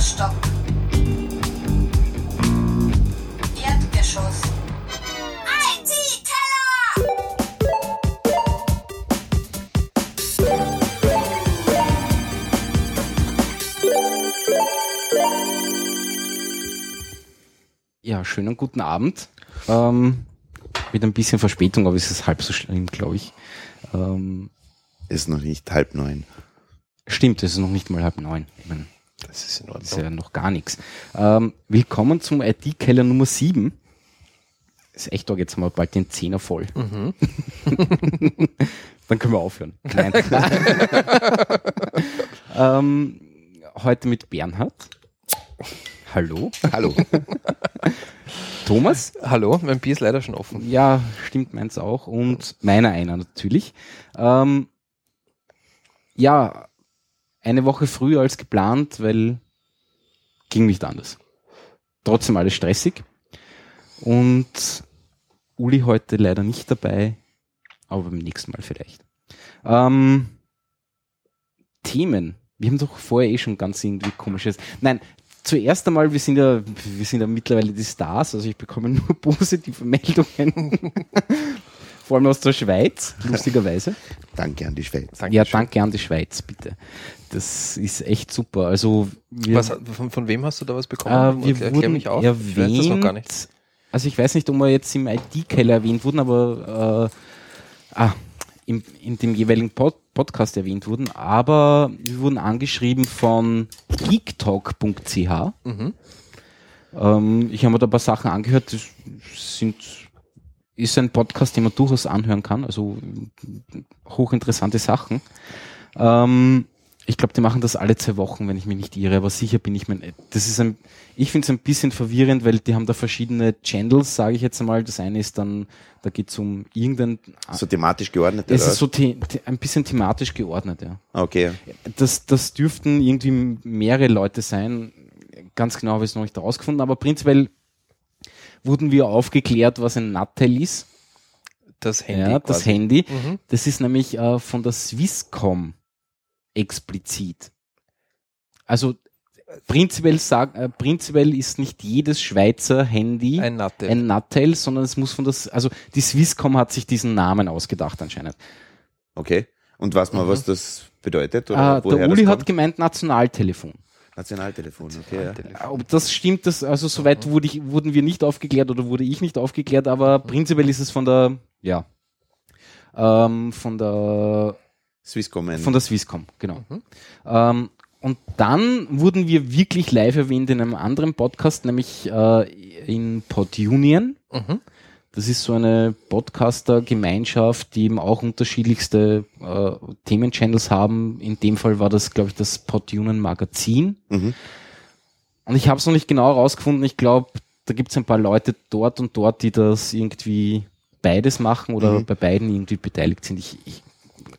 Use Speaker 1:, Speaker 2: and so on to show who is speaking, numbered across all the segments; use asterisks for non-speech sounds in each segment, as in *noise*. Speaker 1: Stock. Erdgeschoss. Einziehteller!
Speaker 2: Ja, schönen guten Abend. Ähm, mit ein bisschen Verspätung, aber es ist halb so schlimm, glaube ich. Ähm,
Speaker 3: Ist noch nicht halb neun.
Speaker 2: stimmt, es ist noch nicht mal halb neun. Ich mein,
Speaker 4: Das ist in
Speaker 2: das ist
Speaker 4: Ordnung.
Speaker 2: ja noch gar nichts. Ähm, willkommen zum IT-Keller Nummer 7. Ist echt doch, jetzt haben wir bald den Zehner voll.
Speaker 4: Mhm.
Speaker 2: *laughs* Dann können wir aufhören.
Speaker 4: *laughs*
Speaker 2: Nein. *laughs* ähm, heute mit Bernhard. Hallo. *laughs*
Speaker 3: Hallo.
Speaker 2: Thomas.
Speaker 4: Hallo, mein Bier ist leider schon offen.
Speaker 2: Ja, stimmt meins auch und meiner einer natürlich. Ähm, ja, eine Woche früher als geplant, weil ging nicht anders. Trotzdem alles stressig. Und Uli heute leider nicht dabei, aber beim nächsten Mal vielleicht. Ähm, Themen. Wir haben doch vorher eh schon ganz irgendwie komisches. Nein, zuerst einmal, wir sind ja, wir sind ja mittlerweile die Stars, also ich bekomme nur *laughs* positive Meldungen. *laughs* Vor allem aus der Schweiz, lustigerweise.
Speaker 3: Danke an die Schweiz.
Speaker 4: Dankeschön.
Speaker 2: Ja, danke an die Schweiz, bitte. Das ist echt super. Also, wir,
Speaker 4: Was, hat- von, von wem hast du da was
Speaker 2: äh,
Speaker 4: bekommen?
Speaker 2: wir
Speaker 4: Erklär
Speaker 2: wurden
Speaker 4: mich auf.
Speaker 2: erwähnt.
Speaker 4: Ich weiß das noch gar nicht.
Speaker 2: Also, ich weiß nicht, ob wir jetzt im IT-Keller erwähnt wurden, aber äh, ah, in, in dem jeweiligen Pod Podcast erwähnt wurden. Aber wir wurden angeschrieben von geektalk.ch.
Speaker 4: Mhm.
Speaker 2: Ähm, ich habe mir da ein paar Sachen angehört, das sind, ist ein Podcast, den man durchaus anhören kann, also äh, hochinteressante Sachen. Ähm, ich glaube, die machen das alle zwei Wochen, wenn ich mich nicht irre, aber sicher bin ich mir nicht. Das ist ein, ich finde es ein bisschen verwirrend, weil die haben da verschiedene Channels, sage ich jetzt einmal. Das eine ist dann, da geht's um irgendein,
Speaker 3: So thematisch geordnet.
Speaker 2: es
Speaker 3: oder
Speaker 2: ist so the, the, ein bisschen thematisch geordnet, ja.
Speaker 3: was? okay.
Speaker 2: Das, das dürften irgendwie mehrere Leute sein. Ganz genau habe ich es noch nicht herausgefunden, aber prinzipiell wurden wir aufgeklärt, was ein Nattel ist.
Speaker 4: Das Handy.
Speaker 2: ja, das
Speaker 4: quasi.
Speaker 2: Handy.
Speaker 4: Mhm.
Speaker 2: Das ist nämlich äh, von der Swisscom explizit. Also prinzipiell, sag, äh, prinzipiell ist nicht jedes Schweizer Handy
Speaker 4: Ein Nattel.
Speaker 2: ein Nattel, sondern es muss von das, also die Swisscom hat sich diesen Namen ausgedacht anscheinend.
Speaker 3: Okay. Und weiß man,
Speaker 4: Mhm.
Speaker 3: was das bedeutet? Oder
Speaker 2: Ah, der
Speaker 3: woher
Speaker 2: Uli
Speaker 3: das
Speaker 2: hat
Speaker 3: kommt?
Speaker 2: gemeint Nationaltelefon.
Speaker 3: Nationaltelefon, okay. Ja.
Speaker 2: Ob das stimmt, das, also soweit wurde ich, wurden wir nicht aufgeklärt oder wurde ich nicht aufgeklärt, aber
Speaker 3: Mhm.
Speaker 2: prinzipiell ist es von der, ja, ähm, von der,
Speaker 3: Swisscom. ein-
Speaker 2: von der Swisscom, genau.
Speaker 4: Mhm.
Speaker 2: Ähm, und dann wurden wir wirklich live erwähnt in einem anderen Podcast, nämlich äh, in Podunion.
Speaker 4: Mhm.
Speaker 2: Das ist so eine Podcaster-Gemeinschaft, die eben auch unterschiedlichste äh, Themenchannels haben. In dem Fall war das, glaube ich, das Podunion Magazin.
Speaker 3: Mhm.
Speaker 2: Und ich habe es noch nicht genau rausgefunden. Ich glaube, da gibt es ein paar Leute dort und dort, die das irgendwie beides machen oder
Speaker 3: Mhm.
Speaker 2: bei beiden irgendwie beteiligt sind. Ich, ich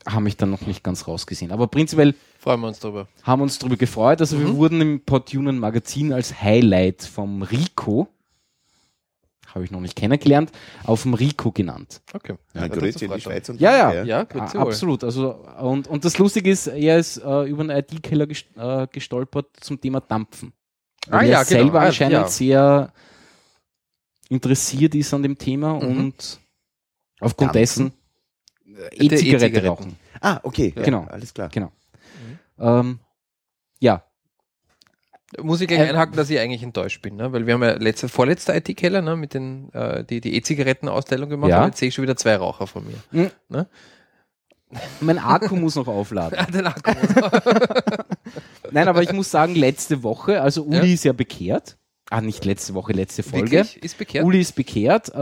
Speaker 2: habe mich dann noch nicht ganz rausgesehen. Aber prinzipiell
Speaker 4: Freuen wir uns drüber.
Speaker 2: haben wir uns darüber gefreut. Also wir
Speaker 4: Mhm.
Speaker 2: wurden im Portunen Magazin als Highlight vom Rico, habe ich noch nicht kennengelernt, auf dem Rico genannt.
Speaker 4: Okay.
Speaker 3: Ja,
Speaker 4: das
Speaker 3: grüezi in
Speaker 4: freut
Speaker 3: die
Speaker 4: uns.
Speaker 3: Schweiz und
Speaker 2: Ja,
Speaker 3: danke,
Speaker 4: Ja,
Speaker 2: Ah,
Speaker 4: grüezi wohl.
Speaker 2: absolut. Also, und, und das Lustige ist, er ist äh, über einen IT-Keller gest äh, gestolpert zum Thema Dampfen.
Speaker 4: Ah,
Speaker 2: Weil er
Speaker 4: ja, genau.
Speaker 2: selber
Speaker 4: Ah,
Speaker 2: anscheinend
Speaker 4: ja.
Speaker 2: sehr interessiert ist an dem Thema
Speaker 4: Mhm.
Speaker 2: und aufgrund dessen
Speaker 3: Dampfen?
Speaker 4: Der
Speaker 2: E-Zigarette
Speaker 4: E-Zigaretten.
Speaker 2: rauchen.
Speaker 3: Ah, okay. Ja,
Speaker 2: Genau.
Speaker 3: Alles klar.
Speaker 2: Genau. Ähm, ja,
Speaker 4: Muss ich gleich
Speaker 2: Ähm,
Speaker 4: einhaken, dass ich eigentlich enttäuscht bin, ne? weil wir haben ja letzte, vorletzte IT-Keller ne? mit den äh, die die E-Zigaretten-Austeilung gemacht
Speaker 2: Ja.
Speaker 4: und jetzt sehe ich schon wieder zwei Raucher von mir.
Speaker 2: mein Akku muss noch aufladen.
Speaker 4: Ah, den Akku muss-
Speaker 2: Nein, aber ich muss sagen, letzte Woche, also Uli
Speaker 4: Ja.
Speaker 2: ist ja bekehrt. Ah, nicht letzte Woche, letzte Folge.
Speaker 4: Wirklich? Ist bekehrt?
Speaker 2: Uli ist bekehrt. Äh,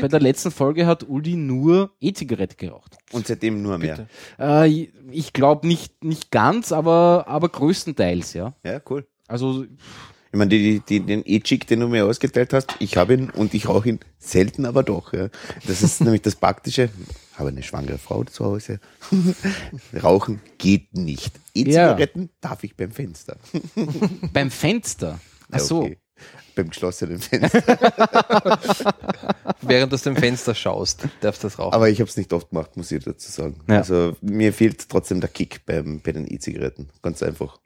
Speaker 2: bei der letzten Folge hat Uli nur E-Zigarette geraucht.
Speaker 3: Und seitdem nur mehr.
Speaker 4: Bitte.
Speaker 2: Äh, ich glaube nicht, nicht ganz, aber, aber größtenteils, ja.
Speaker 3: Ja, cool.
Speaker 2: Also,
Speaker 3: Ich meine, die, die, den E-Chick, den du mir ausgeteilt hast, ich habe ihn und ich rauche ihn selten, aber doch. Ja. Das ist *laughs* nämlich das Praktische. Habe eine schwangere Frau zu Hause. *laughs* Rauchen geht nicht. E-Zigaretten darf ich beim Fenster.
Speaker 2: beim Fenster. Ach so.
Speaker 3: Okay. Beim
Speaker 2: *laughs*
Speaker 3: geschlossenen Fenster.
Speaker 4: Während du aus dem Fenster schaust, darfst du das rauchen.
Speaker 3: Aber ich habe es nicht oft gemacht, muss ich dazu sagen.
Speaker 2: Ja.
Speaker 3: Also mir fehlt trotzdem der Kick beim, bei den E-Zigaretten. Ganz einfach.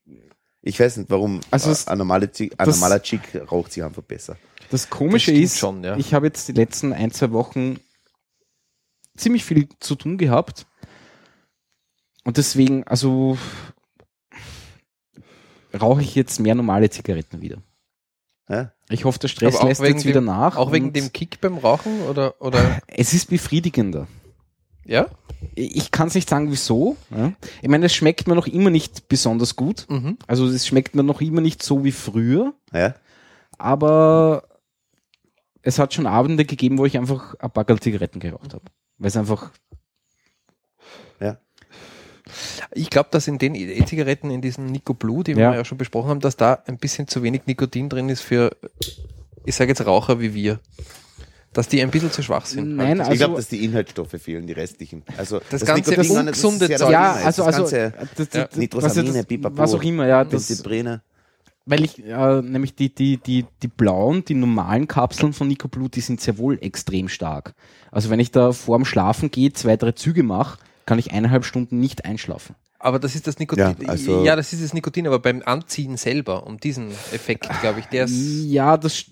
Speaker 3: Ich weiß nicht, warum
Speaker 2: Also
Speaker 3: äh,
Speaker 2: es-
Speaker 3: ein, normale Chick, ein
Speaker 2: das-
Speaker 3: normaler Chick raucht sich einfach besser.
Speaker 2: Das Komische
Speaker 4: Das stimmt
Speaker 2: ist,
Speaker 4: schon, ja.
Speaker 2: ich habe jetzt die letzten ein, zwei Wochen ziemlich viel zu tun gehabt. Und deswegen, also rauche ich jetzt mehr normale Zigaretten wieder.
Speaker 3: Ja?
Speaker 2: Ich hoffe, der Stress
Speaker 4: Aber auch
Speaker 2: lässt
Speaker 4: wegen
Speaker 2: jetzt wieder
Speaker 4: dem-
Speaker 2: nach.
Speaker 4: Auch wegen
Speaker 2: und
Speaker 4: dem Kick beim Rauchen oder,
Speaker 2: *laughs*
Speaker 4: oder
Speaker 2: Es ist befriedigender.
Speaker 4: ja?
Speaker 2: Ich kann es nicht sagen, wieso. Ja? Ich meine, es schmeckt mir noch immer nicht besonders gut.
Speaker 4: Mhm.
Speaker 2: Also es schmeckt mir noch immer nicht so wie früher.
Speaker 3: Ja?
Speaker 2: aber es hat schon Abende gegeben, wo ich einfach ein Backel Zigaretten geraucht habe. Weil es einfach,
Speaker 4: Ich glaube, dass in den E-Zigaretten, in diesem Nico Blue, die
Speaker 2: Ja.
Speaker 4: wir ja schon besprochen haben, dass da ein bisschen zu wenig Nikotin drin ist für, ich sage jetzt Raucher wie wir. Dass die ein bisschen zu schwach sind.
Speaker 2: Nein,
Speaker 4: das
Speaker 2: Also-
Speaker 3: ich glaube, dass die Inhaltsstoffe fehlen, die restlichen. Also
Speaker 4: Das ganze
Speaker 3: Nikotin an-
Speaker 4: ungesunde
Speaker 3: das ist
Speaker 4: Zeug.
Speaker 2: ja,
Speaker 3: das
Speaker 2: also, also,
Speaker 3: ganze
Speaker 2: das, das,
Speaker 4: Ja.
Speaker 3: Nitrosamine,
Speaker 2: was, ja das,
Speaker 3: Pipapo,
Speaker 2: was auch immer, ja, das,
Speaker 3: Benzibräne.
Speaker 2: weil ich, äh, nämlich die, die, die, die blauen, die normalen Kapseln von Nico Blue, die sind sehr wohl extrem stark. Also wenn ich da vorm Schlafen gehe, zwei, drei Züge mache, kann ich eineinhalb Stunden nicht einschlafen.
Speaker 4: Aber das ist das Nikotin.
Speaker 3: Ja,
Speaker 4: Ja,
Speaker 3: also-
Speaker 4: das ist das Nikotin, aber beim Anziehen selber, um diesen Effekt, glaube ich, der ist.
Speaker 2: Ja, das,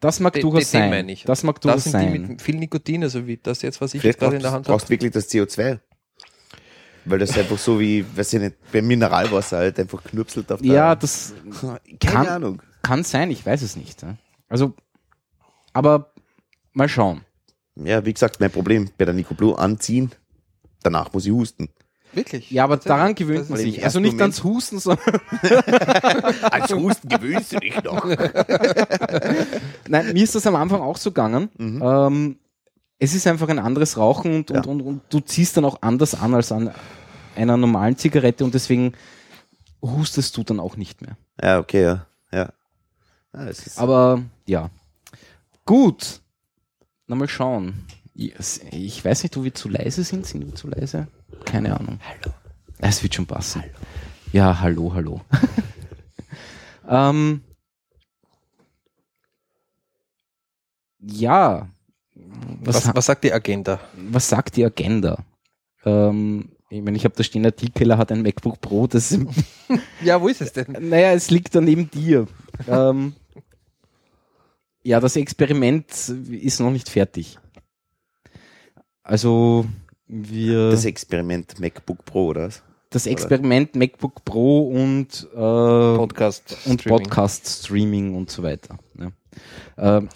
Speaker 2: das mag
Speaker 4: Den-
Speaker 2: durchaus
Speaker 4: den- den
Speaker 2: sein.
Speaker 4: meine ich.
Speaker 2: Das mag
Speaker 4: Das
Speaker 2: durchaus
Speaker 4: sind die
Speaker 2: sein.
Speaker 4: mit viel Nikotin, also wie das jetzt, was ich jetzt
Speaker 3: Vielleicht
Speaker 4: gerade
Speaker 3: brauchst,
Speaker 4: in der Hand habe.
Speaker 3: brauchst wirklich das CO2. Weil das einfach so wie, weiß ich nicht, beim Mineralwasser halt einfach knüpselt auf der...
Speaker 2: Ja, das
Speaker 3: keine
Speaker 2: kann-
Speaker 3: Ahnung.
Speaker 2: Kann sein, ich weiß es nicht. ja. Also, aber mal schauen.
Speaker 3: Ja, wie gesagt, mein Problem bei der Nico Blue anziehen, danach muss ich husten.
Speaker 4: Wirklich?
Speaker 2: Ja, aber daran gewöhnt
Speaker 4: Das
Speaker 2: man
Speaker 4: ist-
Speaker 3: im
Speaker 2: sich. Also
Speaker 3: ersten
Speaker 2: nicht
Speaker 3: Moment-
Speaker 2: ans Husten, sondern
Speaker 3: Als Husten gewöhnst du dich noch.
Speaker 2: nein, mir ist das am Anfang auch so gegangen. Ähm, es ist einfach ein anderes Rauchen und, und,
Speaker 3: Ja.
Speaker 2: und, und du ziehst dann auch anders an als an einer normalen Zigarette und deswegen hustest du dann auch nicht mehr.
Speaker 3: Ja, okay, ja. ja. ja es ist
Speaker 2: Aber ja. Gut. Na mal schauen. Ich, ich weiß nicht, ob wir zu leise sind. Sind wir zu leise? Keine Ahnung. Hallo. Es wird schon passen. Ja, hallo, hallo. *laughs* ähm, ja. Was,
Speaker 4: Was, was sagt die Agenda?
Speaker 2: was sagt die Agenda? Ähm, ich meine, ich habe da stehen, der T-Keller hat ein MacBook Pro, das ist *laughs*
Speaker 4: Ja, wo ist es denn?
Speaker 2: naja, es liegt dann neben dir. ähm, ja, das Experiment ist noch nicht fertig. Also wir
Speaker 3: das
Speaker 2: das,
Speaker 3: Experiment MacBook Pro, oder was?
Speaker 2: Experiment MacBook Pro und äh, und
Speaker 4: Podcast. Streaming.
Speaker 2: Podcast Streaming und so weiter. Ja. Ähm,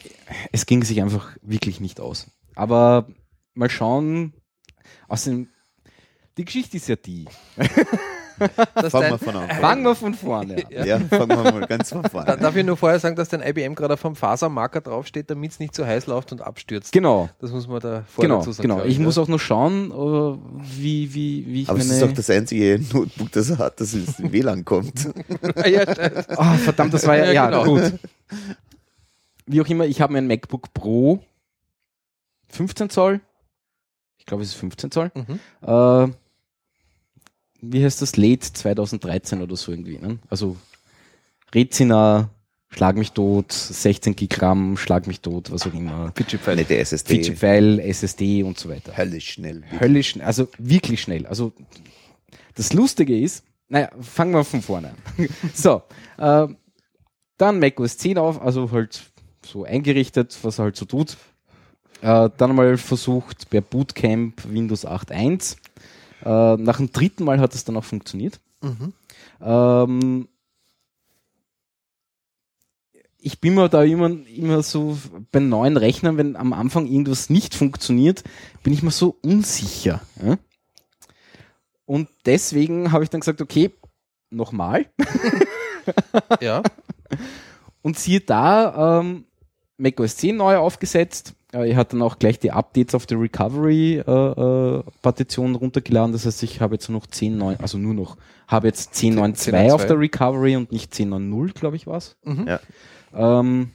Speaker 2: es ging sich einfach wirklich nicht aus. Aber mal schauen. Außerdem die Geschichte ist ja die.
Speaker 4: Das
Speaker 3: Fangen wir
Speaker 4: dein,
Speaker 3: von an.
Speaker 2: Fangen wir von vorne. an.
Speaker 3: Ja, fangen wir mal ganz von
Speaker 4: da,
Speaker 3: vorne.
Speaker 4: darf ich nur vorher sagen, dass dein IBM gerade auf dem Fasermarker draufsteht, damit es nicht zu heiß läuft und abstürzt.
Speaker 2: Genau.
Speaker 4: Das muss man da vorher
Speaker 2: Genau,
Speaker 4: dazu sagen.
Speaker 2: genau.
Speaker 4: glaub
Speaker 2: Ich muss
Speaker 4: ja.
Speaker 2: auch noch schauen, äh, wie, wie, wie ich
Speaker 3: Aber es ist
Speaker 2: meine.
Speaker 3: doch das einzige Notebook, das er hat,
Speaker 2: *laughs*
Speaker 3: das ins WLAN kommt.
Speaker 4: Ah, *laughs* ja, scheiße.
Speaker 2: Ah, verdammt, das war ja,
Speaker 4: Ja,
Speaker 2: ja,
Speaker 4: genau.
Speaker 2: gut. Wie auch immer, ich habe mir ein MacBook Pro 15 Zoll. Ich glaube, es ist 15 Zoll.
Speaker 4: Mhm.
Speaker 2: Äh, wie heißt das? Late 2013 oder so irgendwie. Ne? Also Retina, Schlag mich tot, 16 Gigramm, Schlag mich tot, was auch immer.
Speaker 3: Nicht der SSD.
Speaker 2: Fidget File, SSD und so weiter.
Speaker 3: Höllisch schnell.
Speaker 2: höllisch, schn- also wirklich schnell. Also das Lustige ist, naja, fangen wir von vorne an. *laughs* so, äh, dann macOS 10 auf, also halt so eingerichtet, was er halt so tut. Äh, dann mal versucht per Bootcamp Windows 8.1. Äh, nach dem dritten Mal hat es dann auch funktioniert. Ähm, ich bin mir da immer, immer so bei neuen Rechnern, wenn am Anfang irgendwas nicht funktioniert, bin ich mir so unsicher. Ja? Und deswegen habe ich dann gesagt, okay, nochmal.
Speaker 4: ja.
Speaker 2: Und siehe da, ähm, macOS 10 neu aufgesetzt. Äh, ich hatte dann auch gleich die Updates auf die Recovery-Partition äh, runtergeladen. Das heißt, ich habe jetzt nur noch 10.9, also nur noch, habe jetzt 10.9.2 auf
Speaker 4: 10.9.2.
Speaker 2: der Recovery und nicht 10.9.0, glaube ich, was.
Speaker 4: Mhm.
Speaker 3: Ja.
Speaker 2: Ähm,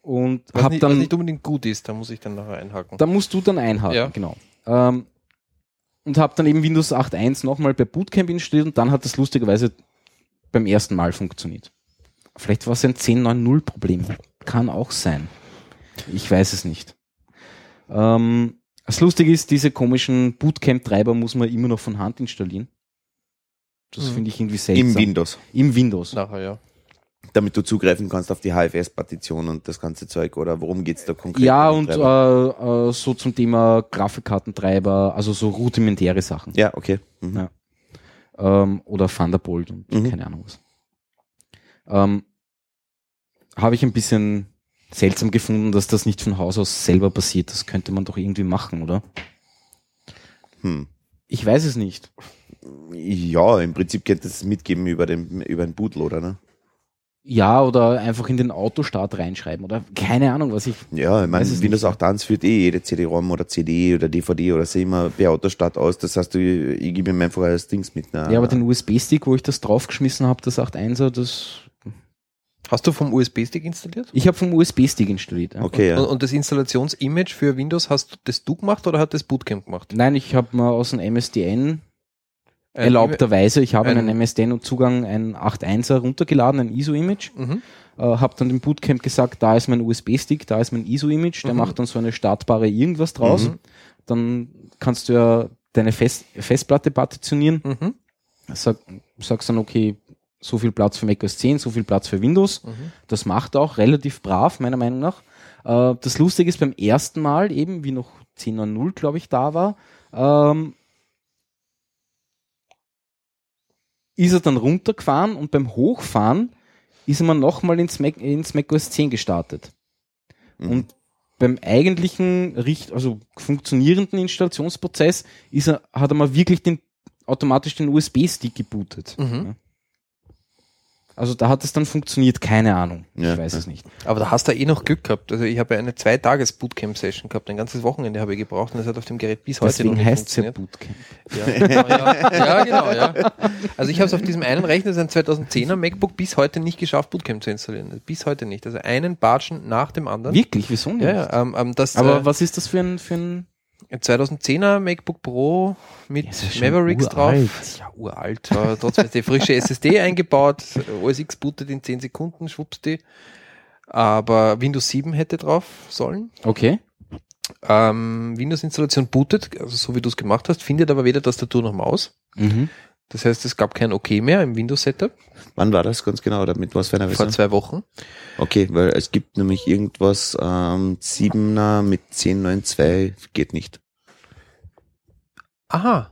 Speaker 2: und
Speaker 4: Was,
Speaker 2: habe
Speaker 4: nicht,
Speaker 2: dann
Speaker 4: was nicht unbedingt gut ist, da muss ich dann nachher einhaken.
Speaker 2: Da musst du dann einhaken,
Speaker 4: Ja.
Speaker 2: genau. Ähm, und habe dann eben Windows 8.1 nochmal bei Bootcamp installiert und dann hat das lustigerweise beim ersten Mal funktioniert. Vielleicht war es ein 10.9.0 Problem. Kann auch sein. Ich weiß es nicht. Ähm, das Lustige ist, diese komischen Bootcamp-Treiber muss man immer noch von Hand installieren. Das finde ich irgendwie seltsam.
Speaker 3: Mhm. Im Windows.
Speaker 2: Im Windows.
Speaker 4: Nachher, ja.
Speaker 3: Damit du zugreifen kannst auf die HFS-Partition und das ganze Zeug. Oder worum geht's da konkret?
Speaker 2: Ja,
Speaker 3: im
Speaker 2: und äh,
Speaker 3: Treiber?
Speaker 2: äh, so zum Thema Grafikkartentreiber, also so rudimentäre Sachen.
Speaker 3: ja, okay. Mhm.
Speaker 2: Ja. Ähm, oder Thunderbolt und
Speaker 3: Mhm.
Speaker 2: keine Ahnung was. Ähm, Habe ich ein bisschen seltsam gefunden, dass das nicht von Haus aus selber passiert. Das könnte man doch irgendwie machen, oder?
Speaker 3: Hm.
Speaker 2: Ich weiß es nicht.
Speaker 3: Ja, im Prinzip könnte es mitgeben über den, über den Bootloader, ne?
Speaker 2: Ja, oder einfach in den Autostart reinschreiben, oder? Keine Ahnung, was ich.
Speaker 3: Ja, ich
Speaker 2: Weiß es
Speaker 3: meine, Windows
Speaker 2: nicht.
Speaker 3: 8 Dance führt eh jede CD-ROM oder CD oder DVD oder so immer per Autostart aus. Das heißt, du, ich gebe ihm einfach das Dings mit. Ne?
Speaker 2: Ja, aber den USB-Stick, wo ich das draufgeschmissen habe, das 8.1er, das.
Speaker 4: Hast du vom USB-Stick installiert?
Speaker 2: Ich habe vom USB-Stick installiert. ja.
Speaker 3: Okay,
Speaker 4: Und,
Speaker 3: ja.
Speaker 4: und das Installations-Image für Windows, hast du das du gemacht oder hat das Bootcamp gemacht? Äh,
Speaker 2: Nein, ich habe mal aus dem MSDN
Speaker 3: Äh,
Speaker 4: Ein
Speaker 2: erlaubterweise, ich habe
Speaker 4: ein-
Speaker 2: einen MSDN und Zugang ein 8.1er runtergeladen, ein ISO-Image,
Speaker 4: Mhm.
Speaker 2: äh, habe dann dem Bootcamp gesagt, da ist mein USB-Stick, da ist mein ISO-Image, der
Speaker 4: Mhm.
Speaker 2: macht dann so eine startbare irgendwas draus.
Speaker 4: Mhm.
Speaker 2: Dann kannst du ja deine Fest Festplatte partitionieren,
Speaker 4: Mhm.
Speaker 2: Sag, sagst dann, okay, so viel Platz für macOS 10, so viel Platz für Windows.
Speaker 4: Mhm.
Speaker 2: Das macht er auch relativ brav, meiner Meinung nach. Äh, das Lustige ist beim ersten Mal eben, wie noch 10.0, glaube ich, da war, ähm, ist er dann runtergefahren und beim Hochfahren ist er nochmal ins, Mac, ins macOS 10 gestartet.
Speaker 3: Mhm.
Speaker 2: Und beim eigentlichen, richt- also funktionierenden Installationsprozess ist er, hat er mal wirklich den, automatisch den USB-Stick gebootet.
Speaker 4: Mhm.
Speaker 2: Ja. Also da hat es dann funktioniert, keine Ahnung.
Speaker 3: Ja,
Speaker 2: ich weiß
Speaker 3: ja.
Speaker 2: es nicht.
Speaker 4: Aber da hast du eh noch Glück gehabt. Also ich habe ja eine zwei Tages Bootcamp Session gehabt, ein ganzes Wochenende habe ich gebraucht und das hat auf dem Gerät bis heute noch
Speaker 2: Deswegen
Speaker 4: nicht
Speaker 2: heißt es ja
Speaker 4: funktioniert.
Speaker 2: Bootcamp.
Speaker 4: *laughs* Ja, ja, ja, genau, ja. Also ich habe es auf diesem einen Rechner, das ist ein 2010er MacBook, bis heute nicht geschafft, Bootcamp zu installieren. Bis heute nicht. Also einen Batschen nach dem anderen.
Speaker 2: Wirklich, wieso nicht?
Speaker 4: Ja, ja, ähm, ähm, das
Speaker 2: Aber
Speaker 4: äh,
Speaker 2: was ist das für ein, für ein
Speaker 4: 2010er MacBook Pro mit
Speaker 2: Ja, das ist schon
Speaker 4: Mavericks
Speaker 2: uralt.
Speaker 4: drauf. Ja, uralt. War trotzdem
Speaker 2: *laughs*
Speaker 4: die frische SSD eingebaut. OS X bootet in 10 Sekunden, schwupps die. Aber Windows 7 hätte drauf sollen.
Speaker 2: Okay.
Speaker 4: Ähm, Windows-Installation bootet, also so wie du es gemacht hast, findet aber weder Tastatur noch Maus.
Speaker 2: Mhm.
Speaker 4: Das heißt, es gab kein OK mehr im Windows-Setup
Speaker 3: Wann war das ganz genau? Oder mit was für einer
Speaker 4: vor
Speaker 3: Version?
Speaker 4: zwei Wochen.
Speaker 3: Okay, weil es gibt nämlich irgendwas, ähm, 7er mit 10.9.2 geht nicht.
Speaker 4: Aha,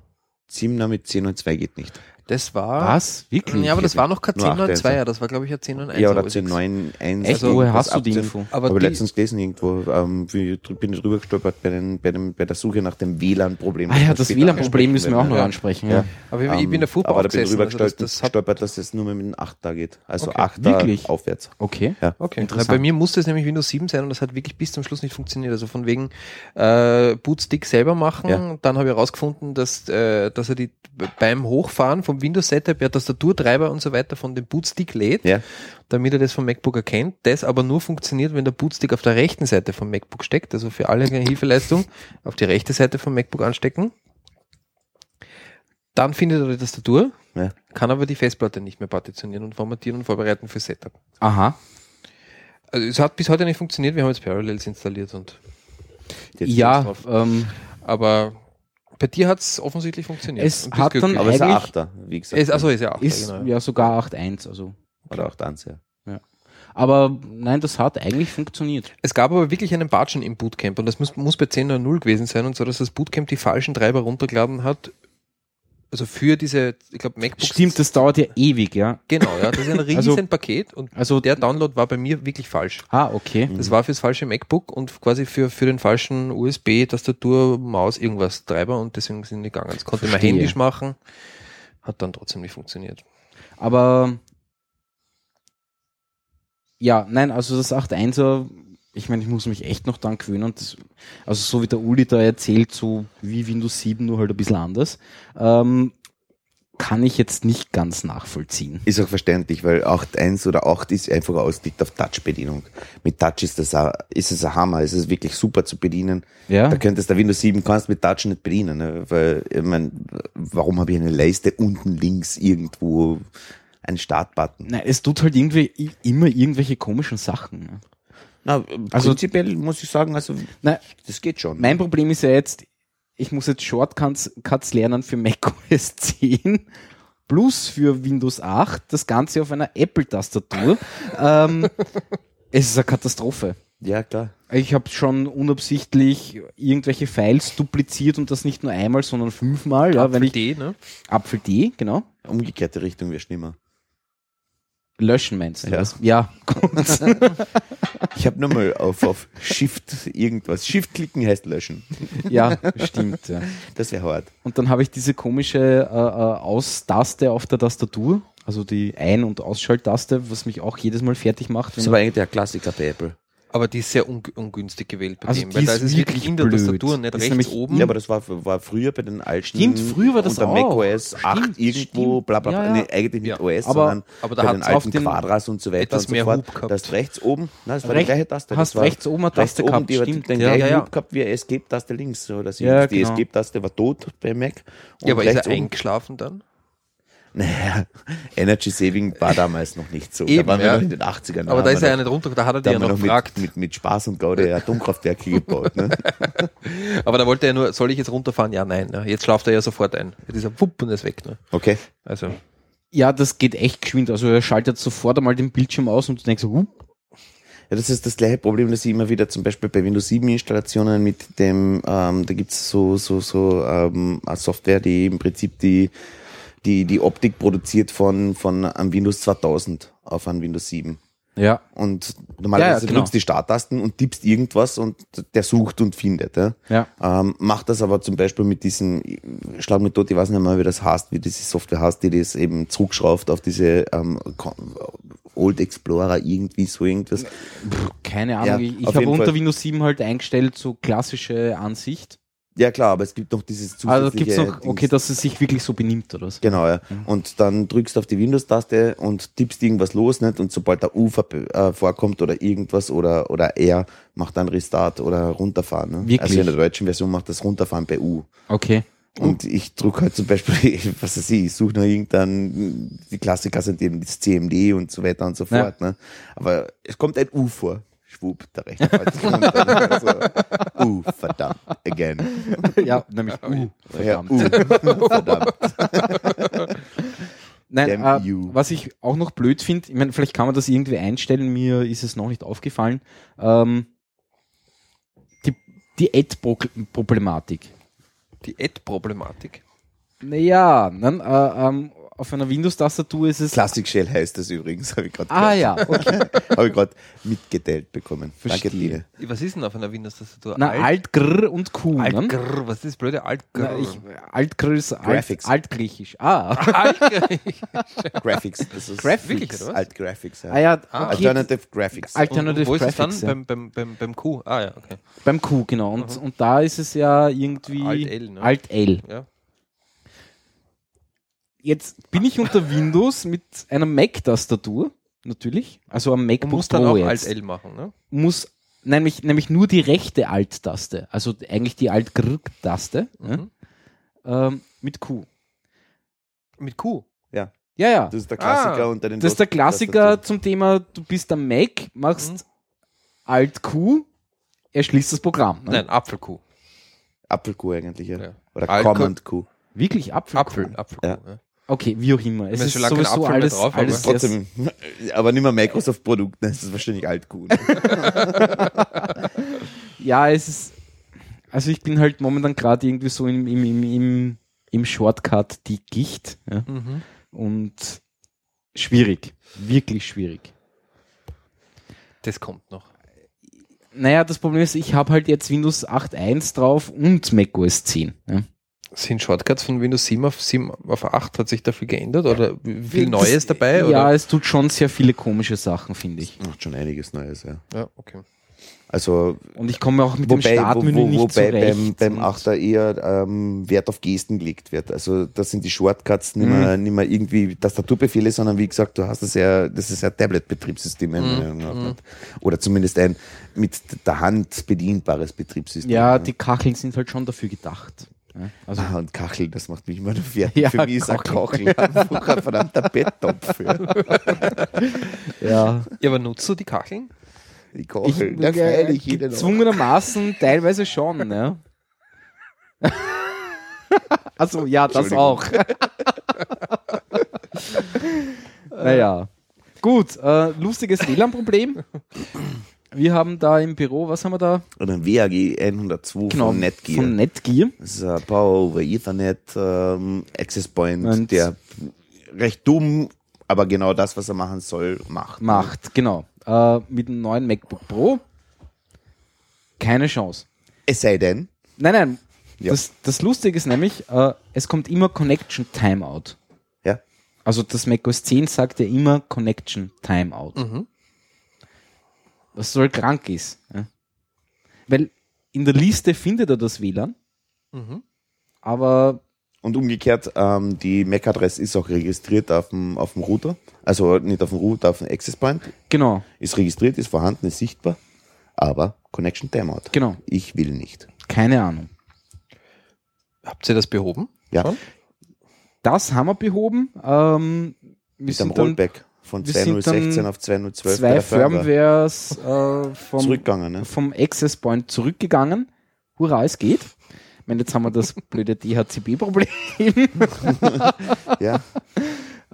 Speaker 3: 7er mit 10.9.2 geht nicht.
Speaker 4: das war.
Speaker 2: Was? Wirklich?
Speaker 4: Ah. Ja, aber das war noch kein
Speaker 3: Nur
Speaker 4: 10.9.2er, das war glaube ich ein 10.9.1.
Speaker 3: ja, oder
Speaker 4: aber es ist-
Speaker 3: 10.9.1.
Speaker 2: Echt?
Speaker 3: also
Speaker 2: Woher
Speaker 3: irgendwas
Speaker 2: hast du die
Speaker 3: ab 10
Speaker 2: Info?
Speaker 4: Aber,
Speaker 3: Aber
Speaker 4: die,
Speaker 3: letztens gelesen irgendwo, ähm, wie- bin ich drüber gestolpert bei, den, bei, dem, bei der Suche nach dem WLAN-Problem.
Speaker 2: Ah ja, das
Speaker 3: später
Speaker 2: WLAN-Problem müssen wir auch
Speaker 3: ansprechen
Speaker 2: noch ansprechen.
Speaker 4: Ja.
Speaker 2: Ja.
Speaker 3: Ja.
Speaker 4: aber ich, ich
Speaker 3: Ähm,
Speaker 4: bin der Fußball
Speaker 3: Aber da bin ich
Speaker 4: aufgesessen,
Speaker 3: drüber
Speaker 4: also das,
Speaker 3: gestolpert,
Speaker 4: das hat,
Speaker 3: gestolpert, dass es nur mit einem 8er geht. Also
Speaker 4: Okay.
Speaker 3: 8er
Speaker 2: Wirklich?
Speaker 3: aufwärts.
Speaker 2: Okay.
Speaker 4: Okay,
Speaker 2: Interessant.
Speaker 4: Na, bei mir musste es nämlich Windows 7 sein und das hat wirklich bis zum Schluss nicht funktioniert. Also von wegen äh, Bootstick selber machen.
Speaker 3: Ja.
Speaker 4: Dann habe ich herausgefunden, dass, äh, dass er die beim Hochfahren vom Windows-Setup ja Tastaturtreiber und so weiter von dem Bootstick lädt,
Speaker 3: Ja.
Speaker 4: damit er das vom MacBook erkennt. Das aber nur funktioniert, wenn der Bootstick auf der rechten Seite vom MacBook steckt. Also für alle eine Hilfeleistung auf die rechte Seite vom MacBook anstecken. Dann findet er die Tastatur,
Speaker 3: Ja.
Speaker 4: kann aber die Festplatte nicht mehr partitionieren und formatieren und vorbereiten für Setup.
Speaker 2: Aha.
Speaker 4: Also es hat bis heute nicht funktioniert, wir haben jetzt Parallels installiert und
Speaker 3: Jetzt geht's
Speaker 2: ja,
Speaker 3: drauf.
Speaker 2: ähm,
Speaker 4: aber bei dir hat es offensichtlich funktioniert.
Speaker 2: Es
Speaker 4: Und bist
Speaker 2: hat dann
Speaker 4: glücklich.
Speaker 3: Aber es ist ein
Speaker 2: eigentlich- also
Speaker 3: 8er, wie gesagt.
Speaker 4: es, achso, ist ja auch genau.
Speaker 2: ist
Speaker 4: da,
Speaker 2: ja sogar 8.1. Also.
Speaker 3: Oder 8 ja.
Speaker 2: Aber nein, das hat eigentlich funktioniert.
Speaker 4: Es gab aber wirklich einen Batschen im Bootcamp und das muss, muss bei 10.0 gewesen sein und so, dass das Bootcamp die falschen Treiber runtergeladen hat. Also für diese, ich glaube, MacBooks.
Speaker 2: Stimmt, das dauert ja ewig, ja.
Speaker 4: Genau, ja. Das ist
Speaker 2: *laughs*
Speaker 4: ein riesen
Speaker 2: Also-
Speaker 4: Paket und
Speaker 2: Also,
Speaker 4: der Download war bei mir wirklich falsch.
Speaker 2: ah, okay.
Speaker 4: Das war fürs falsche MacBook und quasi für, für den falschen USB, Tastatur, Maus, irgendwas, Treiber und deswegen sind die gegangen. Das konnte man
Speaker 2: Verstehe.
Speaker 4: händisch machen, hat dann trotzdem nicht funktioniert.
Speaker 2: Aber ja, nein, also das 8.1er, ich meine, ich muss mich echt noch dran gewöhnen. Das, also so wie der Uli da erzählt, so wie Windows 7, nur halt ein bisschen anders, ähm, kann ich jetzt nicht ganz nachvollziehen.
Speaker 3: Ist auch verständlich, weil 8.1 oder 8 ist einfach ausgelegt auf Touch-Bedienung. Mit Touch ist, das ein, ist es ein Hammer, ist es wirklich super zu bedienen.
Speaker 2: Ja,
Speaker 3: Da könntest du Windows 7 kannst mit Touch nicht bedienen. Ne? Weil, ich mein, warum habe ich eine Leiste unten links irgendwo einen Startbutton?
Speaker 2: nein, es tut halt irgendwie i- immer irgendwelche komischen Sachen. ne?
Speaker 3: Na,
Speaker 2: Also-
Speaker 3: prinzipiell muss ich sagen, also
Speaker 2: Nein,
Speaker 3: das geht schon.
Speaker 2: mein Problem *laughs* ist ja jetzt, ich muss jetzt Shortcuts Cuts lernen für macOS 10 Plus für Windows 8, das Ganze auf einer Apple-Tastatur. ähm, es ist eine Katastrophe.
Speaker 3: Ja, klar.
Speaker 2: Ich habe schon unabsichtlich irgendwelche Files dupliziert und das nicht nur einmal, sondern fünfmal. Ja, wenn ich
Speaker 4: D, ne?
Speaker 2: Apfel D, genau.
Speaker 3: Umgekehrte Richtung wäre schlimmer.
Speaker 2: Löschen meinst du?
Speaker 3: Ja.
Speaker 2: das? ja *laughs* gut.
Speaker 3: Ich habe nur mal auf, auf Shift irgendwas. Shift klicken heißt löschen.
Speaker 2: ja, stimmt. Ja.
Speaker 3: Das wäre hart.
Speaker 2: Und dann habe ich diese komische äh, äh, Aus-Taste auf der Tastatur, also die Ein- und Ausschalttaste, was mich auch jedes Mal fertig macht.
Speaker 3: Das
Speaker 2: Wenn
Speaker 3: ist aber eigentlich der Klassiker bei Apple.
Speaker 4: Aber die ist sehr un ungünstig gewählt bei
Speaker 2: Also
Speaker 4: dem,
Speaker 2: die
Speaker 4: weil da
Speaker 2: ist
Speaker 4: ist es wirklich
Speaker 2: wirklich
Speaker 4: in der
Speaker 2: blöd.
Speaker 4: Tastatur, nicht
Speaker 2: Ist
Speaker 4: rechts
Speaker 2: nämlich-
Speaker 4: oben.
Speaker 3: Ja, aber das war, war früher bei den alten.
Speaker 2: Hm? Stimmt, früher war das
Speaker 3: unter
Speaker 2: auch.
Speaker 3: macOS 8 irgendwo,
Speaker 2: stimmt.
Speaker 3: bla bla bla.
Speaker 2: Ja, ja.
Speaker 3: Nee, eigentlich nicht
Speaker 4: Ja.
Speaker 3: OS,
Speaker 2: Aber-
Speaker 3: sondern
Speaker 4: aber da
Speaker 3: bei
Speaker 4: hat's
Speaker 3: den
Speaker 2: auf
Speaker 3: alten
Speaker 2: den
Speaker 3: Quadras und so weiter
Speaker 4: etwas
Speaker 3: und so
Speaker 4: mehr
Speaker 3: fort.
Speaker 4: Hub gehabt.
Speaker 3: Das rechts oben, nein, das war
Speaker 2: Recht-
Speaker 3: die gleiche Taste.
Speaker 2: hast
Speaker 3: das war
Speaker 2: rechts oben eine
Speaker 3: rechts
Speaker 2: Taste
Speaker 3: oben,
Speaker 2: gehabt,
Speaker 3: die war
Speaker 2: stimmt.
Speaker 3: den
Speaker 2: Ja,
Speaker 3: gleichen
Speaker 4: ja, ja.
Speaker 3: Hub gehabt wie eine Escape-Taste links. Oder so.
Speaker 2: Ja,
Speaker 3: Die
Speaker 2: genau.
Speaker 3: Escape-Taste war tot bei Mac. Und
Speaker 4: Ja, aber ist er
Speaker 3: rechts oben-
Speaker 4: eingeschlafen dann?
Speaker 3: Naja, Energy Saving war damals noch nicht so.
Speaker 4: Eben,
Speaker 3: da waren
Speaker 4: ja.
Speaker 3: wir noch in den 80ern. da haben
Speaker 4: aber da
Speaker 3: wir
Speaker 4: ist er ja
Speaker 3: noch-
Speaker 4: nicht runter, da hat er
Speaker 3: da
Speaker 4: dir ja
Speaker 3: haben wir
Speaker 4: noch
Speaker 3: noch
Speaker 4: gefragt.
Speaker 3: mit, mit, mit Spaß und Gaude Atomkraftwerke gebaut.
Speaker 4: *laughs*
Speaker 3: Ne?
Speaker 4: Aber da wollte er nur, soll ich jetzt runterfahren? Ja, nein. Ne? Jetzt schlaft er ja sofort ein. Jetzt ist er wupp und ist weg. Ne?
Speaker 3: Okay.
Speaker 4: Also,
Speaker 2: Ja, das geht echt geschwind. Also er schaltet sofort einmal den Bildschirm aus und du denkst, uh,
Speaker 3: Ja, das ist das gleiche Problem, das ich immer wieder zum Beispiel bei Windows 7 Installationen mit dem, ähm, da gibt's so, so, so ähm, eine Software, die im Prinzip die, die, die Optik produziert von, von einem Windows 2000 auf ein Windows 7.
Speaker 2: ja,
Speaker 3: Und normalerweise
Speaker 2: Ja, ja, genau.
Speaker 3: drückst die Starttasten und tippst irgendwas und der sucht und findet. Ja?
Speaker 2: ja.
Speaker 3: Ähm, macht das aber zum Beispiel mit diesem, ich schlag mich tot, ich weiß nicht mal, wie das heißt, wie diese Software heißt, die das eben zurückschraubt auf diese ähm, Ko- Old Explorer, irgendwie so irgendwas.
Speaker 2: Keine
Speaker 3: Ja,
Speaker 2: Ahnung. ich ich
Speaker 3: auf
Speaker 2: habe
Speaker 3: jeden
Speaker 2: unter
Speaker 3: Fall.
Speaker 2: Windows 7 halt eingestellt, so klassische Ansicht.
Speaker 3: Ja klar, aber es gibt noch dieses zusätzliche...
Speaker 2: Also gibt es noch,
Speaker 3: Dings.
Speaker 2: okay, Mhm. dass es sich wirklich so benimmt oder so.
Speaker 3: Genau, ja. Und dann drückst du auf die Windows-Taste und tippst irgendwas los, nicht? Und sobald der U verb- äh, vorkommt oder irgendwas oder, oder R, macht dann Restart oder runterfahren. Ne?
Speaker 2: Wirklich? Oh.
Speaker 3: Also in der deutschen Version macht das runterfahren bei U.
Speaker 2: Okay.
Speaker 3: Und ich drücke halt zum Beispiel, *laughs* was weiß ich, ich suche noch irgendeinen, die Klassiker sind eben das CMD und so weiter und so
Speaker 2: Ja.
Speaker 3: fort. Ne? Aber es kommt ein U vor. Schwupp, der rechte Pfeil kommt dann *laughs* also, U, verdammt, again.
Speaker 2: *laughs* ja, nämlich uh,
Speaker 3: Ja, Uh.
Speaker 2: verdammt.
Speaker 3: U,
Speaker 2: *laughs*
Speaker 3: verdammt.
Speaker 2: Nein,
Speaker 3: Damn
Speaker 2: äh,
Speaker 3: you.
Speaker 2: was ich auch noch blöd finde, ich meine, vielleicht kann man das irgendwie einstellen, mir ist es noch nicht aufgefallen, ähm, die, die Ad-Problematik.
Speaker 4: die Ad-Problematik.
Speaker 2: Naja, nein, äh, ähm, auf einer Windows-Tastatur ist es...
Speaker 3: Classic Shell heißt das übrigens, habe ich gerade
Speaker 2: Ah ja, okay.
Speaker 3: Habe ich gerade mitgeteilt bekommen.
Speaker 2: Verstehe.
Speaker 3: Danke, Line.
Speaker 4: Was ist denn auf einer Windows-Tastatur?
Speaker 2: Na, Alt, Gr und Q.
Speaker 4: Alt,
Speaker 2: ne?
Speaker 4: grrr, was ist das blöde Alt,
Speaker 2: Na, ich,
Speaker 4: *laughs* grrr?
Speaker 2: Alt, Gr ist Alt,
Speaker 3: Graphics.
Speaker 2: Altgriechisch. Ah, *laughs*
Speaker 4: Alt, grrr.
Speaker 3: Graphics. Das ist
Speaker 2: Graphics.
Speaker 4: Wirklich, oder was?
Speaker 3: Alt Graphics. Ja.
Speaker 2: ah ja, okay.
Speaker 3: Alternative Graphics.
Speaker 2: Alternative
Speaker 4: Und wo ist es
Speaker 2: Graphics.
Speaker 4: dann?
Speaker 2: ja.
Speaker 4: Beim, beim, beim, beim Q. Ah ja, okay.
Speaker 2: Beim Q, genau. Und, und da ist es ja irgendwie
Speaker 4: Alt-L, ne?
Speaker 2: Alt-L.
Speaker 4: Ja.
Speaker 2: Jetzt bin ich unter Windows mit einer Mac-Tastatur, natürlich. Also am
Speaker 4: Und
Speaker 2: MacBook
Speaker 4: muss dann
Speaker 2: Pro
Speaker 4: auch
Speaker 2: jetzt.
Speaker 4: Alt-L machen. Ne?
Speaker 2: Muss nämlich, nämlich nur die rechte Alt-Taste, also eigentlich die Alt-Grr-Taste
Speaker 4: Mhm.
Speaker 2: ja, ähm, mit Q.
Speaker 4: Mit Q.
Speaker 2: Ja, ja.
Speaker 3: Das ist der Klassiker
Speaker 4: Ah,
Speaker 3: unter den
Speaker 2: Das ist der Klassiker zum Thema, du bist am Mac, machst
Speaker 4: Mhm.
Speaker 2: Alt-Q, er schließt das Programm. ne?
Speaker 4: Nein, Apfel-Q.
Speaker 3: Apfelkuh eigentlich, ja.
Speaker 4: Ja.
Speaker 3: Oder
Speaker 4: Alt-
Speaker 3: Command Q.
Speaker 2: Wirklich Apfel.
Speaker 4: Apfel. Apfel
Speaker 3: Ja.
Speaker 4: Q, ja.
Speaker 2: Okay, wie auch immer. Es
Speaker 4: Mir ist
Speaker 2: ist
Speaker 4: schon lange kein
Speaker 2: sowieso
Speaker 4: Apfel mehr
Speaker 2: alles,
Speaker 4: drauf, aber
Speaker 2: alles sehr-
Speaker 3: Trotzdem, aber nicht mehr Microsoft-Produkt, ne? das ist wahrscheinlich alt ne? Q.
Speaker 2: *laughs* Ja, es ist. Also ich bin halt momentan gerade irgendwie so im, im, im, im, im Shortcut die Gicht. Ja?
Speaker 4: Mhm.
Speaker 2: Und schwierig. Wirklich schwierig.
Speaker 4: Das kommt noch.
Speaker 2: Naja, das Problem ist, ich habe halt jetzt Windows 8.1 drauf und macOS 10. Ja?
Speaker 4: Sind Shortcuts von Windows 7 auf 7 auf 8 hat sich da viel geändert oder viel
Speaker 2: Das-
Speaker 4: Neues dabei?
Speaker 2: Ja,
Speaker 4: oder?
Speaker 2: es tut schon sehr viele komische Sachen, finde ich.
Speaker 3: Macht schon einiges Neues, ja.
Speaker 4: ja okay.
Speaker 3: Also,
Speaker 2: Und ich komme auch mit dem
Speaker 3: wobei, wo,
Speaker 2: Startmenü
Speaker 3: wo,
Speaker 2: nicht
Speaker 3: wobei
Speaker 2: zurecht.
Speaker 3: beim, beim
Speaker 2: und-
Speaker 3: 8er eher ähm, Wert auf Gesten gelegt wird. Also, das sind die Shortcuts nicht mehr,
Speaker 2: Mhm.
Speaker 3: nicht mehr irgendwie Tastaturbefehle, sondern wie gesagt, du hast das ja, das ist ja Tablet-Betriebssystem. meiner
Speaker 2: Mhm.
Speaker 3: Meinung nach, nicht? Oder zumindest ein mit der Hand bedienbares Betriebssystem.
Speaker 2: ja,
Speaker 3: ne?
Speaker 2: die Kacheln sind halt schon dafür gedacht. Ja? Also
Speaker 3: Ah, und Kachel, das macht mich immer nur fertig.
Speaker 2: Ja,
Speaker 3: Für mich ist ein
Speaker 2: Kachel.
Speaker 3: Kachel
Speaker 2: *laughs*
Speaker 3: einfach ein verdammter Betttopf. Ja.
Speaker 2: ja.
Speaker 4: Ja, aber nutzt du die Kacheln?
Speaker 3: Die
Speaker 2: Ich,
Speaker 3: Kachel, na, freilich,
Speaker 2: äh,
Speaker 3: jeder noch.
Speaker 2: gezwungenermaßen teilweise schon, ne? ja. Also ja, das
Speaker 3: Entschuldigung.
Speaker 2: auch. Naja. Gut, äh, lustiges WLAN-Problem. Wir haben da im Büro, was haben wir da?
Speaker 3: Oder ein WAG 102 von Netgear.
Speaker 2: Genau, Von Netgear.
Speaker 3: Das ist ein Äh, Power over Ethernet ähm, Access Point,
Speaker 2: Und-
Speaker 3: der recht dumm, aber genau das, was er machen soll, macht.
Speaker 2: Macht, genau. Äh, mit dem neuen MacBook Pro. Keine Chance.
Speaker 3: Es sei denn,
Speaker 2: Nein, nein.
Speaker 3: Ja.
Speaker 2: Das, das Lustige ist nämlich, äh, es kommt immer Connection Timeout.
Speaker 3: ja,
Speaker 2: Also das macOS 10 sagt ja immer Connection Timeout.
Speaker 4: Mhm.
Speaker 2: Was soll krank ist. Ja? Weil in der Liste findet er das WLAN,
Speaker 4: Mhm.
Speaker 2: aber
Speaker 3: Und umgekehrt, ähm, die MAC-Adresse ist auch registriert auf dem, auf dem Router. Also nicht auf dem Router, auf dem Access Point.
Speaker 2: genau,
Speaker 3: Ist registriert, ist vorhanden, ist sichtbar. Aber Connection Timeout.
Speaker 2: Genau.
Speaker 3: Ich will nicht.
Speaker 2: keine Ahnung.
Speaker 4: Habt ihr das behoben?
Speaker 3: Ja.
Speaker 4: Schon?
Speaker 2: Das haben wir behoben. Ähm, wir
Speaker 3: Mit einem
Speaker 2: sind dann
Speaker 3: Rollback von
Speaker 2: wir sind
Speaker 3: 2016
Speaker 2: dann
Speaker 3: auf 2012 bei
Speaker 2: zwei
Speaker 3: der Firmware
Speaker 2: Firmwares äh, vom,
Speaker 3: zurückgegangen. Ne?
Speaker 2: vom Access Point zurückgegangen. Hurra, es geht. Ich meine, jetzt haben wir das blöde DHCP-Problem. *laughs*
Speaker 3: Ja.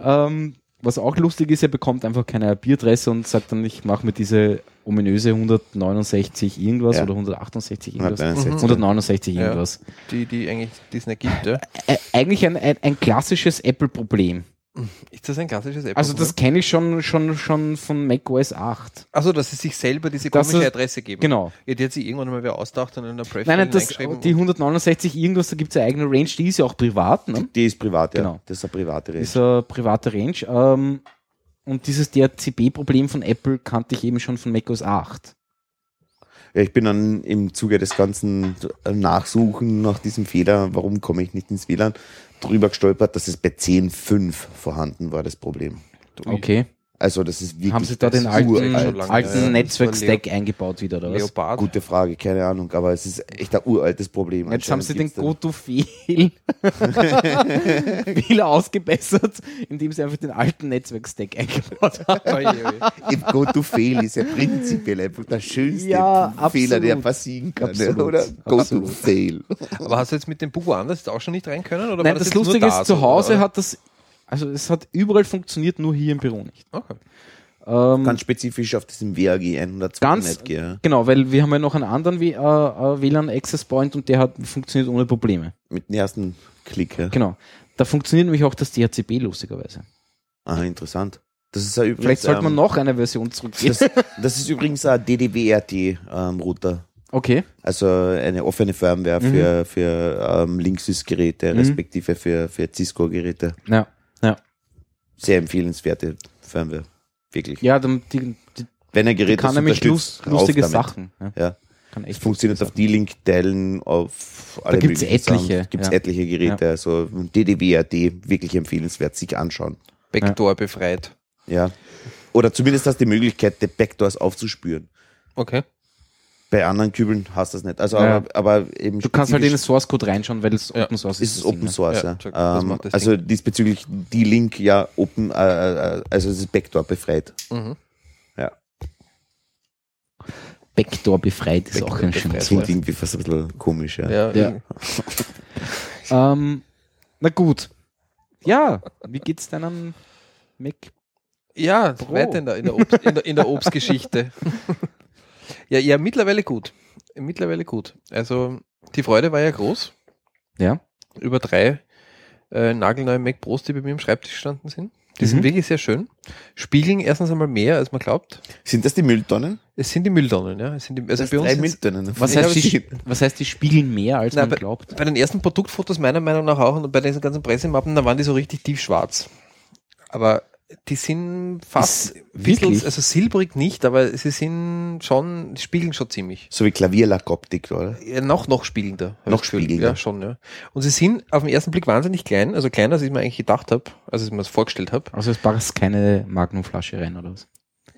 Speaker 2: Ähm, was auch lustig ist, er bekommt einfach keine IP-Adresse und sagt dann, ich mache mir diese ominöse 169 irgendwas
Speaker 3: Ja.
Speaker 2: oder 168 irgendwas.
Speaker 3: 169.
Speaker 2: 169
Speaker 4: Ja.
Speaker 2: irgendwas.
Speaker 4: Die, die eigentlich die es nicht gibt, ja.
Speaker 2: Ä eigentlich ein, ein, ein klassisches Apple-Problem.
Speaker 4: Ist das ein klassisches Apple?
Speaker 2: Also das kenne ich schon, schon, schon von macOS 8.
Speaker 4: Achso, Also, dass sie sich selber diese
Speaker 2: Das
Speaker 4: komische
Speaker 2: ist-
Speaker 4: Adresse geben.
Speaker 2: genau.
Speaker 4: Ja, die hat sich irgendwann mal wer ausgedacht und in der Pref
Speaker 2: Nein, nein, das,
Speaker 4: reingeschrieben.
Speaker 2: die 169 irgendwas, da gibt es eine eigene Range, die ist ja auch privat, ne?
Speaker 3: Die ist privat, ja.
Speaker 2: Genau.
Speaker 3: Das ist eine private Rede.
Speaker 2: ist eine private Range. Ähm, und dieses DHCP-Problem von Apple kannte ich eben schon von macOS 8.
Speaker 3: Ja, ich bin dann im Zuge des ganzen Nachsuchen nach diesem Fehler, warum komme ich nicht ins WLAN, drüber gestolpert, dass es bei 10.5 vorhanden war, das Problem.
Speaker 2: Okay.
Speaker 3: Also das ist wirklich
Speaker 2: Haben sie da
Speaker 3: das
Speaker 2: den
Speaker 3: ist
Speaker 2: alten,
Speaker 4: uralt.
Speaker 2: alten,
Speaker 4: Schon lange, ja.
Speaker 2: Netzwerk-Stack eingebaut wieder, oder was?
Speaker 4: oh, Leopard. *laughs*
Speaker 3: Gute Frage, keine Ahnung, aber es ist echt ein uraltes Problem.
Speaker 2: Jetzt haben sie den
Speaker 3: Anscheinend gibt's
Speaker 2: Goto-Fehl *laughs* viel ausgebessert, indem sie einfach den alten Netzwerk-Stack eingebaut haben.
Speaker 3: dann- Im Go-to-Fail ist ja prinzipiell einfach der schönste
Speaker 2: Ja,
Speaker 3: Fehler, der
Speaker 2: absolut.
Speaker 3: passieren kann,
Speaker 2: Absolut,
Speaker 3: oder?
Speaker 2: absolut.
Speaker 3: Go-to-Fail.
Speaker 4: Aber hast du jetzt mit dem Bugu anders jetzt auch schon nicht rein können? Oder war
Speaker 2: Nein, das,
Speaker 4: jetzt nur
Speaker 2: Lustige
Speaker 4: da
Speaker 2: ist,
Speaker 4: so,
Speaker 2: zu Hause
Speaker 4: oder?
Speaker 2: hat das, also es hat überall funktioniert, nur hier im Büro nicht.
Speaker 4: Okay.
Speaker 2: Ähm,
Speaker 3: Ganz spezifisch auf diesem WAG 102
Speaker 2: ganz,
Speaker 3: Netgear, ja.
Speaker 2: genau, weil wir haben ja noch einen anderen W- äh, äh, WLAN-Access-Point und der hat funktioniert ohne Probleme.
Speaker 3: mit dem ersten Klick. Ja.
Speaker 2: Genau. Da funktioniert nämlich auch das DHCP lustigerweise.
Speaker 3: Ah, interessant. Das ist ja übrigens.
Speaker 2: Vielleicht sollte man
Speaker 3: ähm,
Speaker 2: noch eine Version zurückgehen.
Speaker 3: *laughs* Das, das ist übrigens ein DDWRT-Router.
Speaker 2: Okay.
Speaker 3: ähm, also eine offene Firmware für,
Speaker 2: Mhm.
Speaker 3: für ähm, Linksys-Geräte, respektive für, für Cisco-Geräte.
Speaker 2: Ja. ja.
Speaker 3: Sehr empfehlenswerte Firmware. Wirklich.
Speaker 2: Ja, dann, die, die
Speaker 3: Wenn ein Gerät
Speaker 2: kann
Speaker 3: das
Speaker 2: nämlich
Speaker 3: unterstützt,
Speaker 2: lust,
Speaker 3: rauf
Speaker 2: lustige
Speaker 3: damit.
Speaker 2: Sachen. Ja,
Speaker 3: Ja.
Speaker 2: kann echt
Speaker 3: Funktioniert auf D-Link, Teilen, auf alle
Speaker 2: gibt's
Speaker 3: möglichen Sachen.
Speaker 2: etliche,
Speaker 3: Gibt's
Speaker 2: ja.
Speaker 3: etliche Geräte. Also DDWRD, wirklich empfehlenswert, sich anschauen.
Speaker 4: Backdoor befreit.
Speaker 3: Ja. Oder zumindest hast du die Möglichkeit, die Backdoors aufzuspüren.
Speaker 4: Okay.
Speaker 3: Bei anderen Kübeln hast du das nicht. Also,
Speaker 2: Ja.
Speaker 3: aber, aber eben
Speaker 2: Du kannst halt in
Speaker 3: spezifisch-
Speaker 2: den Source Code reinschauen, weil es
Speaker 4: Ja.
Speaker 2: Open Source
Speaker 3: ist es
Speaker 2: das
Speaker 3: Open
Speaker 2: Ding, ne?
Speaker 3: Source,
Speaker 4: Ja,
Speaker 3: ja.
Speaker 4: check, das
Speaker 3: Ähm,
Speaker 4: macht das
Speaker 3: also diesbezüglich die Link ja Open, äh, äh, also es ist Backdoor befreit.
Speaker 4: Mhm.
Speaker 2: Backdoor befreit ist auch ein schönes
Speaker 3: Klingt
Speaker 2: Wort.
Speaker 3: irgendwie fast ein bisschen komisch, ja.
Speaker 4: Ja,
Speaker 2: Ja. Ähm, na gut. Ja, wie geht's deinem Mac?
Speaker 4: Ja,
Speaker 2: Pro.
Speaker 4: weiter in der, in der, Obst, in der, in
Speaker 2: *laughs*
Speaker 4: der Obstgeschichte. ja, ja, mittlerweile gut. Mittlerweile gut. Also die Freude war ja groß
Speaker 2: Ja.
Speaker 4: über drei äh, nagelneue Mac Pros, die bei mir im Schreibtisch gestanden sind. Die
Speaker 2: Mhm.
Speaker 4: sind wirklich sehr schön. Spiegeln erstens einmal mehr, als man glaubt.
Speaker 3: Sind das die Mülltonnen?
Speaker 4: Es sind die Mülltonnen, ja. Es sind die, also
Speaker 3: Das
Speaker 4: bei uns
Speaker 3: drei
Speaker 4: sind's-
Speaker 3: Mülltonnen.
Speaker 2: Was,
Speaker 4: Ja,
Speaker 2: heißt
Speaker 4: aber
Speaker 2: die, was heißt, die spiegeln mehr, als
Speaker 4: Na,
Speaker 2: man glaubt?
Speaker 4: Bei den ersten Produktfotos meiner Meinung nach auch und bei diesen ganzen Pressemappen, da waren die so richtig tiefschwarz. Aber die sind fast
Speaker 2: Ist-
Speaker 4: bisschen-
Speaker 2: wirklich?
Speaker 4: also silbrig nicht, aber sie sind schon, die spiegeln schon ziemlich.
Speaker 3: So wie Klavierlackoptik, oder?
Speaker 4: Ja, noch, noch spiegelnder. hab ich
Speaker 3: Noch
Speaker 4: das Gefühl.
Speaker 3: spiegelnder.
Speaker 4: Ja, schon, ja. Und sie sind auf den ersten Blick wahnsinnig klein, also kleiner, als ich mir eigentlich gedacht habe, als ich mir das vorgestellt habe.
Speaker 2: Also es passt keine Magnumflasche rein oder was?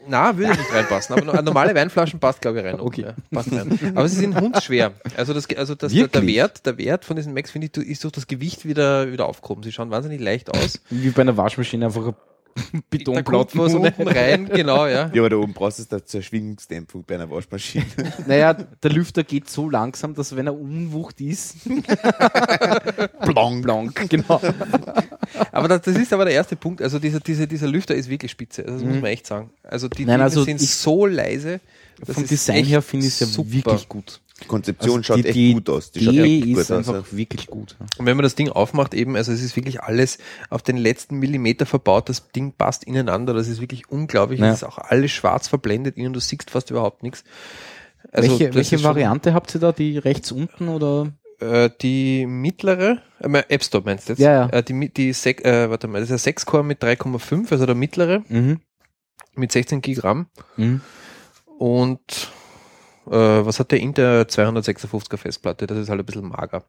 Speaker 4: Na, würde nicht reinpassen, aber eine *laughs* normale Weinflaschen passt, glaube ich, rein.
Speaker 2: Okay.
Speaker 4: Ja, passt *laughs* rein. Aber sie sind hundschwer. Also, das, also das, der, der,
Speaker 2: Wirklich?
Speaker 4: Wert, der Wert von diesen Macs, finde ich, ist durch das Gewicht wieder, wieder aufgehoben. Sie schauen wahnsinnig leicht aus.
Speaker 2: *laughs* Wie bei einer Waschmaschine einfach ein
Speaker 4: Da kommt
Speaker 2: Betonplatten
Speaker 4: was unten rein,
Speaker 2: *laughs*
Speaker 4: genau, ja.
Speaker 3: Ja, aber da oben brauchst du es da zur Schwingungsdämpfung bei einer Waschmaschine.
Speaker 4: *laughs*
Speaker 2: Naja, der Lüfter geht so langsam, dass wenn er Unwucht ist, *laughs*
Speaker 3: Blanc.
Speaker 2: blank, genau.
Speaker 4: Aber das, das ist aber der erste Punkt. Also dieser, dieser, dieser Lüfter ist wirklich spitze. Also das muss man echt sagen. Also die
Speaker 2: Mhm. Nein,
Speaker 4: Dinge
Speaker 2: also
Speaker 4: sind
Speaker 2: ich-
Speaker 4: so leise. das
Speaker 2: Vom
Speaker 4: ist
Speaker 2: Design
Speaker 4: echt
Speaker 2: her finde ich es ja
Speaker 4: super.
Speaker 2: wirklich gut.
Speaker 3: Die Konzeption
Speaker 4: Also
Speaker 3: schaut echt gut aus.
Speaker 2: Also Die,
Speaker 3: schaut echt
Speaker 2: Idee ist
Speaker 3: ja.
Speaker 2: einfach wirklich gut. ja.
Speaker 4: Und wenn man das Ding aufmacht, eben, also es ist wirklich alles auf den letzten Millimeter verbaut, das Ding passt ineinander, das ist wirklich unglaublich,
Speaker 2: Ja.
Speaker 4: es ist auch alles schwarz verblendet innen, du siehst fast überhaupt nichts.
Speaker 2: welche
Speaker 4: das
Speaker 2: welche
Speaker 4: ist schon-
Speaker 2: Variante habt ihr da? Die rechts unten oder?
Speaker 4: Äh, die mittlere, äh, mein App Store meinst du jetzt?
Speaker 2: Ja, ja.
Speaker 4: Äh, die, mi- die sech, äh, warte mal, das ist ja 6 Core mit 3,5, also der mittlere
Speaker 2: Mhm.
Speaker 4: mit 16 GB RAM
Speaker 2: Mhm.
Speaker 4: und äh, was hat der Inter 256er Festplatte? Das ist halt ein bisschen mager.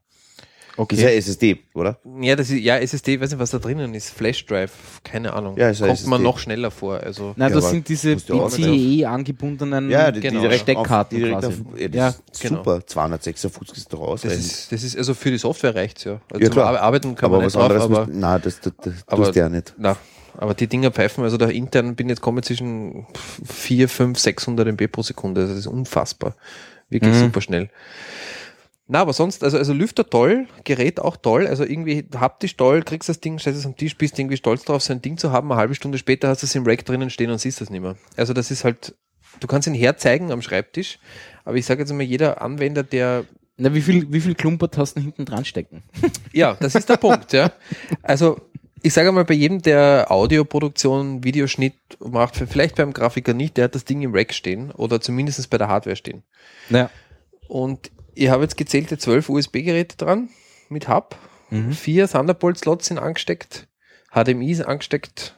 Speaker 3: Ist ja SSD, oder?
Speaker 4: Ja, das ist, ja, SSD, ich weiß nicht, was da drinnen ist. Flash Drive, keine Ahnung.
Speaker 3: Ja, ist ja
Speaker 4: Kommt man
Speaker 3: SSD.
Speaker 4: noch schneller vor. Also,
Speaker 2: Nein,
Speaker 3: Ja,
Speaker 2: das
Speaker 3: aber
Speaker 2: sind diese
Speaker 3: musst du auch nicht
Speaker 2: PCIe angebundenen
Speaker 4: Genau.
Speaker 2: Steckkarten
Speaker 3: auf, direkt
Speaker 2: quasi.
Speaker 3: auf, ja, das
Speaker 2: Ja,
Speaker 3: ist
Speaker 4: genau.
Speaker 3: super. 256 ist doch raus.
Speaker 4: das ist, das ist, also für die Software reicht's ja. Also
Speaker 3: Ja,
Speaker 4: zum
Speaker 3: klar.
Speaker 4: Ar- Arbeiten kann
Speaker 3: aber
Speaker 4: man
Speaker 3: was
Speaker 4: nicht drauf,
Speaker 3: anderes
Speaker 4: aber,
Speaker 3: muss, na, das, das, das
Speaker 4: aber-
Speaker 3: tust du ja nicht.
Speaker 4: na, aber die Dinger pfeifen, also da intern bin jetzt kommen zwischen 4, 5, 600 MB pro Sekunde. Also das ist unfassbar. Wirklich
Speaker 2: Mhm.
Speaker 4: super schnell. Na, aber sonst, also, also Lüfter toll, Gerät auch toll, also irgendwie haptisch toll, kriegst das Ding, stellst es am Tisch, bist irgendwie stolz drauf, so ein Ding zu haben, eine halbe Stunde später hast du es im Rack drinnen stehen und siehst das nicht mehr. Also das ist halt, du kannst ihn herzeigen am Schreibtisch, aber ich sage jetzt mal, jeder Anwender, der
Speaker 2: Na, wie viel, wie viel Klumpertasten hinten dran stecken?
Speaker 4: ja, das ist der Punkt, ja. Also, ich sage mal, bei jedem, der Audioproduktion, Videoschnitt macht, vielleicht beim Grafiker nicht, der hat das Ding im Rack stehen oder zumindest bei der Hardware stehen.
Speaker 2: Naja.
Speaker 4: Und ich habe jetzt gezählte zwölf USB-Geräte dran mit Hub. Vier Thunderbolt-Slots sind angesteckt, HDMI ist angesteckt,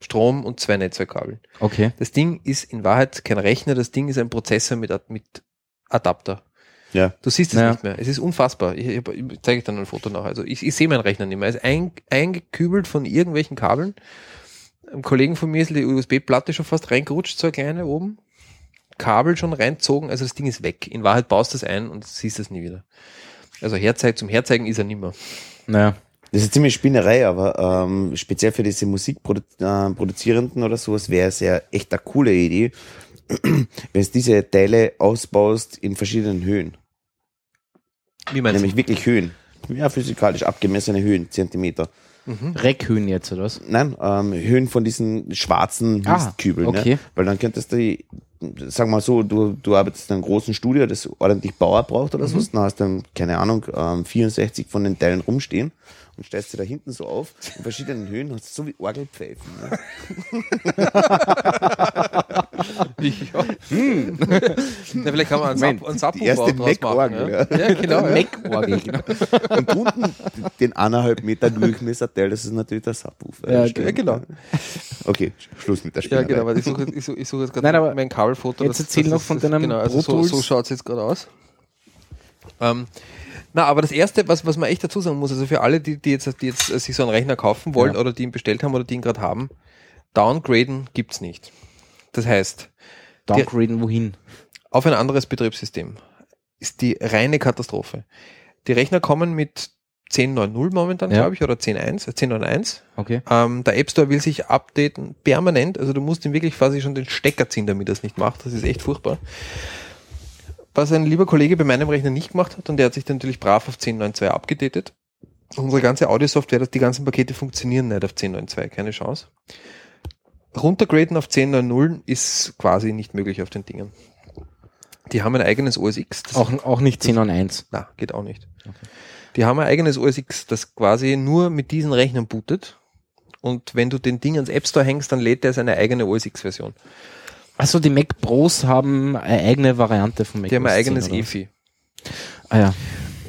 Speaker 4: Strom und zwei Netzwerkkabel.
Speaker 2: Okay.
Speaker 4: Das Ding ist in Wahrheit kein Rechner, das Ding ist ein Prozessor mit, Ad- mit Adapter.
Speaker 3: Ja.
Speaker 4: Du siehst es
Speaker 2: Ja.
Speaker 4: nicht mehr. Es ist unfassbar. Ich, ich, ich zeige dir dann ein Foto nachher. Also ich, ich sehe meinen Rechner nicht mehr. Er ist ein, eingekübelt von irgendwelchen Kabeln. Ein Kollegen von mir ist die USB-Platte schon fast reingerutscht, so eine kleine oben. Kabel schon reinzogen, also das Ding ist weg. In Wahrheit baust du es ein und siehst es nie wieder. Also Herzeig, zum Herzeigen ist er nicht mehr.
Speaker 2: Naja.
Speaker 3: Das ist ziemlich Spinnerei, aber ähm, speziell für diese Musikproduzierenden äh, Produzierenden oder sowas wäre es ja echt eine coole Idee, *clears throat* wenn du diese Teile ausbaust in verschiedenen Höhen.
Speaker 4: Wie meinst
Speaker 3: Nämlich wirklich Höhen. Ja, physikalisch abgemessene Höhen, Zentimeter.
Speaker 2: Hm? Reckhöhen jetzt, oder was?
Speaker 3: Nein, ähm, Höhen von diesen schwarzen
Speaker 2: Ah,
Speaker 3: Mistkübeln.
Speaker 2: okay.
Speaker 3: Ne? Weil dann könntest du, die- sag mal so, du, du arbeitest in einem großen Studio, das ordentlich Bauer braucht
Speaker 2: Mhm.
Speaker 3: oder so, dann hast du, dann, keine Ahnung, ähm, 64 von den Teilen rumstehen und stellst sie da hinten so auf, in verschiedenen Höhen, hast du so wie Orgelpfeifen. Ne?
Speaker 2: *laughs*
Speaker 4: du? *laughs* Ja. *laughs* Na, vielleicht kann man
Speaker 3: Hm.
Speaker 4: einen,
Speaker 3: Moment,
Speaker 4: Sub, einen
Speaker 3: die erste
Speaker 4: Sub-Umbau draus machen.
Speaker 3: Mac-Orgel,
Speaker 4: Ja. ja,
Speaker 3: *laughs*
Speaker 4: genau. Ja.
Speaker 2: Meckorgel, genau.
Speaker 3: Und unten den eineinhalb Meter Durchmesserteil, das ist natürlich der Subwoofer.
Speaker 2: Ja,
Speaker 3: Stimmt.
Speaker 4: Ja, genau.
Speaker 3: Okay, Schluss mit der
Speaker 4: Ja,
Speaker 3: Spinnerei.
Speaker 4: genau, weil ich suche,
Speaker 2: *laughs*
Speaker 4: ich suche, ich suche jetzt
Speaker 2: Nein, aber
Speaker 4: gerade mein Kabelfoto.
Speaker 2: jetzt erzähl noch von deinem
Speaker 4: Genau, also
Speaker 2: Pro
Speaker 4: so,
Speaker 2: Tools.
Speaker 4: so schaut es jetzt gerade aus. Ähm, na, aber das Erste, was, was man echt dazu sagen muss, also für alle, die, die, jetzt, die jetzt äh, sich so einen Rechner kaufen wollen oder die ihn bestellt haben oder die ihn gerade haben, downgraden gibt's nicht. Das heißt,
Speaker 2: Downgraden wohin?
Speaker 4: auf ein anderes Betriebssystem. Ist die reine Katastrophe. Die Rechner kommen mit 10.9.0 momentan,
Speaker 2: Ja.
Speaker 4: glaube ich, oder 10.1, äh, 10.9.1.
Speaker 2: Okay.
Speaker 4: Ähm, der App Store will sich updaten, permanent. Also du musst ihm wirklich quasi schon den Stecker ziehen, damit er es nicht macht. Das ist echt furchtbar. Was ein lieber Kollege bei meinem Rechner nicht gemacht hat, und der hat sich dann natürlich brav auf 10.9.2 abgedatet. Unsere ganze Audio-Software, das- die ganzen Pakete funktionieren nicht auf 10.9.2, keine Chance. Runtergraden auf 10.9.0 ist quasi nicht möglich auf den Dingern. Die haben ein eigenes OS X. das
Speaker 2: Auch, auch nicht 10 und 1.
Speaker 4: na, geht auch nicht. Die haben ein eigenes OS X, das quasi nur mit diesen Rechnern bootet. Und wenn du den Ding ans App Store hängst, dann lädt er seine eigene OS X-Version.
Speaker 2: Also die Mac Pros haben eine eigene Variante von Mac
Speaker 4: Die haben ein
Speaker 2: OS X,
Speaker 4: eigenes
Speaker 2: oder?
Speaker 4: EFI.
Speaker 2: Ah ja.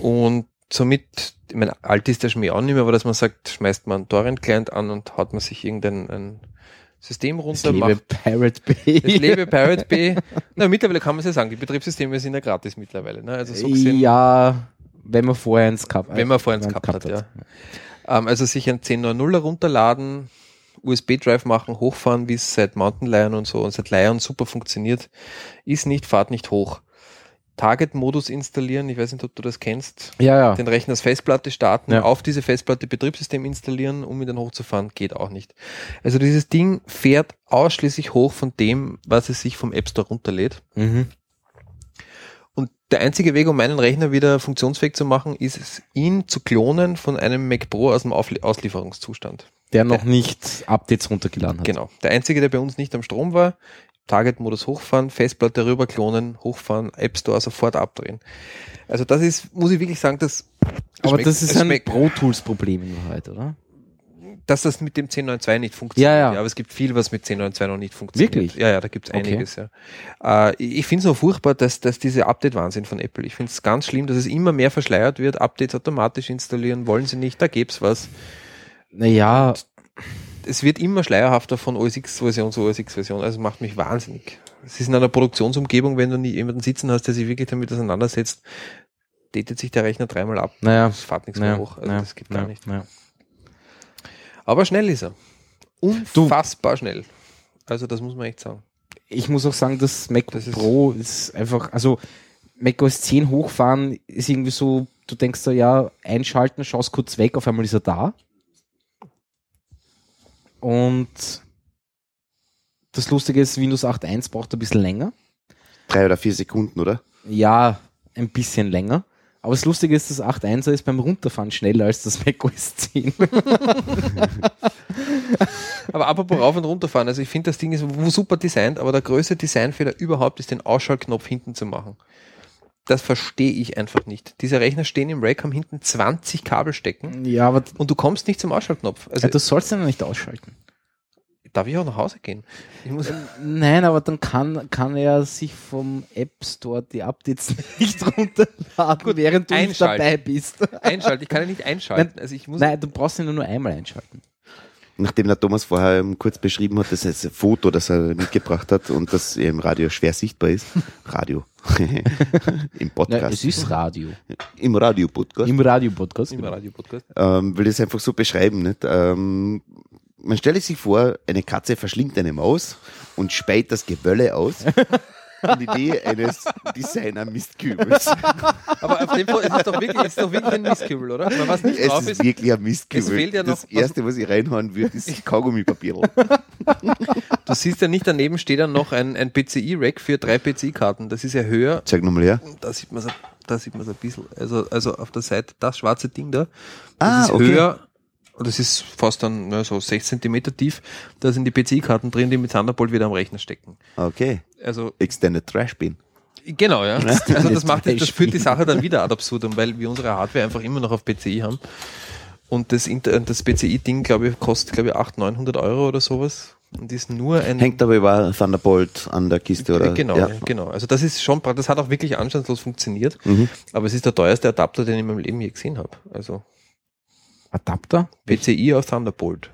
Speaker 4: Und somit, ich meine, alt ist der Schmäh auch nicht mehr, aber dass man sagt, schmeißt man einen Torrent-Client an und haut man sich irgendein ein System
Speaker 2: Es
Speaker 4: runter,
Speaker 2: lebe
Speaker 4: macht
Speaker 2: Pirate Bay.
Speaker 4: es lebe Pirate Bay. Na, mittlerweile kann man es ja sagen, die Betriebssysteme sind ja gratis mittlerweile. Ne? Also so gesehen,
Speaker 2: ja, wenn man vorher eins gehabt
Speaker 4: Wenn man vorher eins gehabt hat, Ähm, also sich ein 10.0 runterladen, USB-Drive machen, hochfahren, wie es seit Mountain Lion und so und seit Lion super funktioniert, ist nicht, fahrt nicht hoch. Target-Modus installieren. Ich weiß nicht, ob du das kennst.
Speaker 2: Ja, ja.
Speaker 4: Den Rechner als Festplatte starten,
Speaker 2: Ja.
Speaker 4: auf diese Festplatte Betriebssystem installieren, um ihn dann hochzufahren, geht auch nicht. Also dieses Ding fährt ausschließlich hoch von dem, was es sich vom App Store runterlädt.
Speaker 2: Mhm.
Speaker 4: Und der einzige Weg, um meinen Rechner wieder funktionsfähig zu machen, ist es, ihn zu klonen von einem Mac Pro aus dem Auflie Auslieferungszustand.
Speaker 2: Der noch nicht Updates runtergeladen hat.
Speaker 4: Genau. Der einzige, der bei uns nicht am Strom war, Target-Modus hochfahren, Festplatte rüber klonen, hochfahren, App Store sofort abdrehen. Also das ist, muss ich wirklich sagen, das
Speaker 2: Aber
Speaker 4: schmeckt-
Speaker 2: das ist
Speaker 4: es
Speaker 2: ein
Speaker 4: schmeckt,
Speaker 2: Pro-Tools-Problem in Wahrheit, oder?
Speaker 4: dass das mit dem 1092 nicht funktioniert.
Speaker 2: Ja, ja.
Speaker 4: aber es gibt viel, was mit 1092 noch nicht funktioniert.
Speaker 2: Wirklich?
Speaker 4: Ja, ja, da gibt es
Speaker 2: Okay.
Speaker 4: einiges, ja. Äh, ich finde es nur furchtbar, dass, dass diese Update-Wahnsinn von Apple, ich finde es ganz schlimm, dass es immer mehr verschleiert wird, Updates automatisch installieren, wollen sie nicht, da gäbe es was.
Speaker 2: Naja,
Speaker 4: es wird immer schleierhafter von OS X-Version zu OS X-Version. Also macht mich wahnsinnig. Es ist in einer Produktionsumgebung, wenn du nie jemanden sitzen hast, der sich wirklich damit auseinandersetzt, datet sich der Rechner dreimal ab.
Speaker 2: naja.
Speaker 4: Es fährt nichts
Speaker 2: naja,
Speaker 4: mehr hoch. Also
Speaker 2: naja,
Speaker 4: das geht
Speaker 2: naja,
Speaker 4: gar nicht.
Speaker 2: Naja.
Speaker 4: Aber schnell ist er. Unfassbar schnell. Also das muss man echt sagen.
Speaker 2: Ich muss auch sagen, das Mac
Speaker 4: Das ist-
Speaker 2: Pro ist einfach, also Mac OS 10 hochfahren ist irgendwie so, du denkst da ja, einschalten, schaust kurz weg, auf einmal ist er da. Und das Lustige ist, Windows 8.1 braucht ein bisschen länger.
Speaker 3: Drei oder vier Sekunden, oder?
Speaker 2: Ja, ein bisschen länger. Aber das Lustige ist, das 8.1er ist beim Runterfahren schneller als das macOS 10.
Speaker 4: Aber apropos rauf und runterfahren. Also ich finde das Ding ist w- super designt, aber der größte Designfehler überhaupt ist den Ausschaltknopf hinten zu machen. Das verstehe ich einfach nicht. Diese Rechner stehen im Rack, haben hinten 20 Kabel stecken
Speaker 2: ja, aber
Speaker 4: und du kommst nicht zum Ausschaltknopf. Also
Speaker 2: du sollst den ja nicht ausschalten.
Speaker 4: Darf ich auch nach Hause gehen? Ich muss,
Speaker 2: Ähm, Nein, aber dann kann, kann er sich vom App Store die Updates *laughs* nicht runterladen,
Speaker 4: Gut,
Speaker 2: während du nicht
Speaker 4: einschalten.
Speaker 2: dabei bist.
Speaker 4: einschalten. Ich kann ja nicht einschalten. Also ich muss.
Speaker 2: äh, Nein, du brauchst ihn nur einmal einschalten.
Speaker 3: Nachdem der Thomas vorher ähm, kurz beschrieben hat, dass das Foto, das er mitgebracht hat und das im Radio schwer sichtbar ist. Radio. *laughs*
Speaker 2: Ja,
Speaker 3: Im Podcast.
Speaker 2: es ist Radio.
Speaker 3: Im Radio-Podcast.
Speaker 2: Im Radio-Podcast.
Speaker 4: Im Radiopodcast.
Speaker 3: ähm, will das einfach so beschreiben. Nicht? Ähm, man stelle sich vor, eine Katze verschlingt eine Maus und speit das Gebölle aus. In die Nähe eines
Speaker 4: *laughs*
Speaker 3: Designer-Mistkübels.
Speaker 4: Aber auf dem Fall ist es doch wirklich, ist doch wirklich ein Mistkübel, oder? Wenn was nicht drauf
Speaker 3: Es ist
Speaker 4: ist,
Speaker 3: wirklich ein Mistkübel.
Speaker 4: Es fehlt ja noch
Speaker 3: das
Speaker 4: was-
Speaker 3: erste, was ich reinhauen würde, ist Kaugummipapier.
Speaker 4: du siehst ja nicht, daneben steht dann noch ein, ein PCI-Rack für drei PCI-Karten. Das ist ja höher.
Speaker 3: Zeig nochmal her.
Speaker 4: Da sieht man es da sieht man es ein bisschen. Also, also auf der Seite, das schwarze Ding da, das
Speaker 3: Ah,
Speaker 4: ist
Speaker 3: okay.
Speaker 4: höher. Und das ist fast dann ne, so 6 Zentimeter tief. Da sind die PCI-Karten drin, die mit Thunderbolt wieder am Rechner stecken.
Speaker 3: Okay.
Speaker 4: Also
Speaker 3: Extended Trash Bin.
Speaker 4: Genau, *laughs* ja. Also das macht
Speaker 2: Beispiel.
Speaker 4: das führt die Sache dann wieder ad absurdum, weil wir unsere Hardware einfach immer noch auf PCI haben. Und das, Inter- das PCI-Ding, glaube ich, kostet, glaube ich, 800, 900 Euro oder sowas. Und ist nur ein...
Speaker 3: Hängt aber über Thunderbolt an der Kiste, oder?
Speaker 4: Genau,
Speaker 3: Ja.
Speaker 4: genau. Also das ist schon, pra- das hat auch wirklich anstandslos funktioniert.
Speaker 3: Mhm.
Speaker 4: Aber es ist der teuerste Adapter, den ich in meinem Leben je gesehen habe. Also
Speaker 2: Adapter?
Speaker 4: PCI auf Thunderbolt.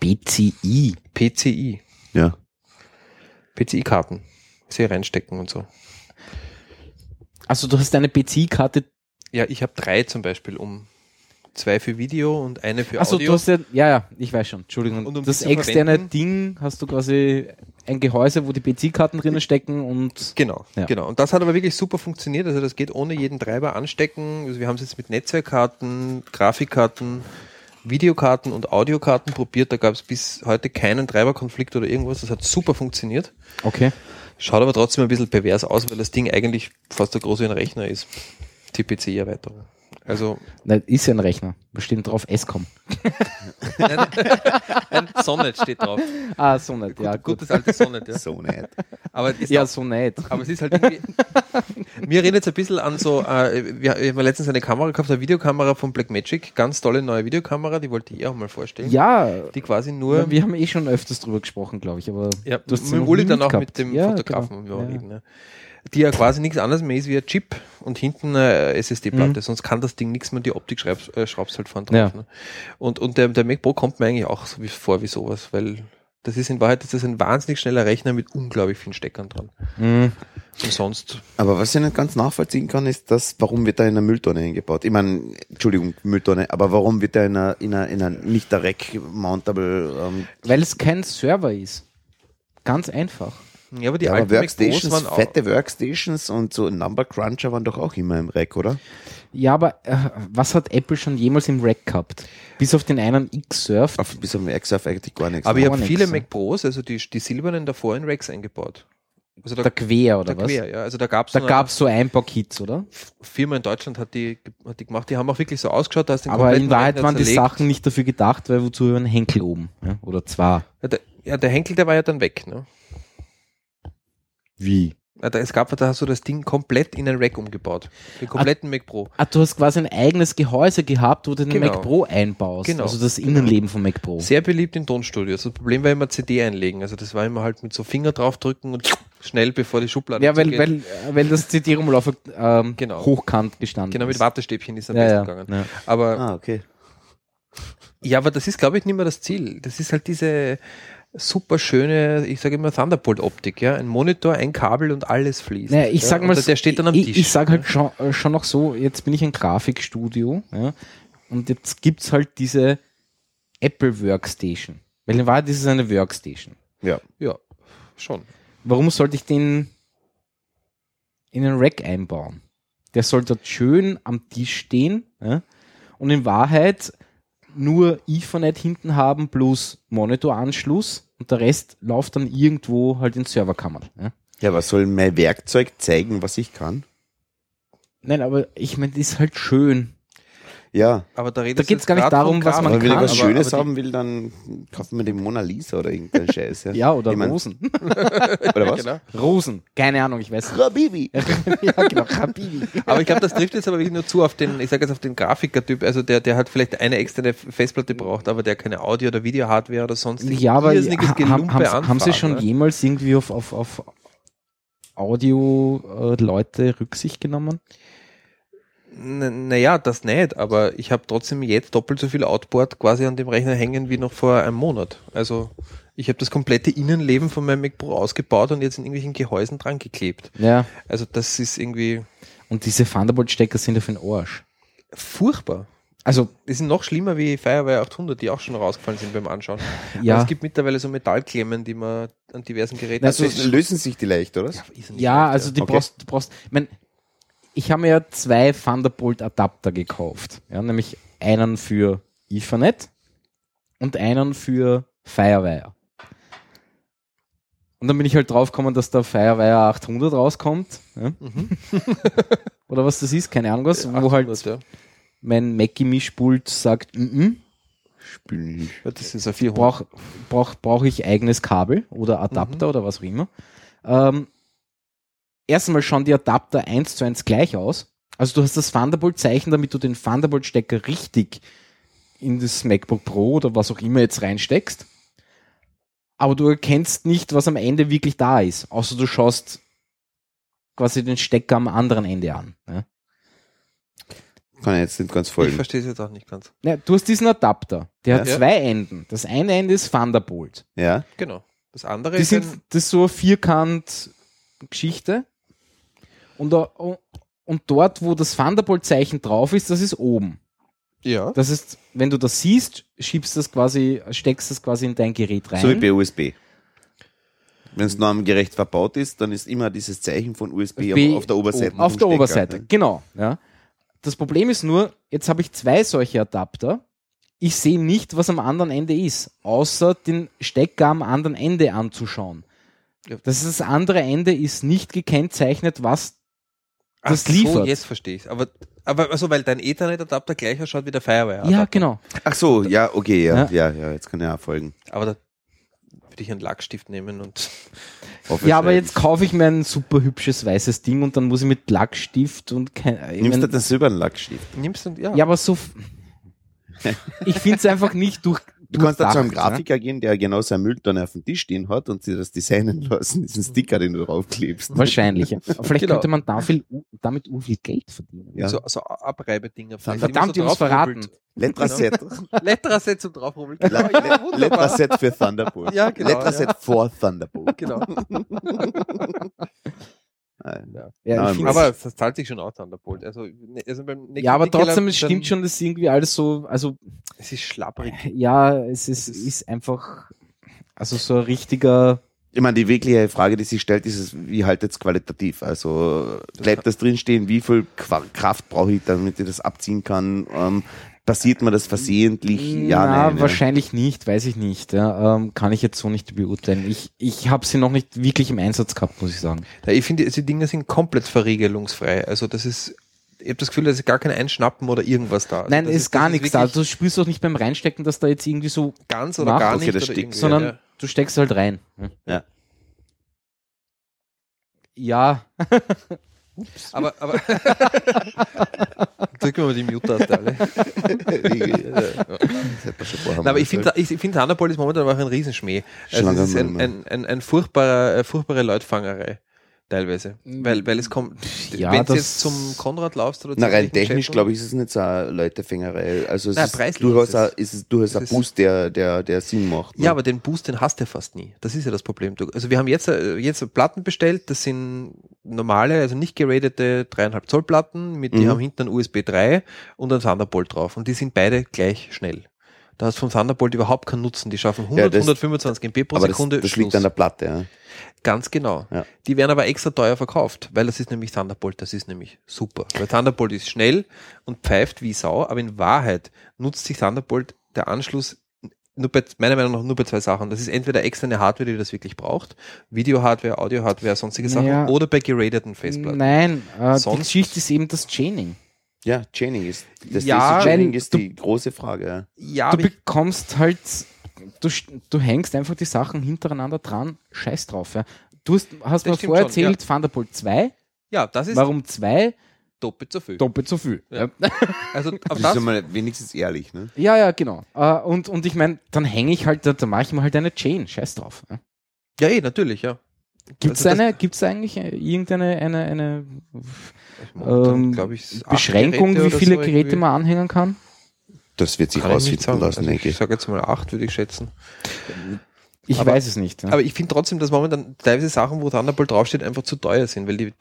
Speaker 2: BCI.
Speaker 4: PCI.
Speaker 3: ja.
Speaker 4: PCI-Karten. Sie reinstecken und so.
Speaker 2: Also du hast eine BCI-Karte.
Speaker 4: Ja, ich habe drei zum Beispiel um. Zwei für Video und eine für
Speaker 2: Also du
Speaker 4: Audio.
Speaker 2: hast ja, ja, ja, ich weiß schon, Entschuldigung.
Speaker 4: Und um
Speaker 2: das
Speaker 4: die zu
Speaker 2: externe
Speaker 4: verwenden-
Speaker 2: Ding hast du quasi ein Gehäuse, wo die BC-Karten drinnen stecken und
Speaker 4: Genau,
Speaker 2: Ja.
Speaker 4: genau. Und das hat aber wirklich super funktioniert. Also das geht ohne jeden Treiber anstecken. Also wir haben es jetzt mit Netzwerkkarten, Grafikkarten, Videokarten und Audiokarten probiert. Da gab es bis heute keinen Treiberkonflikt oder irgendwas. Das hat super funktioniert.
Speaker 2: okay.
Speaker 4: Schaut aber trotzdem ein bisschen pervers aus, weil das Ding eigentlich fast so groß wie ein Rechner ist. Die PC-Erweiterung. Also
Speaker 2: Nein, ist ja ein Rechner. Da steht drauf SCOM.
Speaker 4: ein Sonnet steht drauf.
Speaker 2: Ah, so nicht. ja, gut.
Speaker 4: Gutes altes Sonnet, ja.
Speaker 3: So nett.
Speaker 4: Aber ist
Speaker 2: Ja, so nicht.
Speaker 4: Aber es ist halt irgendwie. *laughs* Mir erinnert es ein bisschen an so, äh, wir wir haben letztens eine Kamera gekauft, eine Videokamera von Blackmagic. Ganz tolle neue Videokamera, die wollte ich eh auch mal vorstellen.
Speaker 2: Ja,
Speaker 4: Die quasi nur.
Speaker 2: wir haben eh schon öfters drüber gesprochen, glaube ich. Aber
Speaker 4: ja,
Speaker 2: du hast sie
Speaker 4: mit
Speaker 2: noch
Speaker 4: Uli
Speaker 2: nie
Speaker 4: dann auch
Speaker 2: gehabt.
Speaker 4: mit dem
Speaker 2: Ja,
Speaker 4: Fotografen
Speaker 2: genau.
Speaker 4: wir auch
Speaker 2: Ja.
Speaker 4: reden, ja. die ja quasi nichts anderes mehr ist wie ein Chip und hinten eine SSD-Platte, sonst kann das Ding nichts mehr, die Optik schreibst, äh, schraubst halt vorne drauf.
Speaker 2: Mhm. Ja.
Speaker 4: Ne? Und, und der, der Mac Pro kommt mir eigentlich auch so wie, vor wie sowas, weil das ist in Wahrheit das ist ein wahnsinnig schneller Rechner mit unglaublich vielen Steckern dran.
Speaker 2: Mhm.
Speaker 4: Und sonst
Speaker 3: Aber was ich nicht ganz nachvollziehen kann, ist das, warum wird da in einer Mülltonne hingebaut? Ich meine, Entschuldigung, Mülltonne, aber warum wird da in einer, in einer, in einer nicht direkt mountable, ähm,
Speaker 2: Weil es kein Server ist. Ganz einfach.
Speaker 4: Ja, aber die
Speaker 3: ja, aber
Speaker 4: alten MacBooks
Speaker 3: Workstations,
Speaker 4: waren auch.
Speaker 3: fette Workstations und so Number Cruncher waren doch auch immer im Rack, oder?
Speaker 2: Ja, aber äh, was hat Apple schon jemals im Rack gehabt? Bis auf den einen X-Surf.
Speaker 3: Auf, bis auf dem Exaf eigentlich gar nichts.
Speaker 4: Aber ich
Speaker 2: Gar
Speaker 4: habe viele
Speaker 2: nix, ja.
Speaker 4: Mac Pros, also die, die silbernen davor in Racks eingebaut. Also da,
Speaker 2: Der Quer, oder
Speaker 4: da
Speaker 2: was?
Speaker 4: quer, ja. Also da gab es
Speaker 2: Da gab's so ein paar Kits, oder?
Speaker 4: Firma in Deutschland hat die, ge- hat die gemacht, die haben auch wirklich so ausgeschaut, da hast du den
Speaker 2: Aber
Speaker 4: kompletten
Speaker 2: in Wahrheit
Speaker 4: Rechner
Speaker 2: waren die
Speaker 4: zerlegt.
Speaker 2: Sachen nicht dafür gedacht, weil wozu ein Henkel oben ja? oder zwei.
Speaker 4: Ja, der, ja, der Henkel, der war ja dann weg. Ne?
Speaker 2: Wie?
Speaker 4: Ja, da, es gab, da hast du das Ding komplett in ein Rack umgebaut. Den kompletten Mac Pro.
Speaker 2: Ah, du hast quasi ein eigenes Gehäuse gehabt, wo du den
Speaker 4: Genau.
Speaker 2: Mac Pro einbaust.
Speaker 4: Genau.
Speaker 2: Also das Innenleben von Mac Pro.
Speaker 4: Sehr beliebt in Tonstudios. Das Problem war immer CD einlegen. Also das war immer halt mit so Finger draufdrücken und schnell bevor die Schublade
Speaker 2: Ja, weil,
Speaker 4: zugeht.
Speaker 2: weil, äh, weil das CD rumlauf ähm,
Speaker 4: Genau.
Speaker 2: hochkant gestanden
Speaker 4: Genau, mit
Speaker 2: ist.
Speaker 4: Wattestäbchen ist am
Speaker 2: ja,
Speaker 4: besten
Speaker 2: ja.
Speaker 4: gegangen.
Speaker 2: Ja.
Speaker 4: Aber
Speaker 3: ah, okay.
Speaker 4: Ja, aber das ist, glaube ich, nicht mehr das Ziel. Das ist halt diese super schöne, ich sage immer Thunderbolt-Optik, ja. Ein Monitor, ein Kabel und alles fließt.
Speaker 2: Naja, ich sag
Speaker 4: ja?
Speaker 2: mal,
Speaker 4: Und der steht dann am
Speaker 2: ich,
Speaker 4: Tisch.
Speaker 2: Ich sag halt schon, äh, schon noch so, jetzt bin ich ein Grafikstudio ja, und jetzt gibt's halt diese Apple Workstation. Weil in Wahrheit ist es eine Workstation.
Speaker 3: Ja.
Speaker 4: ja, schon.
Speaker 2: Warum sollte ich den in einen Rack einbauen? Der soll dort schön am Tisch stehen ja, und in Wahrheit nur Ethernet hinten haben plus Monitoranschluss und der Rest läuft dann irgendwo halt in Serverkammern. Ja.
Speaker 3: Ja, was soll mein Werkzeug zeigen, was ich kann?
Speaker 2: Nein, aber ich meine, das ist halt schön.
Speaker 3: Ja.
Speaker 4: Aber da,
Speaker 2: Da geht's gar nicht darum, was man
Speaker 3: Aber wenn
Speaker 2: kann,
Speaker 3: ich was
Speaker 2: aber-
Speaker 3: Schönes haben will, dann kaufen wir den Mona Lisa oder irgendeinen Scheiß.
Speaker 2: *laughs*
Speaker 3: Ja,
Speaker 2: Ja, oder
Speaker 3: Ich mein-
Speaker 2: Rosen.
Speaker 3: *laughs* Oder was?
Speaker 4: Genau.
Speaker 2: Rosen, keine Ahnung, ich weiß nicht.
Speaker 3: Habibi.
Speaker 2: *laughs* ja, genau, Habibi.
Speaker 4: Aber ich glaube, das trifft jetzt aber wirklich nur zu auf den, ich sage jetzt auf den Grafikertyp, also der, der halt vielleicht eine externe Festplatte braucht, aber der keine Audio- oder Video-Hardware oder sonst
Speaker 2: Ja, aber
Speaker 4: irrsinniges
Speaker 2: haben,
Speaker 4: Gelumpe
Speaker 2: haben, haben Sie
Speaker 4: anfahren,
Speaker 2: schon
Speaker 4: ne?
Speaker 2: jemals irgendwie auf, auf, auf Audio-Leute Rücksicht genommen?
Speaker 4: N- Naja, das nicht, aber ich habe trotzdem jetzt doppelt so viel Outboard quasi an dem Rechner hängen wie noch vor einem Monat. Also ich habe das komplette Innenleben von meinem Mac Pro ausgebaut und jetzt in irgendwelchen Gehäusen dran geklebt.
Speaker 2: Ja.
Speaker 4: Also das ist irgendwie
Speaker 2: Und diese Thunderbolt-Stecker sind ja für den Arsch.
Speaker 4: furchtbar.
Speaker 2: Also,
Speaker 4: Die sind noch schlimmer wie Firewire 800, die auch schon rausgefallen sind beim Anschauen.
Speaker 2: ja.
Speaker 4: Aber es gibt mittlerweile so Metallklemmen, die man an diversen Geräten...
Speaker 3: Also lösen sich die leicht, oder?
Speaker 4: Ja, ist nicht
Speaker 2: Ja,
Speaker 4: leicht,
Speaker 2: also die
Speaker 3: Okay.
Speaker 2: brauchst, du brauchst, ich mein, ich habe mir ja zwei Thunderbolt-Adapter gekauft. Ja, nämlich einen für Ethernet und einen für Firewire. Und dann bin ich halt drauf gekommen, dass der Firewire 800 rauskommt. Ja? *laughs* Oder was das ist, keine Ahnung was, wo halt
Speaker 4: 800, ja.
Speaker 2: mein Mackie-Mischpult sagt, mm
Speaker 3: Spül.
Speaker 4: Ja, Das sind so 400.
Speaker 2: brauche brauch, brauch ich eigenes Kabel oder Adapter oder was auch immer. Ähm, erstmal schauen die Adapter eins zu eins gleich aus. Also du hast das Thunderbolt-Zeichen, damit du den Thunderbolt-Stecker richtig in das MacBook Pro oder was auch immer jetzt reinsteckst. Aber du erkennst nicht, was am Ende wirklich da ist. Außer du schaust quasi den Stecker am anderen Ende an. Ne?
Speaker 3: Kann ich jetzt nicht ganz
Speaker 4: ich
Speaker 3: folgen.
Speaker 4: verstehe es jetzt auch nicht ganz.
Speaker 2: Na, du hast diesen Adapter. Der hat
Speaker 4: Ja.
Speaker 2: zwei Enden. Das eine Ende ist Thunderbolt.
Speaker 3: Ja.
Speaker 4: Genau. Das andere
Speaker 2: Die
Speaker 4: ist ein-
Speaker 2: sind, das ist so eine Vierkant-Geschichte. Und, da- und dort, wo das Thunderbolt-Zeichen drauf ist, das ist oben.
Speaker 4: ja.
Speaker 2: Das ist, wenn du das siehst, schiebst das quasi, steckst das quasi in dein Gerät rein.
Speaker 3: So wie bei USB. Wenn es normengerecht verbaut ist, dann ist immer dieses Zeichen von USB am- auf der Oberseite.
Speaker 2: Auf
Speaker 3: vom
Speaker 2: der
Speaker 3: Stecker. ne?
Speaker 2: Oberseite, genau. Ja. Das Problem ist nur, jetzt habe ich zwei solche Adapter. Ich sehe nicht, was am anderen Ende ist, außer den Stecker am anderen Ende anzuschauen.
Speaker 4: Ja.
Speaker 2: Das, ist das andere Ende ist nicht gekennzeichnet, was das
Speaker 4: Ach So,
Speaker 2: liefert.
Speaker 4: jetzt verstehe ich Aber, aber also, weil dein Ethernet-Adapter gleich ausschaut wie der Firewire.
Speaker 2: Ja, genau.
Speaker 3: Ach so, ja, okay, ja,
Speaker 2: Ja.
Speaker 3: ja, ja, jetzt kann ich auch folgen.
Speaker 4: Aber da würde ich einen Lackstift nehmen und *laughs*
Speaker 3: Office
Speaker 2: Ja, aber
Speaker 3: Seiten.
Speaker 2: jetzt kaufe ich mir ein super hübsches weißes Ding und dann muss ich mit Lackstift und kein. ich
Speaker 3: Nimmst du
Speaker 2: mein-
Speaker 3: den silbernen Lackstift?
Speaker 4: nimmst und ja.
Speaker 2: ja, aber so. *laughs* f- ich finde es einfach nicht durch.
Speaker 3: Du kannst da zu einem
Speaker 2: durchdacht, ne?
Speaker 3: Grafiker gehen, der genau seinen Mülltonne auf dem Tisch stehen hat und sie das designen lassen,
Speaker 4: Mhm.
Speaker 3: diesen Sticker, den du draufklebst.
Speaker 2: Wahrscheinlich. ja. Aber Vielleicht
Speaker 4: Genau.
Speaker 2: könnte man da viel, damit urviel Geld verdienen.
Speaker 3: Ja.
Speaker 4: So, so Abreibedinger. vielleicht,
Speaker 2: Verdammt,
Speaker 4: die
Speaker 2: ihr
Speaker 4: man so
Speaker 2: haben's verraten.
Speaker 4: draufrubbelt. *laughs*
Speaker 3: Letraset.
Speaker 4: Letterset zum draufrubbeln.
Speaker 2: *laughs*
Speaker 3: Le-
Speaker 4: Genau, ja,
Speaker 3: Le-
Speaker 4: wunderbar.
Speaker 3: Letraset für Thunderbolt.
Speaker 4: Ja, genau,
Speaker 3: Letraset for Thunderbolt.
Speaker 4: Genau.
Speaker 3: Nein.
Speaker 2: Ja,
Speaker 3: Nein,
Speaker 2: ich find's-
Speaker 4: Aber das zahlt sich schon aus, Thunderbolt. Also, ne- also beim nächsten
Speaker 2: ja, aber
Speaker 4: Nickeler,
Speaker 2: trotzdem, es
Speaker 4: dann-
Speaker 2: stimmt schon, das ist irgendwie alles so. Also,
Speaker 4: Es ist schlapprig.
Speaker 2: ja, es ist,
Speaker 4: Es ist-
Speaker 2: ist einfach. Also, so ein richtiger
Speaker 3: Ich meine, die wirkliche Frage, die sich stellt, ist, es, wie haltet es qualitativ? Also bleibt das drinstehen? Wie viel Qua- Kraft brauche ich, damit ich das abziehen kann? Ähm, passiert mir das versehentlich? Ja,
Speaker 2: Na,
Speaker 3: nein. *laughs* ja.
Speaker 2: wahrscheinlich nicht, weiß ich nicht. Ja, ähm, kann ich jetzt so nicht beurteilen. Ich, ich habe sie noch nicht wirklich im Einsatz gehabt, muss ich sagen.
Speaker 4: Ja, ich finde, diese Dinge sind komplett verriegelungsfrei. Also das ist, ich habe das Gefühl, da ist gar kein Einschnappen oder irgendwas da. Also
Speaker 2: Nein,
Speaker 4: das
Speaker 2: ist, gar
Speaker 4: das
Speaker 2: nichts da.
Speaker 4: wirklich
Speaker 2: Du spürst doch nicht beim Reinstecken, dass da jetzt irgendwie so,
Speaker 4: Ganz oder
Speaker 2: Mach,
Speaker 4: gar
Speaker 3: okay,
Speaker 4: nicht.
Speaker 3: das
Speaker 4: oder
Speaker 3: stinkt,
Speaker 4: irgendwie,
Speaker 2: sondern
Speaker 4: ja.
Speaker 2: du steckst halt rein.
Speaker 3: Ja.
Speaker 2: Ja,
Speaker 4: Aber,
Speaker 2: *laughs*
Speaker 4: aber *laughs* drücken wir mal die Mute-Taste
Speaker 2: *laughs*
Speaker 4: alle.
Speaker 3: äh, Das hätte man schon vorher
Speaker 4: Na, aber
Speaker 3: machen
Speaker 4: ich finde, ich finde Thunderbolt ist momentan einfach ein Riesenschmäh. Also
Speaker 3: Schlange
Speaker 4: es ist ein,
Speaker 3: Mama.
Speaker 4: ein, ein, ein furchtbarer, äh, furchtbare Leutfangerei. Teilweise. Weil, weil es kommt,
Speaker 2: Mm. Ja,
Speaker 4: wenn du
Speaker 2: das-
Speaker 4: jetzt zum Konrad laufst oder
Speaker 3: Na,
Speaker 4: zum
Speaker 3: rein
Speaker 4: Technik-
Speaker 3: technisch, glaube ich, ist es nicht so eine Leutefängerei. Also es
Speaker 4: Nein,
Speaker 3: ist
Speaker 4: preislich
Speaker 3: durchaus
Speaker 4: ist es.
Speaker 3: ein, ist es durchaus ein
Speaker 4: Es ist-
Speaker 3: Boost, der, der, der Sinn macht. ne?
Speaker 4: Ja, aber den Boost, den hast du fast nie. Das ist ja das Problem. Du, also wir haben jetzt, äh, jetzt Platten bestellt, das sind normale, also nicht geradete dreieinhalb Zoll Platten, mit die
Speaker 3: Mhm.
Speaker 4: haben hinten einen USB 3 und einen Thunderbolt drauf. Und die sind beide gleich schnell. Da hast du vom Thunderbolt überhaupt keinen Nutzen. Die schaffen 100,
Speaker 3: das-
Speaker 4: 125 MB pro
Speaker 3: Aber das,
Speaker 4: Sekunde.
Speaker 3: das liegt an der Platte. Ja.
Speaker 4: Ganz genau.
Speaker 3: Ja.
Speaker 4: Die werden aber extra teuer verkauft, weil das ist nämlich Thunderbolt, das ist nämlich super. Weil Thunderbolt ist schnell und pfeift wie Sau, aber in Wahrheit nutzt sich Thunderbolt der Anschluss nur bei, meiner Meinung nach nur bei zwei Sachen. Das ist entweder externe Hardware, die das wirklich braucht, Video-Hardware, Audio-Hardware, sonstige Sachen,
Speaker 2: Naja.
Speaker 4: oder bei geradeten Festplatten.
Speaker 2: nein, äh, die
Speaker 4: Sonst-
Speaker 2: Geschichte ist eben das Chaining.
Speaker 3: Ja, Chaining ist das
Speaker 2: Ja,
Speaker 3: ist, Chaining
Speaker 2: weil
Speaker 3: ist
Speaker 2: du-
Speaker 3: die große Frage. Ja.
Speaker 4: Ja,
Speaker 2: Du
Speaker 4: aber ich,
Speaker 2: bekommst halt, du, sch- du hängst einfach die Sachen hintereinander dran, scheiß drauf. Ja. Du hast, hast mir
Speaker 4: stimmt
Speaker 2: vorher
Speaker 4: schon,
Speaker 2: erzählt, Thunderbolt 2,
Speaker 4: ja, das ist
Speaker 2: warum 2?
Speaker 4: doppelt so viel.
Speaker 2: Doppelt so viel.
Speaker 4: Ja. Also auf
Speaker 3: Das,
Speaker 4: das,
Speaker 3: ist einmal wenigstens ehrlich. Ne?
Speaker 2: *laughs* Ja, ja, genau. Äh, und, und ich meine, dann hänge ich halt, da, da mache ich mir halt eine Chain, scheiß drauf. Ja.
Speaker 4: ja, eh, natürlich, ja.
Speaker 2: Gibt es
Speaker 4: Also das-
Speaker 2: eine, gibt's eigentlich äh, irgendeine eine, eine,
Speaker 4: Momentan,
Speaker 2: ähm,
Speaker 4: glaub ich, acht
Speaker 2: Beschränkung,
Speaker 4: Geräte
Speaker 2: wie
Speaker 4: oder
Speaker 2: viele
Speaker 4: so
Speaker 2: Geräte
Speaker 4: irgendwie.
Speaker 2: man anhängen kann?
Speaker 3: Das wird sich
Speaker 4: Kann ich nicht
Speaker 3: rausfinden
Speaker 4: sagen.
Speaker 3: lassen,
Speaker 4: Also
Speaker 3: denke
Speaker 4: ich
Speaker 3: ich.
Speaker 4: sage jetzt mal acht, würde ich schätzen.
Speaker 2: Ich
Speaker 4: Aber-
Speaker 2: weiß es nicht. Ja.
Speaker 4: Aber ich finde trotzdem, dass momentan teilweise Sachen, wo Thunderbolt draufsteht, einfach zu teuer sind, weil die,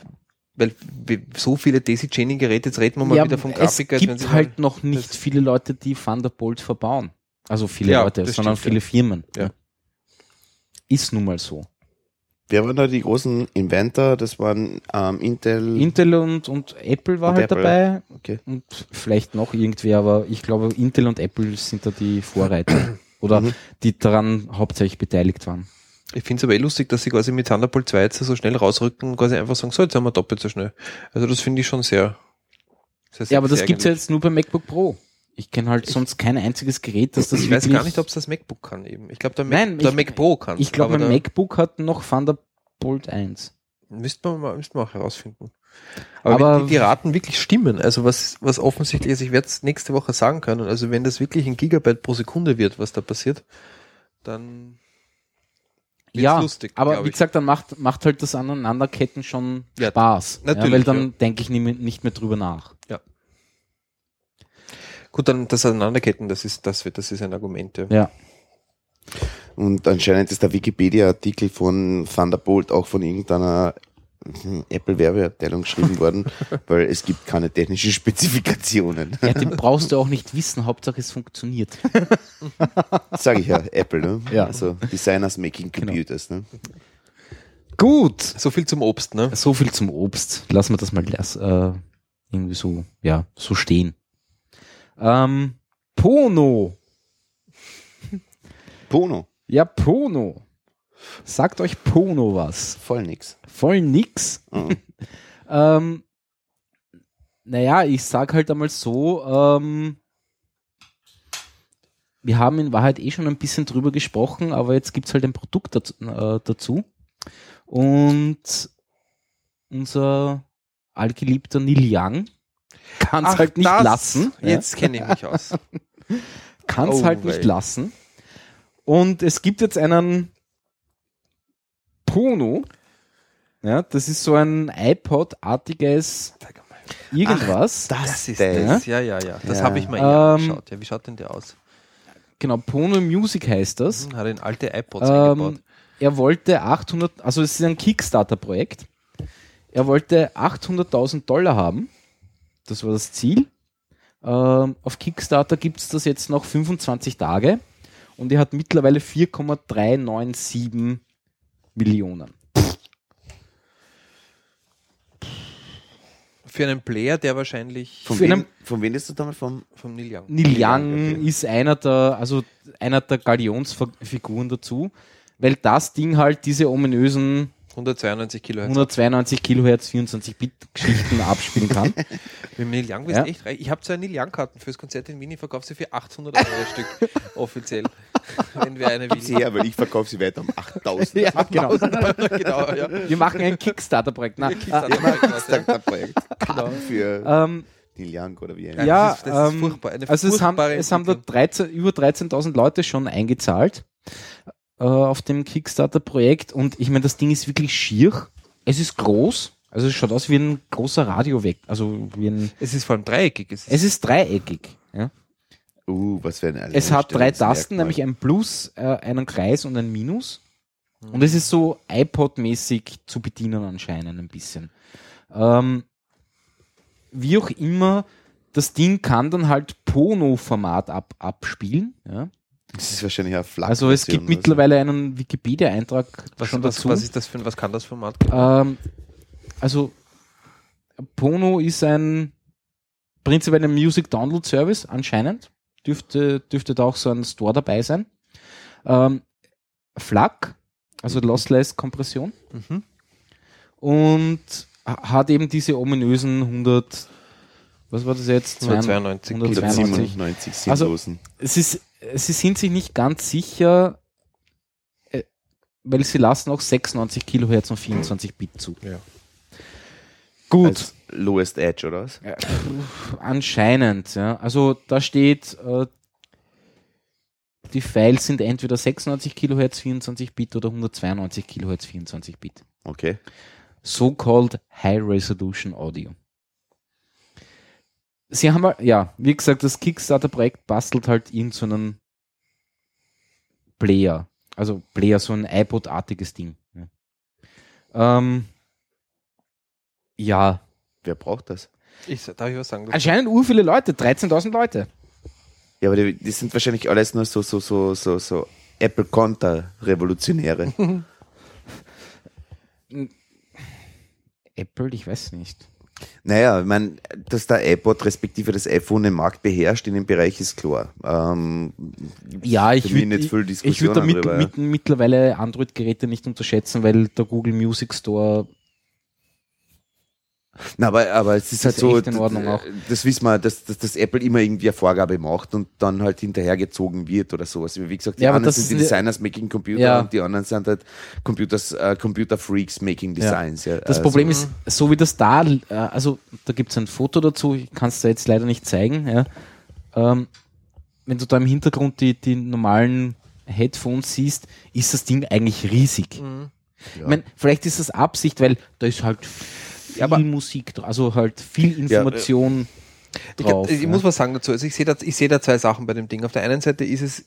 Speaker 4: weil wir- so viele Daisy Chaining Geräte, jetzt reden wir mal
Speaker 2: Ja,
Speaker 4: wieder vom
Speaker 2: es
Speaker 4: Grafiker. als wenn sie
Speaker 2: gibt halt noch nicht
Speaker 4: das-
Speaker 2: viele Leute, die Thunderbolt verbauen. Also viele
Speaker 4: Ja,
Speaker 2: Leute,
Speaker 4: das
Speaker 2: sondern
Speaker 4: stimmt,
Speaker 2: viele Firmen. ne?
Speaker 4: Ja.
Speaker 2: Ist nun mal so.
Speaker 3: Wer waren da die großen Inventor? Das waren ähm, Intel.
Speaker 2: Intel und, und Apple war
Speaker 3: Und
Speaker 2: halt
Speaker 3: Apple,
Speaker 2: dabei.
Speaker 3: Okay.
Speaker 2: Und vielleicht noch irgendwer, aber ich glaube, Intel und Apple sind da die
Speaker 4: *clears throat*
Speaker 2: Vorreiter. Oder
Speaker 3: Mhm.
Speaker 2: die daran hauptsächlich beteiligt waren.
Speaker 4: ich finde es aber eh lustig, dass sie quasi mit Thunderbolt 2 jetzt so schnell rausrücken und quasi einfach sagen, so, jetzt sind wir doppelt so schnell. Also das finde ich schon sehr, sehr, sehr
Speaker 2: Ja, aber das
Speaker 4: sehr
Speaker 2: gibt's ja
Speaker 4: ärgerlich.
Speaker 2: jetzt nur bei MacBook Pro. Ich kenne halt sonst kein einziges Gerät, das das
Speaker 4: Ich weiß
Speaker 2: wirklich-
Speaker 4: gar nicht, ob es das MacBook kann eben. Ich glaube, der, Mac,
Speaker 2: Nein,
Speaker 4: der
Speaker 2: ich-
Speaker 4: Mac Pro kann.
Speaker 2: Ich glaube,
Speaker 4: aber
Speaker 2: mein
Speaker 4: da
Speaker 2: MacBook hat noch Thunderbolt 1.
Speaker 4: Müsste man, mal, müsste man auch herausfinden. Aber,
Speaker 2: Aber-
Speaker 4: wenn die, die Raten wirklich stimmen, also was, was offensichtlich ist, ich werde es nächste Woche sagen können, also wenn das wirklich ein Gigabyte pro Sekunde wird, was da passiert, dann wird's
Speaker 2: ja,
Speaker 4: lustig,
Speaker 2: aber
Speaker 4: glaub
Speaker 2: wie
Speaker 4: ich.
Speaker 2: gesagt, dann macht, macht halt das Aneinanderketten schon
Speaker 4: Ja,
Speaker 2: Spaß.
Speaker 4: natürlich,
Speaker 2: ja, weil dann
Speaker 4: ja.
Speaker 2: denke ich nie mehr- nicht mehr drüber nach.
Speaker 4: gut, dann das Aneinanderketten, das ist, das wird, das ist ein Argument, ja.
Speaker 2: Ja.
Speaker 3: Und anscheinend ist der Wikipedia-Artikel von Thunderbolt auch von irgendeiner hm, Apple-Werbeabteilung geschrieben
Speaker 4: *laughs*
Speaker 3: worden, weil es gibt keine technischen Spezifikationen.
Speaker 2: ja, den brauchst du auch nicht wissen, Hauptsache es
Speaker 4: *laughs*
Speaker 2: funktioniert.
Speaker 3: Sage ich ja, Apple, ne?
Speaker 2: Ja.
Speaker 3: Also Designers making
Speaker 2: Genau.
Speaker 3: computers, ne?
Speaker 2: Gut.
Speaker 4: So viel zum Obst, ne?
Speaker 2: So viel zum Obst. Lassen wir das mal das, äh, irgendwie so, ja, so stehen. Ähm, Pono.
Speaker 3: Pono,
Speaker 2: Ja, Pono. Sagt euch Pono was.
Speaker 3: voll
Speaker 2: *laughs*
Speaker 3: nix.
Speaker 2: Voll nix.
Speaker 3: Mhm.
Speaker 2: Ähm, naja, ich sag halt einmal so, ähm, wir haben in Wahrheit eh schon ein bisschen drüber gesprochen, aber jetzt gibt's halt ein Produkt dazu, äh, dazu. Und unser allgeliebter Neil Young kann's
Speaker 4: Ach,
Speaker 2: halt nicht
Speaker 4: das-
Speaker 2: lassen. Ja
Speaker 4: Jetzt kenne ich
Speaker 2: *laughs*
Speaker 4: mich aus.
Speaker 2: kann es
Speaker 4: Oh,
Speaker 2: halt nicht
Speaker 4: wei.
Speaker 2: lassen. Und es gibt jetzt einen Pono. Ja, das ist so ein iPod-artiges irgendwas.
Speaker 4: Das ist
Speaker 3: Der-
Speaker 4: das, ja, ja, ja. Das
Speaker 3: Ja.
Speaker 4: habe ich mal ja
Speaker 2: Ähm,
Speaker 4: angeschaut. Ja, wie schaut denn der aus?
Speaker 2: genau, Pono Music heißt das.
Speaker 4: Hm, Hat in alte iPods
Speaker 2: Ähm,
Speaker 4: eingebaut.
Speaker 2: er wollte 800, also es ist ein Kickstarter-Projekt. Er wollte 800.000 Dollar haben. Das war das Ziel. Ähm, auf Kickstarter gibt es das jetzt noch 25 Tage und er hat mittlerweile 4,397 Millionen.
Speaker 4: Für einen Player, der wahrscheinlich
Speaker 3: Von
Speaker 2: Für
Speaker 3: wem,
Speaker 2: einen-
Speaker 3: von wem ist das damals? Vom,
Speaker 4: vom Neil Young.
Speaker 2: Neil
Speaker 3: Young,
Speaker 2: Young
Speaker 3: okay.
Speaker 2: ist einer der, also einer der Galionsfiguren dazu, weil das Ding halt diese ominösen
Speaker 4: 192 Kilo.
Speaker 2: 192 Kilohertz 24-Bit-Geschichten *laughs* abspielen kann.
Speaker 4: Mit dem Neil Young bist du
Speaker 2: Ja.
Speaker 4: echt reich. Ich habe zwei Neil Young-Karten fürs Konzert in Wien. Ich verkaufe sie für 800 Euro
Speaker 2: *laughs*
Speaker 4: das Stück. Offiziell. Wenn wer eine will.
Speaker 3: sehr, weil ich verkaufe sie weiter um
Speaker 2: *laughs*
Speaker 3: 8000.
Speaker 2: ja, Ah. genau.
Speaker 3: *laughs*
Speaker 4: *laughs*
Speaker 2: *laughs*
Speaker 4: genau, ja.
Speaker 2: Wir machen ein Kickstarter-Projekt. Nein,
Speaker 4: Kickstarter.
Speaker 3: Sagt der Projekt.
Speaker 4: Genau.
Speaker 3: Für
Speaker 2: äh, ähm,
Speaker 3: Neil Young oder wie er
Speaker 4: Ja,
Speaker 3: heißt.
Speaker 2: ja,
Speaker 4: das ist- das ist
Speaker 2: ähm,
Speaker 4: furchtbar, eine
Speaker 2: also es haben,
Speaker 4: furchtbare
Speaker 2: es haben da
Speaker 4: Entwicklung.
Speaker 2: 13, über 13.000 Leute schon eingezahlt äh, auf dem Kickstarter-Projekt und ich meine, das Ding ist wirklich schier. Es ist groß, also es schaut aus wie ein großer Radioweck, also wie ein,
Speaker 4: Es ist vor allem dreieckig. Es ist
Speaker 2: es ist dreieckig. Ja.
Speaker 3: Uh, was für ein
Speaker 2: Es hat drei Tasten,
Speaker 3: Alleinstellungsmerkmal.
Speaker 2: nämlich ein Plus, äh, einen Kreis und ein Minus. Und es ist so iPod-mäßig zu bedienen anscheinend ein bisschen. Ähm, wie auch immer, das Ding kann dann halt Pono-Format ab abspielen. Ja?
Speaker 3: Das ist wahrscheinlich eine Flak.
Speaker 2: Also es gibt mittlerweile einen Wikipedia-Eintrag
Speaker 4: was,
Speaker 2: schon
Speaker 4: was,
Speaker 2: dazu.
Speaker 4: was ist das für ein, was kann das Format?
Speaker 2: ähm, also Pono ist ein prinzipiell ein Music Download Service anscheinend. Dürfte, dürfte da auch so ein Store dabei sein. Ähm, FLAC, also Lossless Kompression.
Speaker 4: Mhm.
Speaker 2: Und ha- hat eben diese ominösen 100, was war das jetzt?
Speaker 4: 192
Speaker 2: 192.
Speaker 3: 197
Speaker 2: Also-
Speaker 3: sinnlosen.
Speaker 2: es ist, sie sind sich nicht ganz sicher, äh, weil sie lassen auch 96 Kilohertz und 24 Bit zu.
Speaker 4: Ja.
Speaker 2: Gut,
Speaker 3: Als Lowest Edge, oder was?
Speaker 2: Äh, anscheinend. Ja. Also da steht, äh, die Files sind entweder 96 Kilohertz 24 Bit oder 192 Kilohertz 24 Bit.
Speaker 3: Okay.
Speaker 2: So-called High Resolution Audio. Sie haben, halt- ja, wie gesagt, das Kickstarter-Projekt bastelt halt irgendeinen so einen Player. Also Player, so ein iPod-artiges Ding. Ja. Ähm, ja,
Speaker 3: Wer braucht das?
Speaker 4: Ich, darf ich was sagen? Das-
Speaker 2: anscheinend ur viele Leute, 13.000 Leute.
Speaker 3: Ja, aber die, die sind wahrscheinlich alles nur so, so, so, so, so Apple Conter-Revolutionäre.
Speaker 2: Apple, ich weiß nicht.
Speaker 3: naja, ich meine, dass der iPod respektive das iPhone den Markt beherrscht in dem Bereich ist klar. Ähm,
Speaker 2: Ja, ich
Speaker 3: Für mich
Speaker 2: würde ich,
Speaker 3: nicht viel
Speaker 2: ich würd da
Speaker 3: Diskussionen
Speaker 2: mit,
Speaker 3: drüber, ja.
Speaker 2: mit, mittlerweile Android-Geräte nicht unterschätzen, weil der Google Music Store
Speaker 3: na, aber, aber es ist
Speaker 2: Das
Speaker 3: halt
Speaker 2: ist
Speaker 3: so,
Speaker 2: echt in Ordnung auch.
Speaker 3: das wissen wir, dass, dass, dass Apple immer irgendwie eine Vorgabe macht und dann halt hinterhergezogen wird oder sowas. Wie gesagt, die
Speaker 2: Ja, aber
Speaker 3: anderen
Speaker 2: das
Speaker 3: sind die
Speaker 2: ist-
Speaker 3: Designers making Computer
Speaker 2: Ja.
Speaker 3: und die anderen sind halt Computers, äh, Computer Freaks making Designs. Ja.
Speaker 2: Das
Speaker 3: Also-
Speaker 2: Problem ist, so wie das da, äh, also da gibt es ein Foto dazu, ich kann es da jetzt leider nicht zeigen. Ja. Ähm, wenn du da im Hintergrund die, die normalen Headphones siehst, ist das Ding eigentlich riesig.
Speaker 4: Mhm.
Speaker 2: Ich mein, vielleicht ist das Absicht, weil da ist halt viel
Speaker 4: Ja, aber-
Speaker 2: Musik drauf, also halt viel
Speaker 3: äh,
Speaker 2: Information drauf.
Speaker 4: ich, ich
Speaker 2: ja.
Speaker 4: muss was sagen dazu. Also ich sehe da, ich sehe da zwei Sachen bei dem Ding. Auf der einen Seite ist es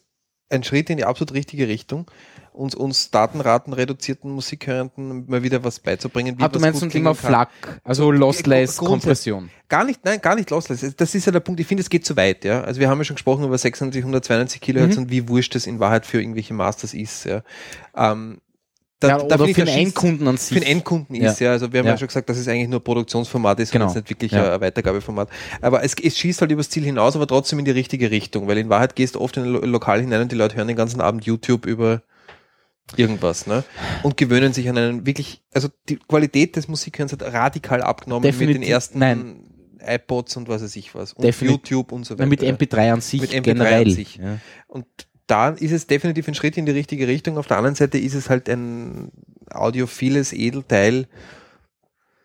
Speaker 4: ein Schritt in die absolut richtige Richtung, uns, uns Datenraten reduzierten Musikhörenden mal wieder was beizubringen.
Speaker 2: Ah, du
Speaker 4: was
Speaker 2: meinst
Speaker 4: gut
Speaker 2: zum
Speaker 4: klingen
Speaker 2: Thema
Speaker 4: kann.
Speaker 2: Flak, also Lossless
Speaker 4: Grund- grundsätzlich-
Speaker 2: Kompression.
Speaker 4: Gar nicht, nein, gar nicht loslassen. Das ist ja der Punkt. Ich finde, es geht zu weit, ja. Also wir haben ja schon gesprochen über 96, 192 Kilohertz
Speaker 2: Mhm.
Speaker 4: und wie wurscht das in Wahrheit für irgendwelche Masters ist, ja. Ähm, da,
Speaker 2: ja,
Speaker 4: da
Speaker 2: oder
Speaker 4: finde ich,
Speaker 2: für den
Speaker 4: da schießt-
Speaker 2: Endkunden an
Speaker 4: für
Speaker 2: sich.
Speaker 4: den Endkunden ist, ja. Also wir haben ja.
Speaker 2: Ja.
Speaker 4: schon gesagt, dass es eigentlich nur Produktionsformat ist
Speaker 2: Genau.
Speaker 4: und jetzt nicht wirklich
Speaker 2: Ja.
Speaker 4: ein Weitergabeformat. Aber es, es schießt halt übers Ziel hinaus, aber trotzdem in die richtige Richtung, weil in Wahrheit gehst du oft in ein Lo- Lokal hinein und die Leute hören den ganzen Abend YouTube über irgendwas, ne? Und gewöhnen sich an einen wirklich, also die Qualität des Musikhörens hat radikal abgenommen mit
Speaker 2: Definitiv-
Speaker 4: den ersten
Speaker 2: nein.
Speaker 4: iPods und was weiß ich was. Und
Speaker 2: Definitiv-
Speaker 4: YouTube und so weiter.
Speaker 2: Ja, mit MP3 an sich
Speaker 4: Mit MP3
Speaker 2: generell.
Speaker 4: an sich.
Speaker 2: Ja.
Speaker 4: Und da ist es definitiv ein Schritt in die richtige Richtung. Auf der anderen Seite ist es halt ein audiophiles Edelteil,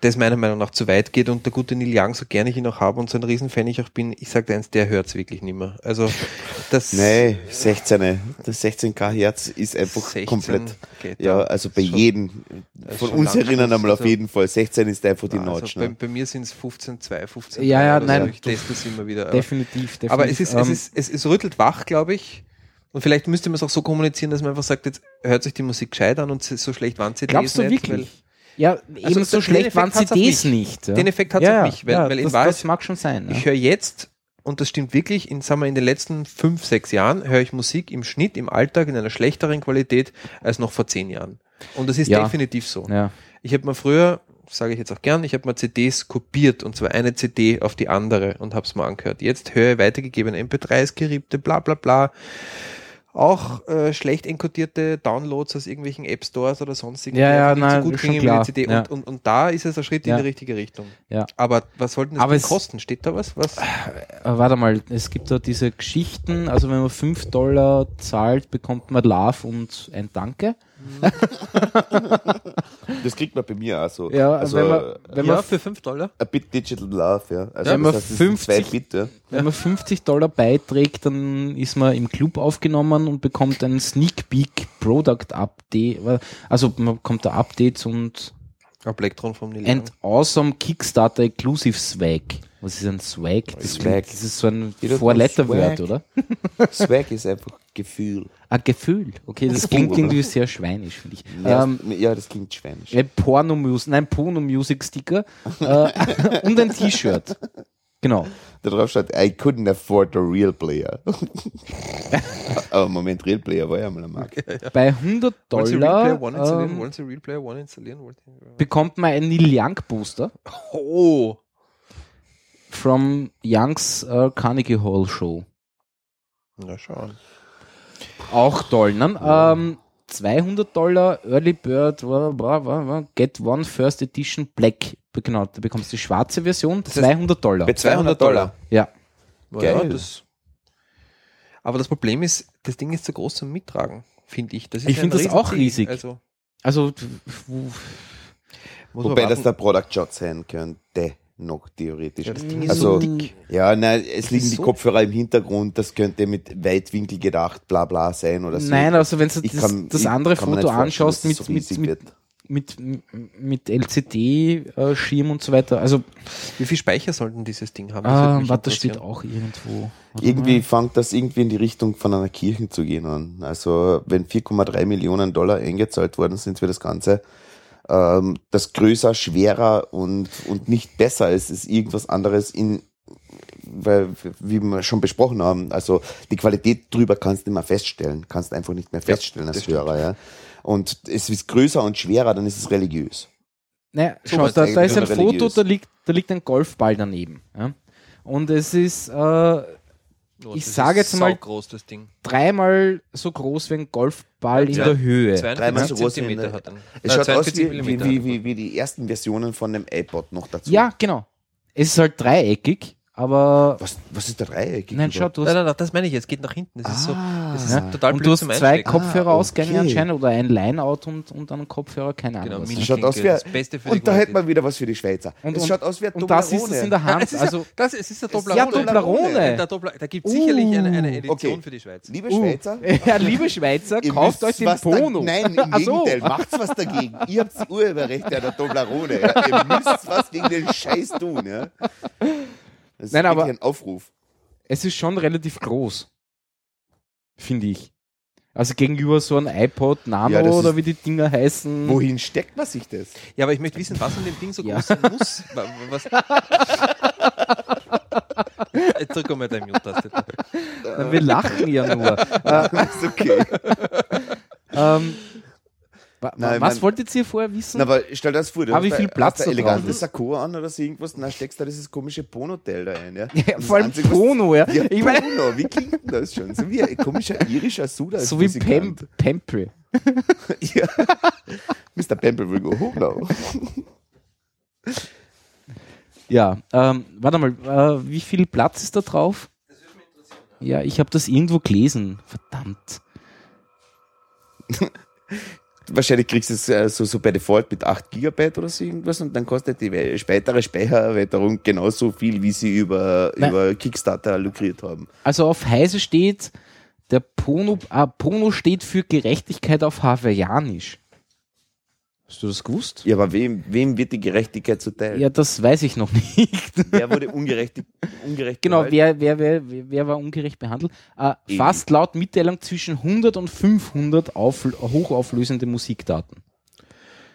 Speaker 4: das meiner Meinung nach zu weit geht und der gute Neil Young, so gerne ich ihn auch habe und so ein Riesenfan ich auch bin, ich sage eins, der hört es wirklich nicht mehr.
Speaker 3: *laughs*
Speaker 4: Also das
Speaker 3: Nee, 16. Das 16K Hertz ist einfach
Speaker 4: 16
Speaker 3: komplett.
Speaker 4: geht
Speaker 3: Ja,
Speaker 4: da.
Speaker 3: also bei
Speaker 4: Schon-
Speaker 3: jedem,
Speaker 4: ist
Speaker 3: von
Speaker 4: schon
Speaker 3: uns
Speaker 4: lang
Speaker 3: erinnern
Speaker 4: Schluss,
Speaker 3: einmal auf
Speaker 4: also-
Speaker 3: jeden Fall. 16 ist einfach die
Speaker 4: also
Speaker 3: Notch.
Speaker 4: bei,
Speaker 3: Ne?
Speaker 4: bei mir sind es 15, 2, 15.
Speaker 2: Ja, ja,
Speaker 4: oder so.
Speaker 2: nein.
Speaker 4: Ich teste es immer wieder. aber-
Speaker 2: Definitiv, definitiv.
Speaker 4: Aber es ist, es
Speaker 2: Ähm,
Speaker 4: ist, es, es rüttelt wach, glaube ich. Und vielleicht müsste man es auch so kommunizieren, dass man einfach sagt, jetzt hört sich die Musik gescheit an und so schlecht waren CDs
Speaker 2: Glaubst du
Speaker 4: nicht, weil-
Speaker 2: wirklich? Ja,
Speaker 4: Also,
Speaker 2: eben so
Speaker 4: den
Speaker 2: schlecht waren
Speaker 4: Effekt hat's auf
Speaker 2: CDs
Speaker 4: mich.
Speaker 2: nicht. Ja.
Speaker 4: Den Effekt hat's auf mich, weil- weil in
Speaker 2: das,
Speaker 4: Wahrheit-
Speaker 2: ne? das mag schon sein. Ja.
Speaker 4: Ich höre jetzt und das stimmt wirklich, in, sagen wir, in den letzten fünf, sechs Jahren höre ich Musik im Schnitt, im Alltag in einer schlechteren Qualität als noch vor zehn Jahren. Und das ist
Speaker 2: Ja.
Speaker 4: definitiv so.
Speaker 2: Ja.
Speaker 4: Ich habe mir früher, sage ich jetzt auch gern, ich habe mir CDs kopiert und zwar eine CD auf die andere und habe es mir angehört. Jetzt höre ich weitergegebene MP3s, geriebte, bla bla bla. Auch äh, schlecht enkodierte Downloads aus irgendwelchen App Stores oder sonstigen,
Speaker 2: Ja, ja,
Speaker 4: einfach
Speaker 2: nein, ist schon
Speaker 4: klingen
Speaker 2: klar.
Speaker 4: die CD.
Speaker 2: Ja.
Speaker 4: Und, und, und da ist es ein Schritt
Speaker 2: Ja.
Speaker 4: in die richtige Richtung.
Speaker 2: Ja.
Speaker 4: Aber was sollten das
Speaker 2: Aber
Speaker 4: denn
Speaker 2: es-
Speaker 4: kosten? Steht da was? was?
Speaker 2: Äh, warte mal, es gibt da diese Geschichten, also wenn man 5 Dollar zahlt, bekommt man Love und ein Danke.
Speaker 3: Das kriegt man bei mir auch so.
Speaker 2: Ja,
Speaker 3: also,
Speaker 2: wenn man, wenn man,
Speaker 4: für 5 Dollar?
Speaker 3: A bit digital love, ja. Also
Speaker 2: Wenn man
Speaker 3: das es sind
Speaker 2: 50
Speaker 3: zwei Bit, ja.
Speaker 2: wenn man 50 Dollar beiträgt, dann ist man im Club aufgenommen und bekommt ein Sneak Peek Product Update. Also man bekommt da Updates und
Speaker 4: Ab Elektron vom Nilan.
Speaker 2: And awesome Kickstarter Exclusive Swag. Was ist ein Swag? Das,
Speaker 3: Swag.
Speaker 2: klingt- das ist so ein
Speaker 3: Jeder hat
Speaker 2: Vorletterwort,
Speaker 3: Swag.
Speaker 2: oder?
Speaker 3: Swag ist einfach Gefühl.
Speaker 2: Ein Gefühl. Okay, das klingt
Speaker 3: Gefühl,
Speaker 2: irgendwie sehr schweinisch, finde ich.
Speaker 3: Ja,
Speaker 2: Ähm,
Speaker 3: ja, das klingt schweinisch.
Speaker 2: ein Porno-Music, nein, Porno-Music-Sticker äh, *laughs* und ein T-Shirt. Genau.
Speaker 3: Da drauf steht, I couldn't afford a real *laughs* player. Aber Moment, real player war ja mal am Markt.
Speaker 2: Bei 100
Speaker 4: Wollen Sie Real Player
Speaker 2: Dollar
Speaker 4: One installieren?
Speaker 2: ähm,
Speaker 4: Wollen Sie Real Player One installieren? Wollen Sie-
Speaker 2: bekommt man einen Neil Young Booster
Speaker 4: Oh!
Speaker 2: from Youngs äh, Carnegie Hall Show.
Speaker 4: Na schauen.
Speaker 2: Auch toll, ne? Ähm, 200 Dollar Early Bird, wa- wa- wa- wa- Get One First Edition Black. Genau, da bekommst du die schwarze Version,
Speaker 4: heißt-
Speaker 2: 200 Dollar.
Speaker 3: Bei 200 Dollar.
Speaker 2: Ja.
Speaker 4: Ja,
Speaker 3: Geil.
Speaker 4: das, aber das Problem ist, das Ding ist zu groß zum Mittragen, finde ich. Das ist
Speaker 2: Ich
Speaker 4: ein
Speaker 2: finde das auch
Speaker 4: Riesending.
Speaker 2: riesig.
Speaker 4: Also,
Speaker 2: Also, t- wo-
Speaker 4: muss man
Speaker 3: Wobei das
Speaker 4: warten.
Speaker 3: der Product Shot sein könnte, noch theoretisch.
Speaker 4: Ja, das Ding ist
Speaker 3: also,
Speaker 4: so dick.
Speaker 3: ja, nein, es liegen
Speaker 4: ist
Speaker 3: die
Speaker 4: so-
Speaker 3: Kopfhörer im Hintergrund, das könnte mit Weitwinkel gedacht, bla bla sein oder so.
Speaker 2: nein, also wenn du
Speaker 3: Ich
Speaker 2: das,
Speaker 3: kann-
Speaker 2: das
Speaker 3: ich
Speaker 2: andere
Speaker 3: kann mir
Speaker 2: Foto
Speaker 3: nicht vorstellen,
Speaker 2: anschaust
Speaker 3: dass es
Speaker 2: mit,
Speaker 3: so
Speaker 2: mit,
Speaker 3: riesig
Speaker 2: mit,
Speaker 3: wird.
Speaker 2: mit, mit LCD-Schirm äh, und so weiter, also,
Speaker 4: Wie viel Speicher sollten dieses Ding haben?
Speaker 2: ah,
Speaker 4: würde mich
Speaker 2: warte, das steht
Speaker 4: interessieren.
Speaker 2: auch irgendwo. Warte
Speaker 3: Irgendwie fängt das irgendwie in die Richtung von einer Kirche zu gehen an. Also wenn 4,3 Millionen Dollar eingezahlt worden sind für das Ganze, ähm, das größer, schwerer und, und nicht besser ist, ist irgendwas anderes in weil, wie wir schon besprochen haben, also die Qualität drüber kannst du nicht mehr feststellen, kannst einfach nicht mehr feststellen als Hörer. Ja? Und es ist größer und schwerer, dann ist es religiös.
Speaker 2: Naja,
Speaker 4: So
Speaker 2: schau,
Speaker 4: was
Speaker 2: da,
Speaker 3: eigentlich
Speaker 2: da ist
Speaker 3: schon
Speaker 2: ein
Speaker 3: religiös.
Speaker 2: Foto, da liegt, da liegt ein Golfball daneben. Ja? Und es ist äh,
Speaker 4: Oh,
Speaker 2: Ich
Speaker 4: das
Speaker 2: sage
Speaker 4: ist
Speaker 2: jetzt mal-
Speaker 4: Groß, das Ding.
Speaker 2: dreimal so groß wie ein Golfball Halt in
Speaker 4: Ja.
Speaker 2: der Höhe.
Speaker 4: 42
Speaker 3: so groß wie
Speaker 4: Zentimeter
Speaker 3: eine-
Speaker 4: hat dann.
Speaker 3: Es schaut aus wie, wie, wie, wie, wie die ersten Versionen von dem iPod noch dazu.
Speaker 2: Ja, genau. Es ist halt dreieckig, aber.
Speaker 3: Was, was ist der Dreieck?
Speaker 2: Nein, schau, du
Speaker 4: Nein,
Speaker 2: hast,
Speaker 4: nein, nein, das meine ich jetzt. Geht nach hinten. Das ist
Speaker 2: Also,
Speaker 4: so.
Speaker 3: Ah.
Speaker 4: Das ist
Speaker 2: ja,
Speaker 4: total
Speaker 2: Ah. und
Speaker 4: blöd
Speaker 2: du hast
Speaker 4: zum
Speaker 2: zwei
Speaker 4: Einstecken.
Speaker 2: Kopfhörerausgänge
Speaker 3: okay.
Speaker 2: anscheinend oder ein Line-Out und, und einen Kopfhörer, keine
Speaker 4: Genau,
Speaker 2: Ahnung. was.
Speaker 4: Mini-
Speaker 3: Das schaut aus wie,
Speaker 4: Das Beste für die
Speaker 3: und da hätten
Speaker 4: Qualität.
Speaker 3: wir wieder was für die Schweizer.
Speaker 2: Und-
Speaker 3: es
Speaker 2: und-
Speaker 3: schaut aus wie ein
Speaker 2: und das ist es in der
Speaker 3: *laughs*
Speaker 2: Hand. Also,
Speaker 4: das ist, ist der Doppler.
Speaker 2: ja, Uh. Toblerone.
Speaker 4: Der Doppler, da gibt es sicherlich eine, eine Edition
Speaker 3: okay.
Speaker 4: für die Schweiz.
Speaker 3: Liebe
Speaker 2: Uh, *laughs*
Speaker 3: Schweizer,
Speaker 2: ja, liebe Schweizer,
Speaker 3: ihr
Speaker 2: kauft
Speaker 3: müsst
Speaker 2: euch den
Speaker 3: was
Speaker 2: Bono.
Speaker 3: Da, nein, im
Speaker 2: *laughs* Ach so.
Speaker 3: Gegenteil, macht's was dagegen. Ihr habt das Urheberrecht an der Toblerone. Ja. Ihr müsst was gegen den Scheiß tun. Ja. Das ist
Speaker 2: Nein,
Speaker 3: nein,
Speaker 2: aber-
Speaker 3: aber ein Aufruf.
Speaker 2: Es ist schon relativ groß. Finde ich. Also gegenüber so einem iPod Nano
Speaker 3: Ja, das ist-
Speaker 2: oder wie die Dinger heißen. äh,
Speaker 3: Wohin steckt man sich das? *laughs*
Speaker 4: Ja, aber ich möchte wissen, was an dem Ding so groß
Speaker 2: Ja.
Speaker 4: sein muss. Wa- wa-
Speaker 2: *laughs*
Speaker 4: Was? Jetzt drück mal deine Mute-Taste.
Speaker 2: Na, Wir lachen ja
Speaker 3: *laughs*
Speaker 2: nur.
Speaker 3: ist okay.
Speaker 2: ähm, wa- wa-
Speaker 3: Nein,
Speaker 2: was
Speaker 3: mein-
Speaker 2: wolltet ihr vorher wissen?
Speaker 3: Na, aber stell dir das vor, du
Speaker 2: Aber Ah, wie viel Platz
Speaker 3: hast ein
Speaker 2: da
Speaker 3: elegantes
Speaker 2: drauf?
Speaker 3: Sakko an oder so irgendwas, dann steckst du da dieses komische Bono-Teil da ein. Ja?
Speaker 2: *laughs* Ja,
Speaker 3: Und das
Speaker 2: vor allem
Speaker 3: Einzige, was-
Speaker 2: Bono, ja.
Speaker 3: Ja,
Speaker 2: Ich meine,
Speaker 3: Bono, wie klingt denn das schon? So wie ein komischer irischer Suda. als
Speaker 2: so wie Pem
Speaker 3: Musikant.
Speaker 2: Pempel.
Speaker 3: Ja. Mr. Pemple will go home now.
Speaker 2: Ja, ähm, warte mal, äh, wie viel Platz ist da drauf? Ja, ich habe das irgendwo gelesen. Verdammt.
Speaker 3: Wahrscheinlich kriegst du es äh, so, so bei Default mit 8 GB oder so irgendwas und dann kostet die we- spätere Speichererweiterung genauso viel, wie sie über,
Speaker 2: Nein.
Speaker 3: über Kickstarter lukriert haben.
Speaker 2: Also auf Heise steht, der Pono, ah, Pono steht für Gerechtigkeit auf Hawaiianisch. Hast du das gewusst?
Speaker 3: Ja, aber wem, wem wird die Gerechtigkeit zuteil?
Speaker 2: Ja, das weiß ich noch *laughs* nicht.
Speaker 3: Wer wurde ungerecht, ungerecht
Speaker 2: Genau,
Speaker 3: behandelt?
Speaker 2: wer, wer, wer, wer wer war ungerecht behandelt? Äh,
Speaker 3: Ewig.
Speaker 2: fast laut Mitteilung zwischen 100 und 500 auf, hochauflösende Musikdaten.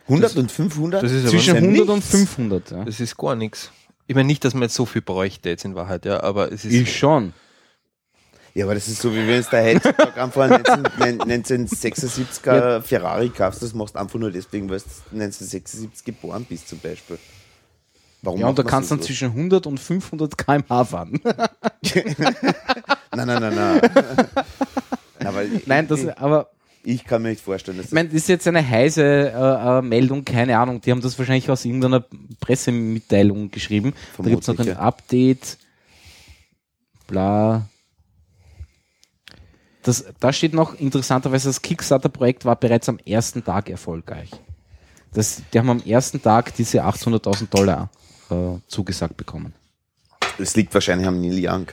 Speaker 3: 100 und 500?
Speaker 4: das ist aber
Speaker 2: Zwischen
Speaker 3: Also ja
Speaker 2: 100 und
Speaker 3: nichts.
Speaker 2: 500. Ja.
Speaker 4: Das ist gar nichts. Ich meine nicht, dass man jetzt so viel bräuchte jetzt in Wahrheit, ja, aber es ist.
Speaker 2: Ich schon.
Speaker 3: Ja, aber das ist so, wie wenn es da Heiztag einfach 1976er Ferrari kaufst, das machst du einfach nur deswegen, weil du 1976 geboren bist zum Beispiel. Warum
Speaker 2: Ja, und da
Speaker 3: macht man
Speaker 2: kannst du
Speaker 3: so
Speaker 2: dann
Speaker 3: so?
Speaker 2: zwischen 100 und 500 km/h fahren.
Speaker 3: Nein, nein, nein, nein.
Speaker 2: *laughs*
Speaker 3: Na, weil ich-
Speaker 2: Nein, das, *laughs*
Speaker 3: ich,
Speaker 2: aber
Speaker 3: ich kann mir nicht vorstellen, dass
Speaker 2: ich meine, das ist jetzt eine heiße äh, äh, Meldung, keine Ahnung. Die haben das wahrscheinlich aus irgendeiner Pressemitteilung geschrieben. da gibt es noch ein
Speaker 3: Vermutlich, ja.
Speaker 2: Update. Bla. Das, da steht noch interessanterweise, das Kickstarter-Projekt war bereits am ersten Tag erfolgreich. Das, die haben am ersten Tag diese 800.000 Dollar äh, zugesagt bekommen.
Speaker 3: das liegt wahrscheinlich am Neil Young.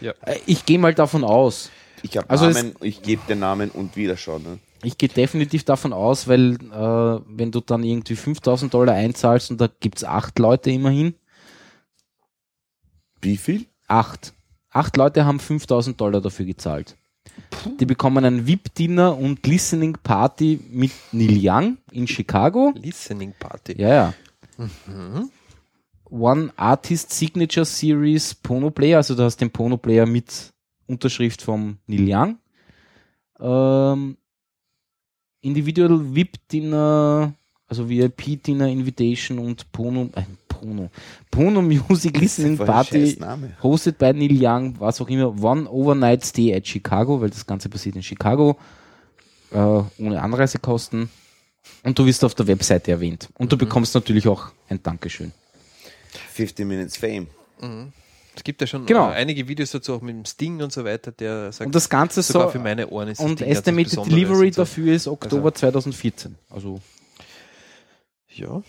Speaker 2: Äh, Ich gehe mal davon aus,
Speaker 3: Ich habe
Speaker 2: Also es-
Speaker 3: Namen, ich gebe den Namen und wieder schauen. Ne?
Speaker 2: Ich gehe definitiv davon aus, weil äh, wenn du dann irgendwie 5000 Dollar einzahlst und da gibt's acht Leute immerhin,
Speaker 3: Wie viel?
Speaker 2: acht. Acht Leute haben 5000 Dollar dafür gezahlt. Die bekommen ein VIP-Dinner und Listening Party mit Neil Young in Chicago.
Speaker 4: Listening Party.
Speaker 2: Ja, ja. One Artist Signature Series Pono Player, also du hast den Pono Player mit Unterschrift vom Neil Young. Ähm, Individual VIP Dinner, also VIP Dinner Invitation und Pono, äh, Pono, Pono Music Listening
Speaker 3: Voll ne? ein
Speaker 2: Party.
Speaker 3: scheiß Name.
Speaker 2: Hosted by Neil Young, was auch immer, One Overnight Stay at Chicago, weil das Ganze passiert in Chicago, äh, ohne Anreisekosten. Und du wirst auf der Webseite erwähnt. Und du
Speaker 4: Mhm.
Speaker 2: bekommst natürlich auch ein Dankeschön.
Speaker 3: 50 Minutes Fame.
Speaker 4: Es gibt ja schon
Speaker 2: Genau.
Speaker 4: äh, einige Videos dazu, auch mit dem Sting und so weiter, der sagt,
Speaker 2: Und das Ganze
Speaker 4: sogar
Speaker 2: so.
Speaker 4: für meine Ohren ist das
Speaker 2: Und
Speaker 4: Ding ganz was
Speaker 2: Estimated
Speaker 4: Besonderes
Speaker 2: Delivery
Speaker 4: und so.
Speaker 2: dafür ist Oktober 2014. Also,
Speaker 4: Ja.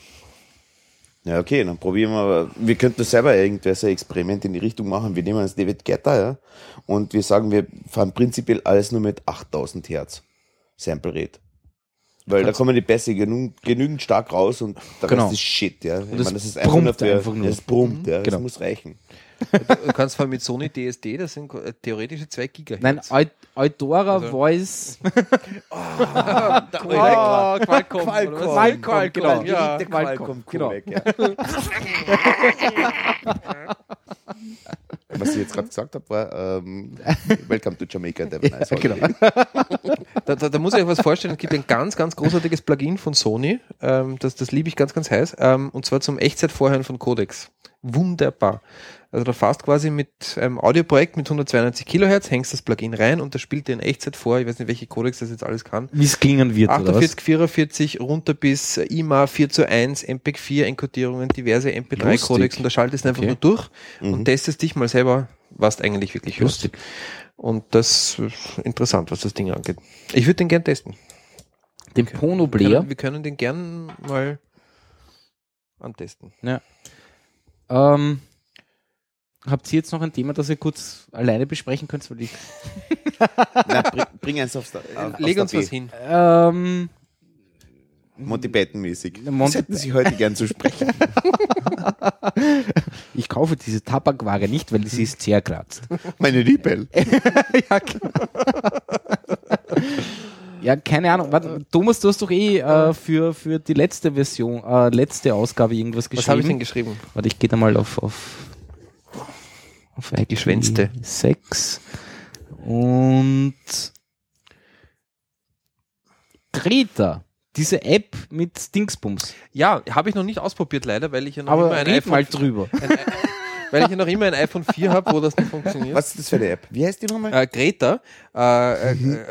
Speaker 3: Ja, okay, dann probieren wir. aber- Wir könnten selber irgendwelche Experiment in die Richtung machen. Wir nehmen uns David Guetta, ja, und wir sagen, wir fahren prinzipiell alles nur mit 8000 Hertz Sample Rate. Weil da kommen die Bässe genügend, genügend stark raus und der
Speaker 2: Genau.
Speaker 3: Rest ist Shit, ja. Ich
Speaker 2: es
Speaker 3: meine,
Speaker 2: brummt
Speaker 3: für-
Speaker 2: einfach nur.
Speaker 3: Es brummt, ja.
Speaker 2: Genau.
Speaker 3: Das muss reichen.
Speaker 4: Du kannst vor allem mit Sony DSD, das sind äh, theoretische 2 Gigahertz.
Speaker 2: nein, Eut- Eutora
Speaker 4: Also-
Speaker 2: Voice.
Speaker 4: *laughs* da,
Speaker 2: Qual-
Speaker 4: Qualcomm.
Speaker 2: ah, Qualcomm,
Speaker 4: oder was?
Speaker 2: Qualcomm, genau.
Speaker 4: Ja.
Speaker 3: Der
Speaker 2: Qualcomm,
Speaker 3: Qualcomm Codec, ja. *laughs* Was ich jetzt gerade gesagt habe, war ähm, Welcome to Jamaica, Devon. Ja, genau.
Speaker 4: Da, da, da muss ich euch was vorstellen. Es gibt ein ganz, ganz großartiges Plugin von Sony. Ähm, das, das liebe ich ganz, ganz heiß. Ähm, und zwar zum Echtzeitvorhören von Codex. Wunderbar. Also da fährst quasi mit einem Audioprojekt mit 192 Kilohertz, hängst das Plugin rein und das spielt dir in Echtzeit vor. Ich weiß nicht, welche Codex das jetzt alles kann.
Speaker 2: Wie es klingen wird, oder was?
Speaker 4: 48, 44, runter bis äh, IMA 4 zu 1, MPEG 4 Encodierungen, diverse
Speaker 2: Lustig.
Speaker 4: MP3-Codex und da schaltest du einfach
Speaker 2: Okay. Mhm.
Speaker 4: nur durch und testest dich mal selber, was du eigentlich wirklich hörst.
Speaker 2: Lustig.
Speaker 4: Und das ist interessant, was das Ding angeht. Ich würde den gern testen.
Speaker 2: Den Pono
Speaker 4: Wir
Speaker 2: Player.
Speaker 4: können, wir können den gern mal antesten.
Speaker 2: Ähm, habt ihr jetzt noch ein Thema, das ihr kurz alleine besprechen könnt? Weil ich
Speaker 3: Na, bring, bring eins aufs, auf,
Speaker 4: Leg
Speaker 3: aufs
Speaker 4: uns was
Speaker 3: Tapet.
Speaker 4: hin.
Speaker 2: Ähm,
Speaker 3: Monty Python-mäßig.
Speaker 2: Monty-
Speaker 3: Das hätten sich heute gern zu *laughs* sprechen.
Speaker 2: ich kaufe diese Tabakware nicht, weil sie ist sehr kratzt.
Speaker 3: Meine Liebe.
Speaker 2: ja, genau. ja, keine Ahnung. Warte, Thomas, du hast doch eh äh, für, für die letzte Version, äh, letzte Ausgabe irgendwas geschrieben.
Speaker 4: Was habe ich denn geschrieben?
Speaker 2: Warte, ich gehe da mal auf, auf, auf IP
Speaker 4: Geschwänzte.
Speaker 2: 6 und Kreta. Diese App mit Dingsbums.
Speaker 4: Ja, habe ich noch nicht ausprobiert leider, weil ich ja noch
Speaker 2: Aber
Speaker 4: immer ein
Speaker 2: red
Speaker 4: iPhone,
Speaker 2: mal drüber.
Speaker 4: *laughs* weil ich ja noch immer ein iPhone 4 habe, wo das nicht funktioniert.
Speaker 3: Was ist das für eine App? Wie heißt die nochmal?
Speaker 4: Äh, Greta. Äh, äh,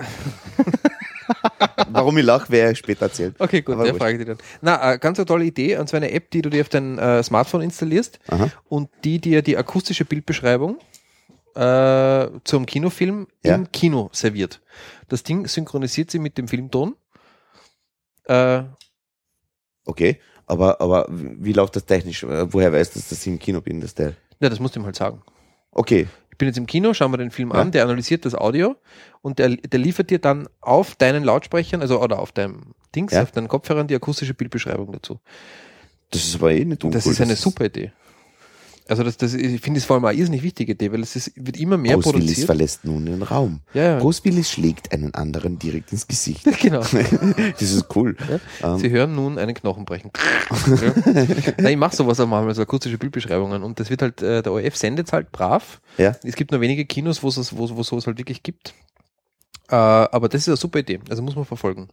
Speaker 3: Warum ich lache, werde ich später erzählen.
Speaker 4: Okay, gut,
Speaker 3: Aber
Speaker 4: der
Speaker 3: wurscht.
Speaker 4: frage ich dich dann. Na, äh, ganz eine tolle Idee, und zwar eine App, die du dir auf dein äh, Smartphone installierst
Speaker 3: Aha.
Speaker 4: und die dir die akustische Bildbeschreibung äh, zum Kinofilm
Speaker 3: Ja.
Speaker 4: im Kino serviert. Das Ding synchronisiert sie mit dem Filmton. Äh,
Speaker 3: Okay, aber, aber wie läuft das technisch? Woher weißt du, dass ich im Kino bin, das Teil?
Speaker 4: na, das musst du ihm halt sagen.
Speaker 3: Okay,
Speaker 4: Ich bin jetzt im Kino, schauen wir den Film
Speaker 3: Ja.
Speaker 4: an, der analysiert das Audio und der, der liefert dir dann auf deinen Lautsprechern, also oder auf deinem Dings,
Speaker 3: Ja.
Speaker 4: auf deinen Kopfhörern die akustische Bildbeschreibung dazu.
Speaker 3: das ist aber eh nicht uncool.
Speaker 4: Das ist eine super Idee. Also das, das, ich finde es vor allem eine irrsinnig wichtige Idee, weil es ist, wird immer mehr
Speaker 3: Großwillis
Speaker 4: produziert.
Speaker 3: verlässt nun den Raum.
Speaker 4: Ja, ja.
Speaker 3: Großwillis schlägt einen anderen direkt ins *laughs* Gesicht.
Speaker 4: *laughs* Genau.
Speaker 3: das ist cool. Ähm,
Speaker 4: Ja? Sie hören nun einen
Speaker 3: *laughs*
Speaker 4: Knochen brechen. ja. Nein, ich mache sowas auch manchmal, so akustische Bildbeschreibungen. Und das wird halt, äh, der ORF sendet halt brav.
Speaker 3: Ja.
Speaker 4: Es gibt nur wenige Kinos, wo es wo, wo sowas halt wirklich gibt. Äh, aber das ist eine super Idee. Also muss man verfolgen.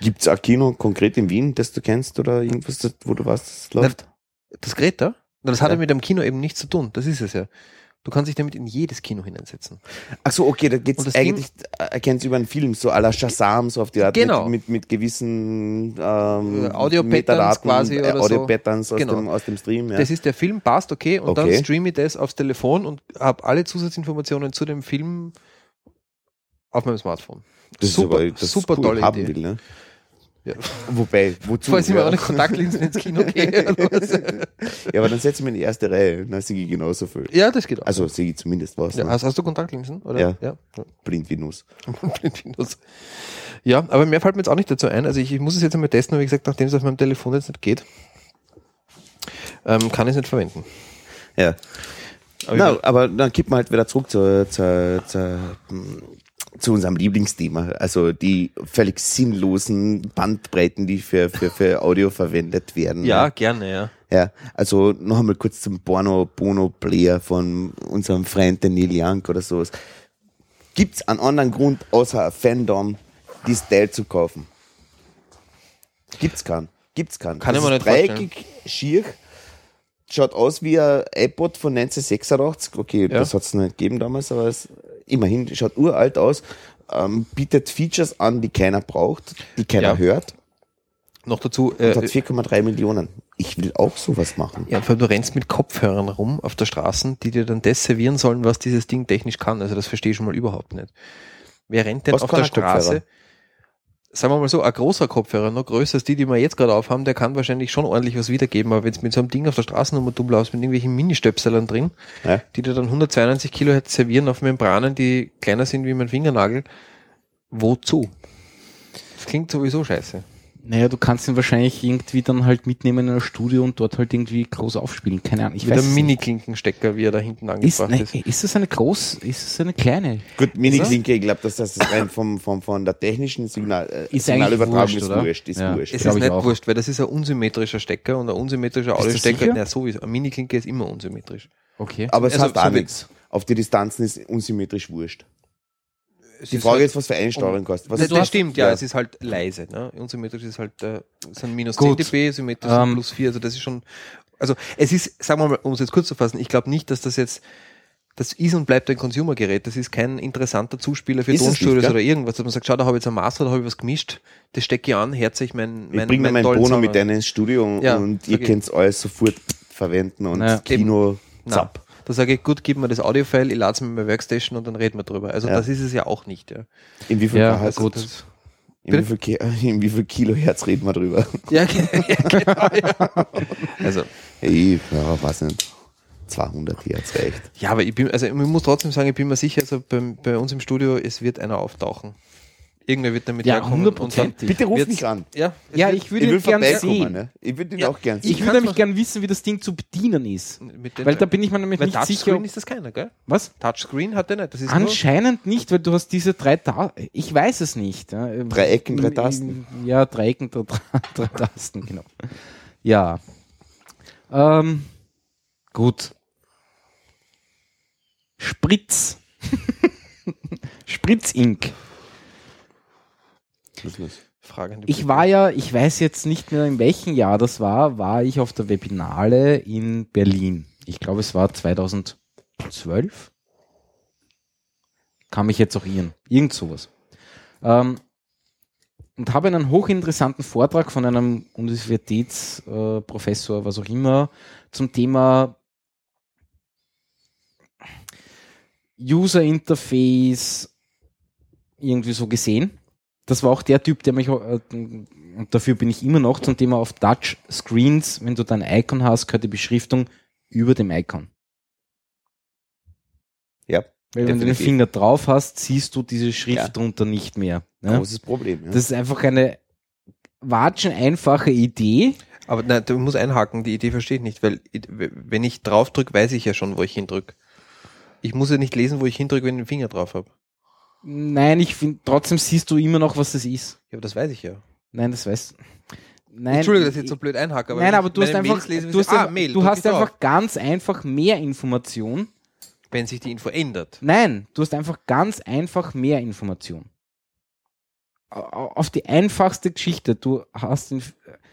Speaker 3: Gibt es ein Kino konkret in Wien, das du kennst oder irgendwas, das- wo du weißt, das
Speaker 4: Na,
Speaker 3: läuft?
Speaker 4: Das Gerät da? Na, das hat
Speaker 3: Ja.
Speaker 4: ja mit dem Kino eben nichts zu tun. Das ist es ja. Du kannst dich damit in jedes Kino hineinsetzen.
Speaker 3: Ach so, okay, da geht's
Speaker 4: Und das
Speaker 3: eigentlich, äh, erkennst du über einen Film, so à la Shazam, so auf die Art,
Speaker 4: Genau.
Speaker 3: mit, mit, mit gewissen ähm,
Speaker 4: Äh, Audio-Patterns
Speaker 3: Metadaten,
Speaker 4: quasi
Speaker 3: äh,
Speaker 4: oder so.
Speaker 3: Audio-Patterns aus,
Speaker 4: Genau.
Speaker 3: dem, aus dem Stream, ja.
Speaker 4: Das ist der Film, passt, okay, und
Speaker 3: Okay.
Speaker 4: dann streame ich das aufs Telefon und habe alle Zusatzinformationen zu dem Film auf meinem Smartphone.
Speaker 3: Das
Speaker 4: super,
Speaker 3: aber- das
Speaker 4: super
Speaker 3: cool,
Speaker 4: tolle
Speaker 3: haben
Speaker 4: Idee.
Speaker 3: Will, ne?
Speaker 4: Ja.
Speaker 3: *laughs* Wobei, wozu?
Speaker 4: Falls ich mir
Speaker 3: ja?
Speaker 4: auch eine Kontaktlinsen ins Kino gehe. oder was.
Speaker 3: *laughs* ja, aber dann setze ich mir in die erste Reihe, dann sehe ich genauso viel.
Speaker 4: ja, das geht auch.
Speaker 3: Also sehe ich zumindest was,
Speaker 4: ja, also-
Speaker 3: ne?
Speaker 4: hast, hast du Kontaktlinsen? Oder?
Speaker 3: Ja.
Speaker 4: ja. ja.
Speaker 3: blind wie Nuss.
Speaker 4: Windows. Ja, aber mehr fällt mir jetzt auch nicht dazu ein. Also ich, ich muss es jetzt einmal testen, aber wie gesagt, nachdem es auf meinem Telefon jetzt nicht geht, ähm, kann ich es nicht verwenden.
Speaker 3: Ja.
Speaker 4: Aber
Speaker 3: Na, aber dann kippt man halt wieder zurück zu, zu, zu, hm, zu unserem Lieblingsthema. Also die völlig sinnlosen Bandbreiten, die für, für, für Audio verwendet werden.
Speaker 4: gerne, ja.
Speaker 3: Ja, also noch einmal kurz zum Porno Bono Player von unserem Freund den Neil Young oder sowas. Gibt's einen anderen Grund außer ein Fandom, die Style zu kaufen? Gibt's keinen. Gibt's keinen.
Speaker 4: Kann
Speaker 3: Das
Speaker 4: ich mir
Speaker 3: ist
Speaker 4: nicht
Speaker 3: dreieckig, schier. Schaut aus wie ein iPod von 1986. Okay, das hat's nicht gegeben damals, aber es, immerhin schaut uralt aus. Ähm, bietet Features an, die keiner braucht, die keiner
Speaker 4: Ja.
Speaker 3: hört.
Speaker 4: Noch dazu,
Speaker 3: Und hat
Speaker 4: äh,
Speaker 3: 4,3 Millionen. Ich will auch sowas machen.
Speaker 4: ja, vor allem du rennst mit Kopfhörern rum auf der Straße, die dir dann das servieren sollen, was dieses Ding technisch kann. Also das verstehe ich schon mal überhaupt nicht. Wer rennt denn
Speaker 3: Was
Speaker 4: auf
Speaker 3: kann
Speaker 4: der
Speaker 3: ein Kopfhörer?
Speaker 4: Straße? Sagen wir mal so, ein großer Kopfhörer, noch größer als die, die wir jetzt gerade aufhaben, der kann wahrscheinlich schon ordentlich was wiedergeben, aber wenn du mit so einem Ding auf der Straße rumlaufst, mit irgendwelchen Mini-Stöpselern drin,
Speaker 3: Ja.
Speaker 4: die dir dann 192 Kilohertz servieren auf Membranen, die kleiner sind wie mein Fingernagel, wozu? Das klingt sowieso scheiße.
Speaker 2: Naja, du kannst ihn wahrscheinlich irgendwie dann halt mitnehmen in ein Studio und dort halt irgendwie groß aufspielen. Keine Ahnung. Ich
Speaker 4: Mit
Speaker 2: weiß
Speaker 4: einem
Speaker 2: es nicht.
Speaker 4: Mini-Klinkenstecker, wie er da hinten
Speaker 2: Ist,
Speaker 4: angebracht
Speaker 2: nein,
Speaker 4: ist.
Speaker 2: ist das eine groß, ist das eine kleine?
Speaker 3: Gut, Mini-Klinke, ich glaube, dass das rein vom, vom, von der technischen Signal, äh,
Speaker 2: Ist
Speaker 3: Signalübertragung
Speaker 2: eigentlich wurscht,
Speaker 3: ist
Speaker 2: oder?
Speaker 3: wurscht. Ist
Speaker 2: Ja.
Speaker 3: wurscht.
Speaker 4: Es
Speaker 2: glaub
Speaker 4: ist
Speaker 2: ich
Speaker 4: nicht
Speaker 2: auch.
Speaker 4: wurscht, weil das ist ein unsymmetrischer Stecker und ein unsymmetrischer
Speaker 2: das
Speaker 4: Audiostecker.
Speaker 2: sicher?
Speaker 4: Na, sowieso. Eine Mini-Klinke ist immer unsymmetrisch.
Speaker 2: Okay.
Speaker 3: Aber es
Speaker 4: Also,
Speaker 3: hat auch
Speaker 4: so wie-
Speaker 3: nichts. Auf die Distanzen ist unsymmetrisch wurscht.
Speaker 4: Es
Speaker 3: Die
Speaker 4: ist
Speaker 3: Frage
Speaker 4: halt-
Speaker 3: ist, was für Einsteuerung kostet. Was
Speaker 4: das,
Speaker 3: du
Speaker 4: das
Speaker 3: hast-
Speaker 4: stimmt, ja, es ist halt leise. Ne? Unsymmetrisch ist halt, äh, sind minus
Speaker 2: Gut.
Speaker 4: 10 dB, symmetrisch sind
Speaker 2: Ähm.
Speaker 4: plus 4, also das ist schon, also es ist, sagen wir mal, um es jetzt kurz zu fassen, ich glaube nicht, dass das jetzt, das ist und bleibt ein Consumer-Gerät, das ist kein interessanter Zuspieler für
Speaker 3: Ist es nicht,
Speaker 4: Tonstudios
Speaker 3: gell?
Speaker 4: oder irgendwas, dass man sagt, schau, da habe ich jetzt ein Master, da habe ich was gemischt, das stecke ich an, herze ich mein,
Speaker 3: ich bringe mir meinen
Speaker 4: tollen
Speaker 3: Bono
Speaker 4: Sound
Speaker 3: mit
Speaker 4: an.
Speaker 3: deinem ins Studio
Speaker 4: Ja,
Speaker 3: und ihr
Speaker 4: okay.
Speaker 3: könnt's alles sofort verwenden und
Speaker 2: Naja.
Speaker 3: Kino,
Speaker 4: Nein.
Speaker 3: zapp.
Speaker 4: Da sage ich, gut, gib mir das Audio-File, ich lade es mir in meine Workstation und dann reden wir drüber. Also
Speaker 3: Ja.
Speaker 4: das ist es ja auch nicht. Ja, Also
Speaker 3: In wie viel,
Speaker 2: Ja,
Speaker 3: Kilohertz-
Speaker 2: gut.
Speaker 4: Das, *laughs*
Speaker 3: in wie viel, Ki- *laughs* in wie viel Kilohertz reden wir drüber? *laughs*
Speaker 4: ja, genau, ja. Also
Speaker 3: Ey, ja, weiß nicht. 200 Hertz reicht.
Speaker 4: Ja, aber ich bin, also ich muss trotzdem sagen, ich bin mir sicher, also bei, bei uns im Studio, es wird einer auftauchen. Irgendwer wird damit
Speaker 2: Ja,
Speaker 4: herkommen und dann-
Speaker 2: hundertprozentig.
Speaker 3: Bitte ruf
Speaker 4: wird's-
Speaker 3: mich an.
Speaker 4: Ja, es
Speaker 2: Ja,
Speaker 4: wird-
Speaker 2: ich würde ihn gern sehen.
Speaker 3: Ne? Ich würde ihn
Speaker 4: Ja,
Speaker 3: auch gern sehen.
Speaker 2: Ich
Speaker 4: Ich
Speaker 2: würde
Speaker 4: kann's
Speaker 2: nämlich
Speaker 4: mal-
Speaker 2: gern wissen, wie das Ding zu bedienen ist.
Speaker 4: mit den,
Speaker 2: Weil da bin ich mir nämlich
Speaker 4: weil
Speaker 2: nicht sicher.
Speaker 4: Touchscreen
Speaker 2: ob-
Speaker 4: ist das keiner, gell?
Speaker 2: Was?
Speaker 4: Touchscreen hat der nicht. Das ist nur,
Speaker 2: Anscheinend nicht, weil du hast diese drei Tasten. Ich weiß es nicht. ja. Ähm,
Speaker 3: Drei Ecken, drei
Speaker 2: ähm,
Speaker 3: Tasten.
Speaker 2: Ja, drei Ecken, drei, *laughs* drei Tasten, genau. Ja. Ähm, gut. Spritz. *laughs* Spritz Inc.
Speaker 3: Was ist das?
Speaker 4: Frage an die
Speaker 2: Ich war ja, ich weiß jetzt nicht mehr in welchem Jahr das war, war ich auf der Webinale in Berlin. Ich glaube, es war 2012. Kann mich jetzt auch irren. Irgend sowas. Ähm, und habe einen hochinteressanten Vortrag von einem Universitätsprofessor, äh, Professor, was auch immer, zum Thema User Interface irgendwie so gesehen das war auch der Typ, der mich, äh, und dafür bin ich immer noch zum Thema auf Touchscreens, wenn du dein Icon hast, gehört die Beschriftung über dem Icon.
Speaker 3: Ja,
Speaker 2: Weil wenn du den
Speaker 3: definitiv.
Speaker 2: Finger drauf hast, siehst du diese Schrift
Speaker 3: Ja.
Speaker 2: drunter nicht mehr. Ne?
Speaker 3: großes Problem. Ja.
Speaker 2: Das ist einfach eine watschen einfache Idee,
Speaker 4: Aber nein, du musst einhaken, die Idee verstehe ich nicht, weil i- w- wenn ich draufdrück, weiß ich ja schon, wo ich hindrück. Ich muss ja nicht lesen, wo ich hindrück, wenn ich den Finger drauf habe.
Speaker 2: Nein, ich finde, trotzdem siehst du immer noch, was das ist.
Speaker 4: Ja, aber das weiß ich ja.
Speaker 2: Nein, das weißt Nein,
Speaker 4: Entschuldige, dass ich jetzt so blöd einhake,
Speaker 2: Nein, aber du hast
Speaker 4: meine
Speaker 2: einfach,
Speaker 4: Mails lesen,
Speaker 2: du hast,
Speaker 4: ah,
Speaker 2: ein-
Speaker 4: Mail,
Speaker 2: du
Speaker 4: drück
Speaker 2: hast
Speaker 4: ich drauf.
Speaker 2: einfach ganz einfach mehr Information.
Speaker 4: wenn sich die Info ändert.
Speaker 2: Nein, du hast einfach ganz einfach mehr Information. Au- au- Auf die einfachste Geschichte. Du hast den,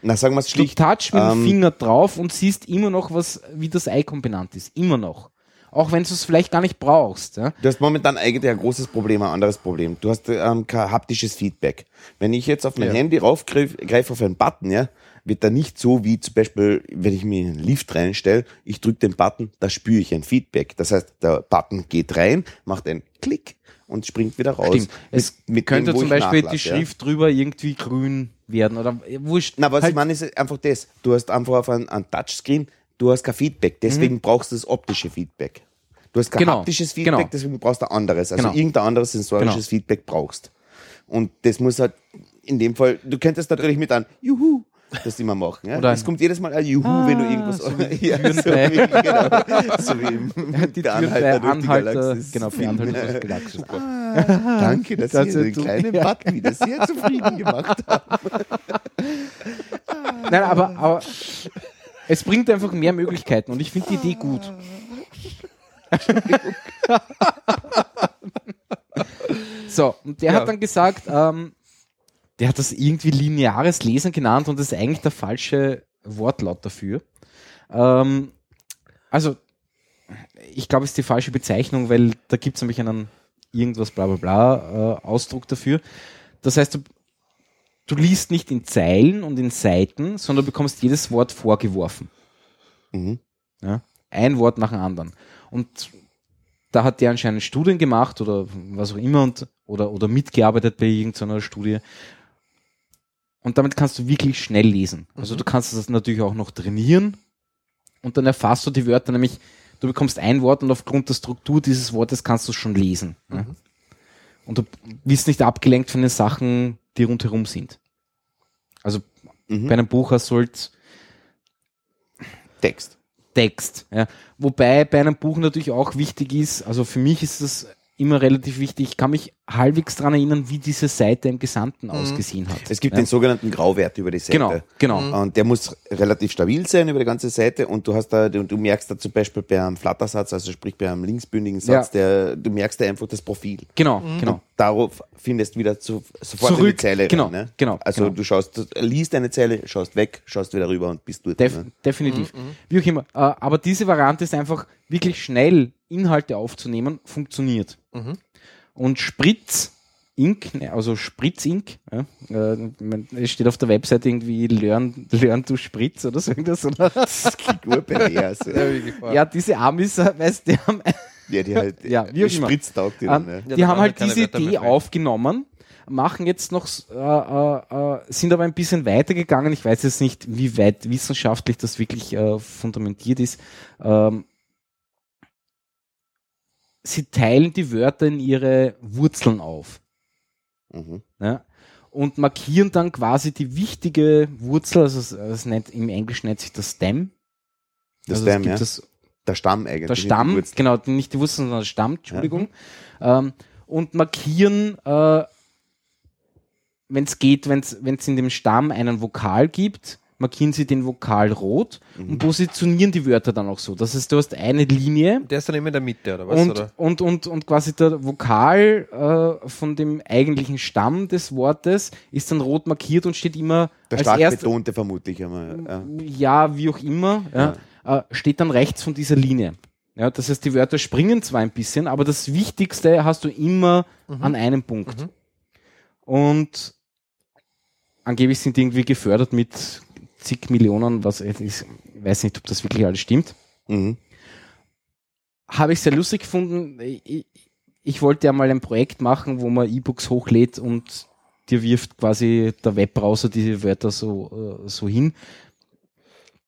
Speaker 3: Na, sagen wir es
Speaker 2: du
Speaker 3: schlicht.
Speaker 2: touch mit dem
Speaker 3: ähm,
Speaker 2: Finger drauf und siehst immer noch, was, wie das Ei-Kombinant ist. Immer noch. Auch wenn du es vielleicht gar nicht brauchst. Ja?
Speaker 3: Du hast momentan eigentlich ein großes Problem, ein anderes Problem. Du hast ähm, kein haptisches Feedback. Wenn ich jetzt auf mein
Speaker 4: Ja.
Speaker 3: Handy raufgreife greif auf einen Button, ja, wird da nicht so wie zum Beispiel, wenn ich mir einen Lift reinstelle, ich drücke den Button, da spüre ich ein Feedback. Das heißt, der Button geht rein, macht einen Klick und springt wieder raus.
Speaker 2: Stimmt. Es könnte
Speaker 3: dem, wo
Speaker 2: zum
Speaker 3: ich
Speaker 2: Beispiel die
Speaker 3: nachlasse, ja.
Speaker 2: Schrift drüber irgendwie grün werden oder äh, wurscht.
Speaker 3: Na, was
Speaker 2: Halt-
Speaker 3: ich meine, ist einfach das. Du hast einfach auf einem einem Touchscreen, du hast kein Feedback, deswegen brauchst du das optische Feedback. Du hast kein
Speaker 2: Mhm. Genau,
Speaker 3: haptisches Feedback,
Speaker 2: genau.
Speaker 3: deswegen brauchst du ein anderes. Also
Speaker 2: Genau.
Speaker 3: irgendein anderes
Speaker 2: Genau.
Speaker 3: sensorisches Feedback brauchst. Und das muss halt in dem Fall, du könntest natürlich mit einem Juhu das immer machen. Ja?
Speaker 2: Oder Ah,
Speaker 3: es kommt jedes Mal ein Juhu, wenn du irgendwas.
Speaker 2: so wie die
Speaker 3: *laughs* ja,
Speaker 2: Türen
Speaker 3: so
Speaker 2: bei-
Speaker 3: wie, genau, so
Speaker 2: *laughs*
Speaker 3: wie im,
Speaker 2: die
Speaker 3: der
Speaker 2: Tür
Speaker 3: Anhalter
Speaker 2: bei
Speaker 3: durch die
Speaker 2: Anhalter,
Speaker 3: Galaxis.
Speaker 2: genau, für
Speaker 3: Film.
Speaker 2: Anhalter durch
Speaker 3: *laughs*
Speaker 2: die Galaxis.
Speaker 3: Danke, dass
Speaker 2: Das
Speaker 3: ihr
Speaker 2: ist
Speaker 3: den
Speaker 2: du-
Speaker 3: kleinen
Speaker 2: ja.
Speaker 3: Button wieder sehr zufrieden gemacht
Speaker 2: *laughs*
Speaker 3: habt.
Speaker 2: Nein, aber, aber es bringt einfach mehr Möglichkeiten und ich finde die Idee gut. so, und der
Speaker 4: Ja.
Speaker 2: hat dann gesagt, ähm, der hat das irgendwie lineares Lesen genannt und das ist eigentlich der falsche Wortlaut dafür. Ähm, also, ich glaube, es ist die falsche Bezeichnung, weil da gibt es nämlich einen irgendwas bla bla bla äh, Ausdruck dafür. Das heißt, du, du liest nicht in Zeilen und in Seiten, sondern du bekommst jedes Wort vorgeworfen.
Speaker 3: Mhm.
Speaker 2: Ja? Ein Wort nach dem anderen. Und da hat der anscheinend Studien gemacht oder was auch immer und, oder, oder mitgearbeitet bei irgendeiner Studie. Und damit kannst du wirklich schnell lesen. Also du kannst das natürlich auch noch trainieren und dann erfasst du die Wörter, nämlich du bekommst ein Wort und aufgrund der Struktur dieses Wortes kannst du es schon lesen. Ja? Und du bist nicht abgelenkt von den Sachen, die rundherum sind. Also
Speaker 3: Mhm.
Speaker 2: bei einem Buch hast du halt
Speaker 3: Text.
Speaker 2: Text. Ja. Wobei bei einem Buch natürlich auch wichtig ist, also für mich ist das immer relativ wichtig, ich kann mich halbwegs daran erinnern, wie diese Seite im Gesamten ausgesehen hat.
Speaker 3: Mhm. Es gibt
Speaker 2: ja.
Speaker 3: den Mhm. sogenannten Grauwert über die Seite.
Speaker 2: Genau, genau.
Speaker 3: Und der muss relativ stabil sein über die ganze Seite und du hast da, du, du merkst da zum Beispiel bei einem Flattersatz, also sprich bei einem linksbündigen Satz, der, du merkst da einfach das Profil.
Speaker 2: Genau,
Speaker 3: Mhm.
Speaker 2: genau.
Speaker 3: Darauf findest wieder zu, sofort in die
Speaker 2: Zurück,
Speaker 3: Zeile
Speaker 2: genau,
Speaker 3: rein, ne?
Speaker 2: genau,
Speaker 3: Also
Speaker 2: genau.
Speaker 3: du schaust, du liest eine Zeile, schaust weg, schaust wieder rüber und bist dort.
Speaker 2: Def
Speaker 3: ne?
Speaker 2: Definitiv. Wie auch immer. Äh, aber diese Variante ist einfach wirklich schnell Inhalte aufzunehmen, funktioniert.
Speaker 3: Mhm.
Speaker 2: Und Spritz Inc., ne, also Spritz Inc., ja, äh, man- es steht auf der Website irgendwie Learn, Learn to Spritz oder so irgendwas.
Speaker 3: *laughs*
Speaker 2: Oder?
Speaker 3: Das
Speaker 2: *laughs*
Speaker 3: klingt urpervers. ja.
Speaker 2: Ja, diese Amis, *laughs* äh, weißt du, die haben
Speaker 3: ja, die halt
Speaker 2: Ja, wie auch immer.
Speaker 3: spritztaugt die
Speaker 2: Ähm,
Speaker 3: dann, ne?
Speaker 4: Ja,
Speaker 2: die
Speaker 4: da
Speaker 2: haben
Speaker 4: waren
Speaker 2: halt
Speaker 4: ja keine
Speaker 2: diese
Speaker 4: Wörter mehr
Speaker 2: Idee
Speaker 4: frei.
Speaker 2: aufgenommen, machen jetzt noch, s- äh, äh, äh, sind aber ein bisschen weitergegangen. Ich weiß jetzt nicht, wie weit wissenschaftlich das wirklich äh, fundamentiert ist. Ähm, sie teilen die Wörter in ihre Wurzeln auf.
Speaker 3: Mhm.
Speaker 2: Ne? Und markieren dann quasi die wichtige Wurzel, also es, es nennt, im Englischen nennt sich das Stem.
Speaker 3: Das
Speaker 2: also es
Speaker 3: Stem,
Speaker 2: gibt
Speaker 3: ja.
Speaker 2: das
Speaker 3: Der Stamm eigentlich.
Speaker 2: der
Speaker 3: nicht die
Speaker 2: Stamm,
Speaker 3: Wurzel.
Speaker 2: genau, nicht die Wurzeln, sondern der Stamm, Entschuldigung. Ähm, und markieren, äh, wenn es geht, wenn es in dem Stamm einen Vokal gibt, markieren sie den Vokal rot und positionieren die Wörter dann auch so. Das heißt, du hast eine Linie
Speaker 4: Der ist dann immer in der Mitte, oder was?
Speaker 2: und,
Speaker 4: oder?
Speaker 2: Und, und, und quasi der Vokal äh, von dem eigentlichen Stamm des Wortes ist dann rot markiert und steht immer
Speaker 3: Der
Speaker 2: als
Speaker 3: stark
Speaker 2: erstes,
Speaker 3: betonte vermutlich einmal. Ja.
Speaker 2: ja, wie auch immer, ja, äh, steht dann rechts von dieser Linie. Ja, das heißt, die Wörter springen zwar ein bisschen, aber das Wichtigste hast du immer an einem Punkt. Und angeblich sind die irgendwie gefördert mit zig Millionen, was ich weiß nicht, ob das wirklich alles stimmt
Speaker 3: Mhm.
Speaker 2: habe ich sehr lustig gefunden. Ich, ich wollte ja mal ein Projekt machen, wo man E-Books hochlädt und dir wirft quasi der Webbrowser diese Wörter so, äh, so hin.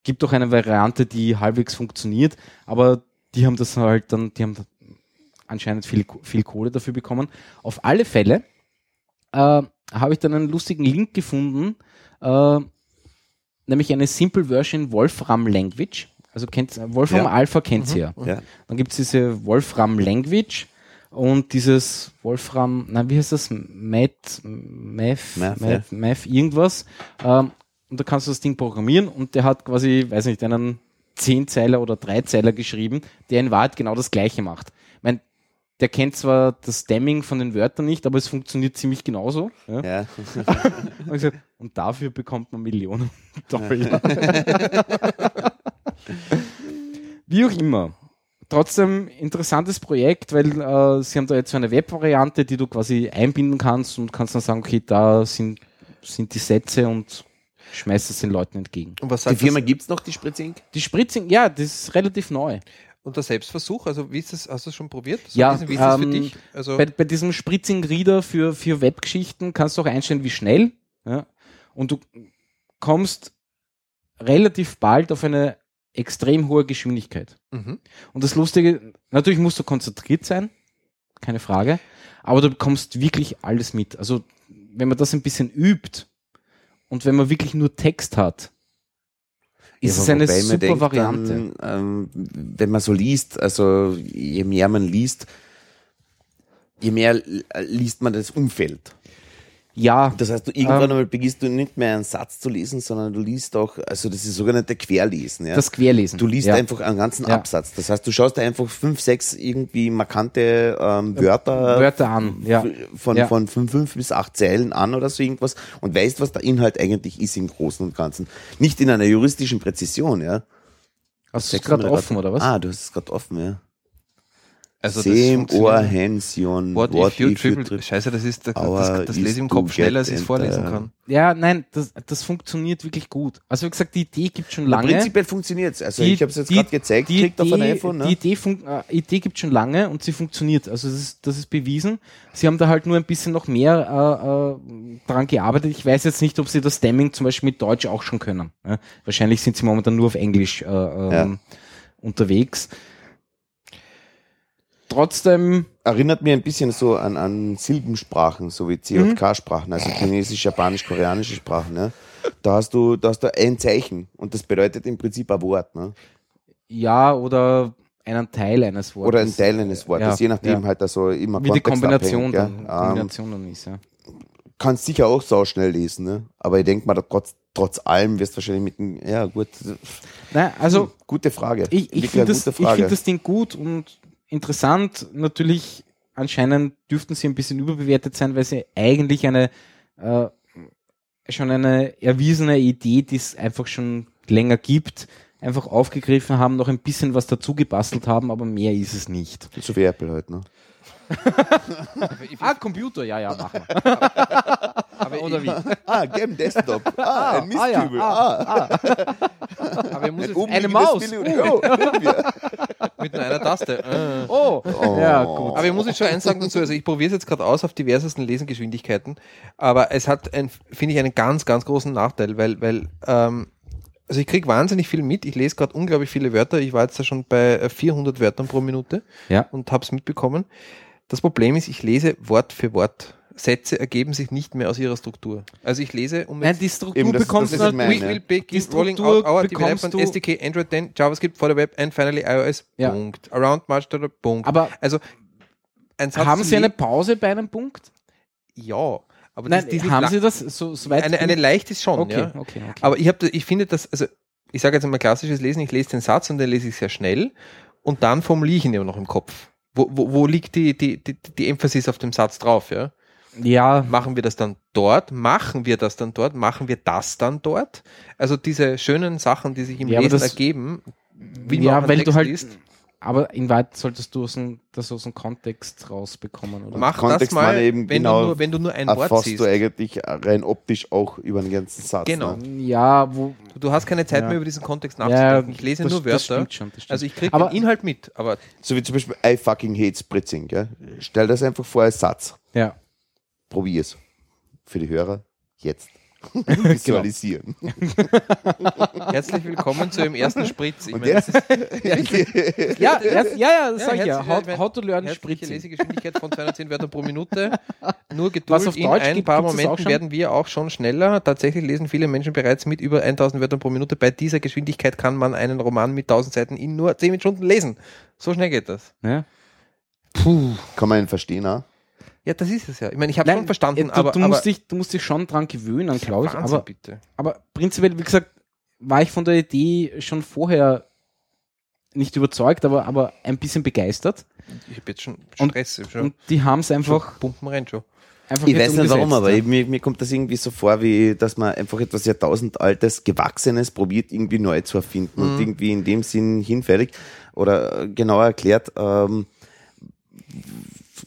Speaker 2: Gibt doch eine Variante, die halbwegs funktioniert, aber die haben das halt dann, die haben anscheinend viel, viel Kohle dafür bekommen. Auf alle Fälle äh, habe ich dann einen lustigen Link gefunden, äh, nämlich eine Simple Version Wolfram Language. Also kennt, Wolfram
Speaker 3: Ja. Mhm.
Speaker 2: Alpha kennt ihr ja.
Speaker 3: Ja.
Speaker 2: Dann gibt es diese Wolfram Language und dieses Wolfram, na, wie heißt das? Math, Math,
Speaker 3: Math,
Speaker 2: Math, Math, irgendwas. Ähm, und da kannst du das Ding programmieren und der hat quasi, weiß nicht, einen Zehnzeiler oder Dreizeiler geschrieben, der in Wahrheit genau das Gleiche macht. Ich mein, der kennt zwar das Stemming von den Wörtern nicht, aber es funktioniert ziemlich genauso. Ja.
Speaker 3: Ja.
Speaker 2: Und, ich gesagt, und dafür bekommt man Millionen *laughs* Dollar. Wie auch immer. Trotzdem interessantes Projekt, weil äh, sie haben da jetzt so eine Web-Variante, die du quasi einbinden kannst und kannst dann sagen, okay, da sind, sind die Sätze und schmeißt es den Leuten entgegen.
Speaker 4: Und was
Speaker 3: Die
Speaker 4: sagt
Speaker 3: Firma
Speaker 4: das
Speaker 3: gibt es noch, die Spritzink?
Speaker 2: Die Spritzing, ja, das ist relativ neu.
Speaker 4: unter Selbstversuch? Also wie ist das, hast du es schon probiert? So
Speaker 2: Ja,
Speaker 4: ein bisschen, wie ist das
Speaker 2: ähm,
Speaker 4: für dich? Also
Speaker 2: Bei, bei diesem Spritzing-Reader für, für Webgeschichten kannst du auch einstellen, wie schnell. Ja? Und du kommst relativ bald auf eine extrem hohe Geschwindigkeit.
Speaker 4: mhm.
Speaker 2: Und das Lustige, natürlich musst du konzentriert sein, keine Frage, aber du bekommst wirklich alles mit. Also wenn man das ein bisschen übt und wenn man wirklich nur Text hat, ist es
Speaker 3: Ja,
Speaker 2: eine
Speaker 3: wobei ich mir
Speaker 2: super
Speaker 3: denk,
Speaker 2: Variante.
Speaker 3: Dann, ähm, wenn man so liest, also je mehr man liest, je mehr l- liest man das Umfeld.
Speaker 2: ja,
Speaker 3: Das heißt, du irgendwann
Speaker 2: Ähm.
Speaker 3: einmal beginnst du nicht mehr einen Satz zu lesen, sondern du liest auch, also das ist sogenannte Querlesen. Ja?
Speaker 2: das Querlesen.
Speaker 3: du liest
Speaker 2: ja.
Speaker 3: einfach einen ganzen
Speaker 2: Ja.
Speaker 3: Absatz. Das heißt, du schaust dir einfach fünf, sechs irgendwie markante ähm, Wörter,
Speaker 2: Wörter an. Ja.
Speaker 3: f- von,
Speaker 2: Ja.
Speaker 3: von fünf, fünf bis acht Zeilen an oder so irgendwas und weißt, was der Inhalt eigentlich ist im Großen und Ganzen. Nicht in einer juristischen Präzision, ja.
Speaker 2: Hast du es
Speaker 3: Sechs
Speaker 2: gerade
Speaker 3: Monate.
Speaker 2: offen, oder was?
Speaker 3: Ah, du hast es gerade offen, ja.
Speaker 4: also
Speaker 3: Same
Speaker 4: funktioniert.
Speaker 3: or Hension.
Speaker 4: What, if you triple... Scheiße, das ist, das,
Speaker 3: Our
Speaker 4: das, das
Speaker 3: is
Speaker 4: lese ich im
Speaker 3: to
Speaker 4: Kopf
Speaker 3: get
Speaker 4: schneller, als ich es
Speaker 3: and,
Speaker 4: vorlesen
Speaker 3: äh,
Speaker 4: kann.
Speaker 2: Ja, nein, das, das funktioniert wirklich gut. Also wie gesagt, die Idee gibt schon lange.
Speaker 3: Prinzipiell funktioniert es. Also ich habe es jetzt
Speaker 2: die-
Speaker 3: gerade gezeigt,
Speaker 2: die
Speaker 3: kriegt auf ein
Speaker 2: Idee-
Speaker 3: iPhone.
Speaker 2: Die
Speaker 3: Ne?
Speaker 2: Idee, fun- äh, Idee gibt schon lange und sie funktioniert. Also das ist, das ist bewiesen. Sie haben da halt nur ein bisschen noch mehr äh, äh, dran gearbeitet. Ich weiß jetzt nicht, ob sie das Stemming zum Beispiel mit Deutsch auch schon können. Ja? Wahrscheinlich sind sie momentan nur auf Englisch äh, ähm, unterwegs. Trotzdem,
Speaker 3: Erinnert mir ein bisschen so an, an Silbensprachen, so
Speaker 2: Mhm.
Speaker 3: wie C- und K-Sprachen, also Chinesisch, Japanisch, Koreanische Sprachen. Ne? Da hast du, da hast du ein Zeichen und das bedeutet im Prinzip ein Wort. Ne?
Speaker 2: ja, oder einen Teil eines Wortes.
Speaker 3: Oder ein Teil eines Wortes,
Speaker 2: Ja,
Speaker 3: je nachdem
Speaker 2: ja.
Speaker 3: halt also immer
Speaker 2: Wie die Kombination dann,
Speaker 3: kontextabhängig, ja. Ähm,
Speaker 2: Kombination dann ist, ja.
Speaker 3: kannst sicher auch sau schnell lesen, ne? aber ich denke mal, da trotz, trotz allem wirst du wahrscheinlich mit dem, ja gut,
Speaker 2: Nein, also
Speaker 3: gute Frage.
Speaker 2: Ich,
Speaker 3: Hm. Wirklich
Speaker 2: ich
Speaker 3: eine
Speaker 2: finde das,
Speaker 3: gute
Speaker 2: ich find
Speaker 3: Frage.
Speaker 2: das Ding gut und interessant. Natürlich, anscheinend dürften sie ein bisschen überbewertet sein, weil sie eigentlich eine äh, schon eine erwiesene Idee, die es einfach schon länger gibt, einfach aufgegriffen haben, noch ein bisschen was dazu gebastelt haben, aber mehr ist es nicht.
Speaker 3: So wie Apple heute, ne?
Speaker 2: Ah, Computer, ja, ja, machen wir.
Speaker 4: Aber
Speaker 2: Oder wie?
Speaker 3: *laughs* Ah, Game Desktop. Ah, ein
Speaker 2: ah, ja,
Speaker 3: Mistkübel. Ah,
Speaker 2: Aber ihr muss jetzt
Speaker 3: oben
Speaker 2: eine
Speaker 3: liegt das
Speaker 2: Maus. Uh.
Speaker 3: Billy und- Oh, nehmen *laughs* wir.
Speaker 4: Mit nur einer Taste. *laughs* Äh.
Speaker 2: Oh, ja, gut.
Speaker 4: Aber ich muss jetzt schon eins sagen dazu, also ich probiere es jetzt gerade aus auf diversesten Lesengeschwindigkeiten, aber es hat, ein- finde ich, einen ganz, ganz großen Nachteil, weil, weil ähm, also ich kriege wahnsinnig viel mit, ich lese gerade unglaublich viele Wörter, ich war jetzt da schon bei äh, 400 Wörtern pro Minute
Speaker 2: Ja.
Speaker 4: und habe es mitbekommen. Das Problem ist, ich lese Wort für Wort. Sätze ergeben sich nicht mehr aus ihrer Struktur. Also ich lese, um
Speaker 2: Nein,
Speaker 4: jetzt-
Speaker 2: die Struktur
Speaker 3: Eben, das-
Speaker 2: bekommst
Speaker 3: das
Speaker 2: du
Speaker 3: ist meine-
Speaker 2: natürlich.
Speaker 4: We
Speaker 3: ne?
Speaker 4: will begin
Speaker 2: Die
Speaker 4: rolling
Speaker 2: Struktur
Speaker 4: out our
Speaker 2: bekommst
Speaker 4: development
Speaker 2: du-
Speaker 4: SDK, Android 10, JavaScript for the web and finally iOS.
Speaker 2: Ja.
Speaker 4: Punkt. Around March. Punkt.
Speaker 2: Aber
Speaker 4: also ein Satz
Speaker 2: haben
Speaker 4: zu
Speaker 2: sie eine
Speaker 4: lesen-
Speaker 2: Pause bei einem Punkt?
Speaker 4: Ja, aber
Speaker 2: Nein,
Speaker 4: das, dieses
Speaker 2: haben
Speaker 4: La-
Speaker 2: sie das so, so weit?
Speaker 4: eine, eine leichte schon,
Speaker 2: okay,
Speaker 4: ja.
Speaker 2: okay, okay.
Speaker 4: Aber ich habe, ich finde das, also ich sage jetzt einmal klassisches Lesen, ich lese den Satz und den lese ich sehr schnell und dann formuliere ich ihn immer noch im Kopf. Wo, wo, wo liegt die, die, die, die Emphasis auf dem Satz drauf, ja?
Speaker 2: ja,
Speaker 4: Machen wir das dann dort? Machen wir das dann dort? Machen wir das dann dort? Also diese schönen Sachen, die sich im
Speaker 2: Ja, aber
Speaker 4: Lesen
Speaker 2: das-
Speaker 4: ergeben, wie
Speaker 2: ja,
Speaker 4: auch einen
Speaker 2: weil du
Speaker 4: Text
Speaker 2: halt,
Speaker 4: liest.
Speaker 2: aber inwieweit solltest du aus dem, das aus dem Kontext rausbekommen? Oder?
Speaker 4: Mach das
Speaker 3: Kontext
Speaker 4: mal,
Speaker 3: meine eben
Speaker 4: wenn,
Speaker 3: genau
Speaker 4: du nur, wenn du nur ein Wort
Speaker 3: Erfasst
Speaker 4: siehst.
Speaker 3: du eigentlich rein optisch auch über den ganzen Satz.
Speaker 4: Genau.
Speaker 3: Ne?
Speaker 2: Ja, wo,
Speaker 4: Du hast keine Zeit
Speaker 2: Ja.
Speaker 4: mehr über diesen Kontext
Speaker 2: ja,
Speaker 4: nachzudenken. ich lese
Speaker 2: das,
Speaker 4: nur
Speaker 2: Das
Speaker 4: Wörter.
Speaker 2: stimmt schon, das stimmt.
Speaker 4: Also ich kriege
Speaker 2: Aber-
Speaker 4: den Inhalt mit, aber
Speaker 3: So wie zum Beispiel I fucking hate Spritzing. Gell?
Speaker 4: *laughs*
Speaker 3: Stell das einfach vor als Satz.
Speaker 2: ja. *laughs*
Speaker 3: Probier's. Für die Hörer jetzt. *laughs* visualisieren.
Speaker 4: Herzlich willkommen zu dem ersten Spritz. Ich
Speaker 3: Und
Speaker 4: meine,
Speaker 3: jetzt,
Speaker 2: Ja, ja, ja, ja, das
Speaker 4: Ja,
Speaker 2: sag ich
Speaker 4: herzlich-
Speaker 2: ja. How, how to learn
Speaker 4: herzliche
Speaker 2: Spritzen.
Speaker 4: Lesegeschwindigkeit von 210 Wörtern pro Minute. Nur Geduld.
Speaker 2: Was auf
Speaker 4: in
Speaker 2: Deutsch
Speaker 4: ein
Speaker 2: gibt,
Speaker 4: paar
Speaker 2: gibt's das auch
Speaker 4: Momenten
Speaker 2: schon?
Speaker 4: werden wir auch schon schneller. Tatsächlich lesen viele Menschen bereits mit über 1000 Wörtern pro Minute. Bei dieser Geschwindigkeit kann man einen Roman mit 1000 Seiten in nur 10 Stunden lesen. So schnell geht das.
Speaker 2: Ja.
Speaker 3: *laughs* kann man ihn verstehen, auch?
Speaker 4: Ja, das ist es ja. Ich meine, ich habe
Speaker 2: Nein, äh,
Speaker 4: schon verstanden,
Speaker 2: du,
Speaker 4: aber,
Speaker 2: du, musst dich, du musst dich schon dran gewöhnen, glaube
Speaker 4: aber
Speaker 2: ich.
Speaker 4: Wahnsinn,
Speaker 2: Aber,
Speaker 4: bitte.
Speaker 2: aber prinzipiell, wie gesagt, war ich von der Idee schon vorher nicht überzeugt, aber, aber ein bisschen begeistert.
Speaker 4: Ich habe jetzt schon
Speaker 2: Und-
Speaker 4: Stress. ich hab
Speaker 2: Und die haben es
Speaker 4: schon,
Speaker 2: einfach,
Speaker 4: schon Pumpen rein schon.
Speaker 2: einfach
Speaker 3: Ich
Speaker 2: jetzt
Speaker 3: weiß nicht warum,
Speaker 2: umgesetzt,
Speaker 3: aber
Speaker 2: ja.
Speaker 3: ich- mir, mir kommt das irgendwie so vor, wie dass man einfach etwas Jahrtausendaltes, Gewachsenes probiert, irgendwie neu zu erfinden
Speaker 2: Mhm.
Speaker 3: und irgendwie in dem Sinn hinfällig oder äh, genauer erklärt, ähm,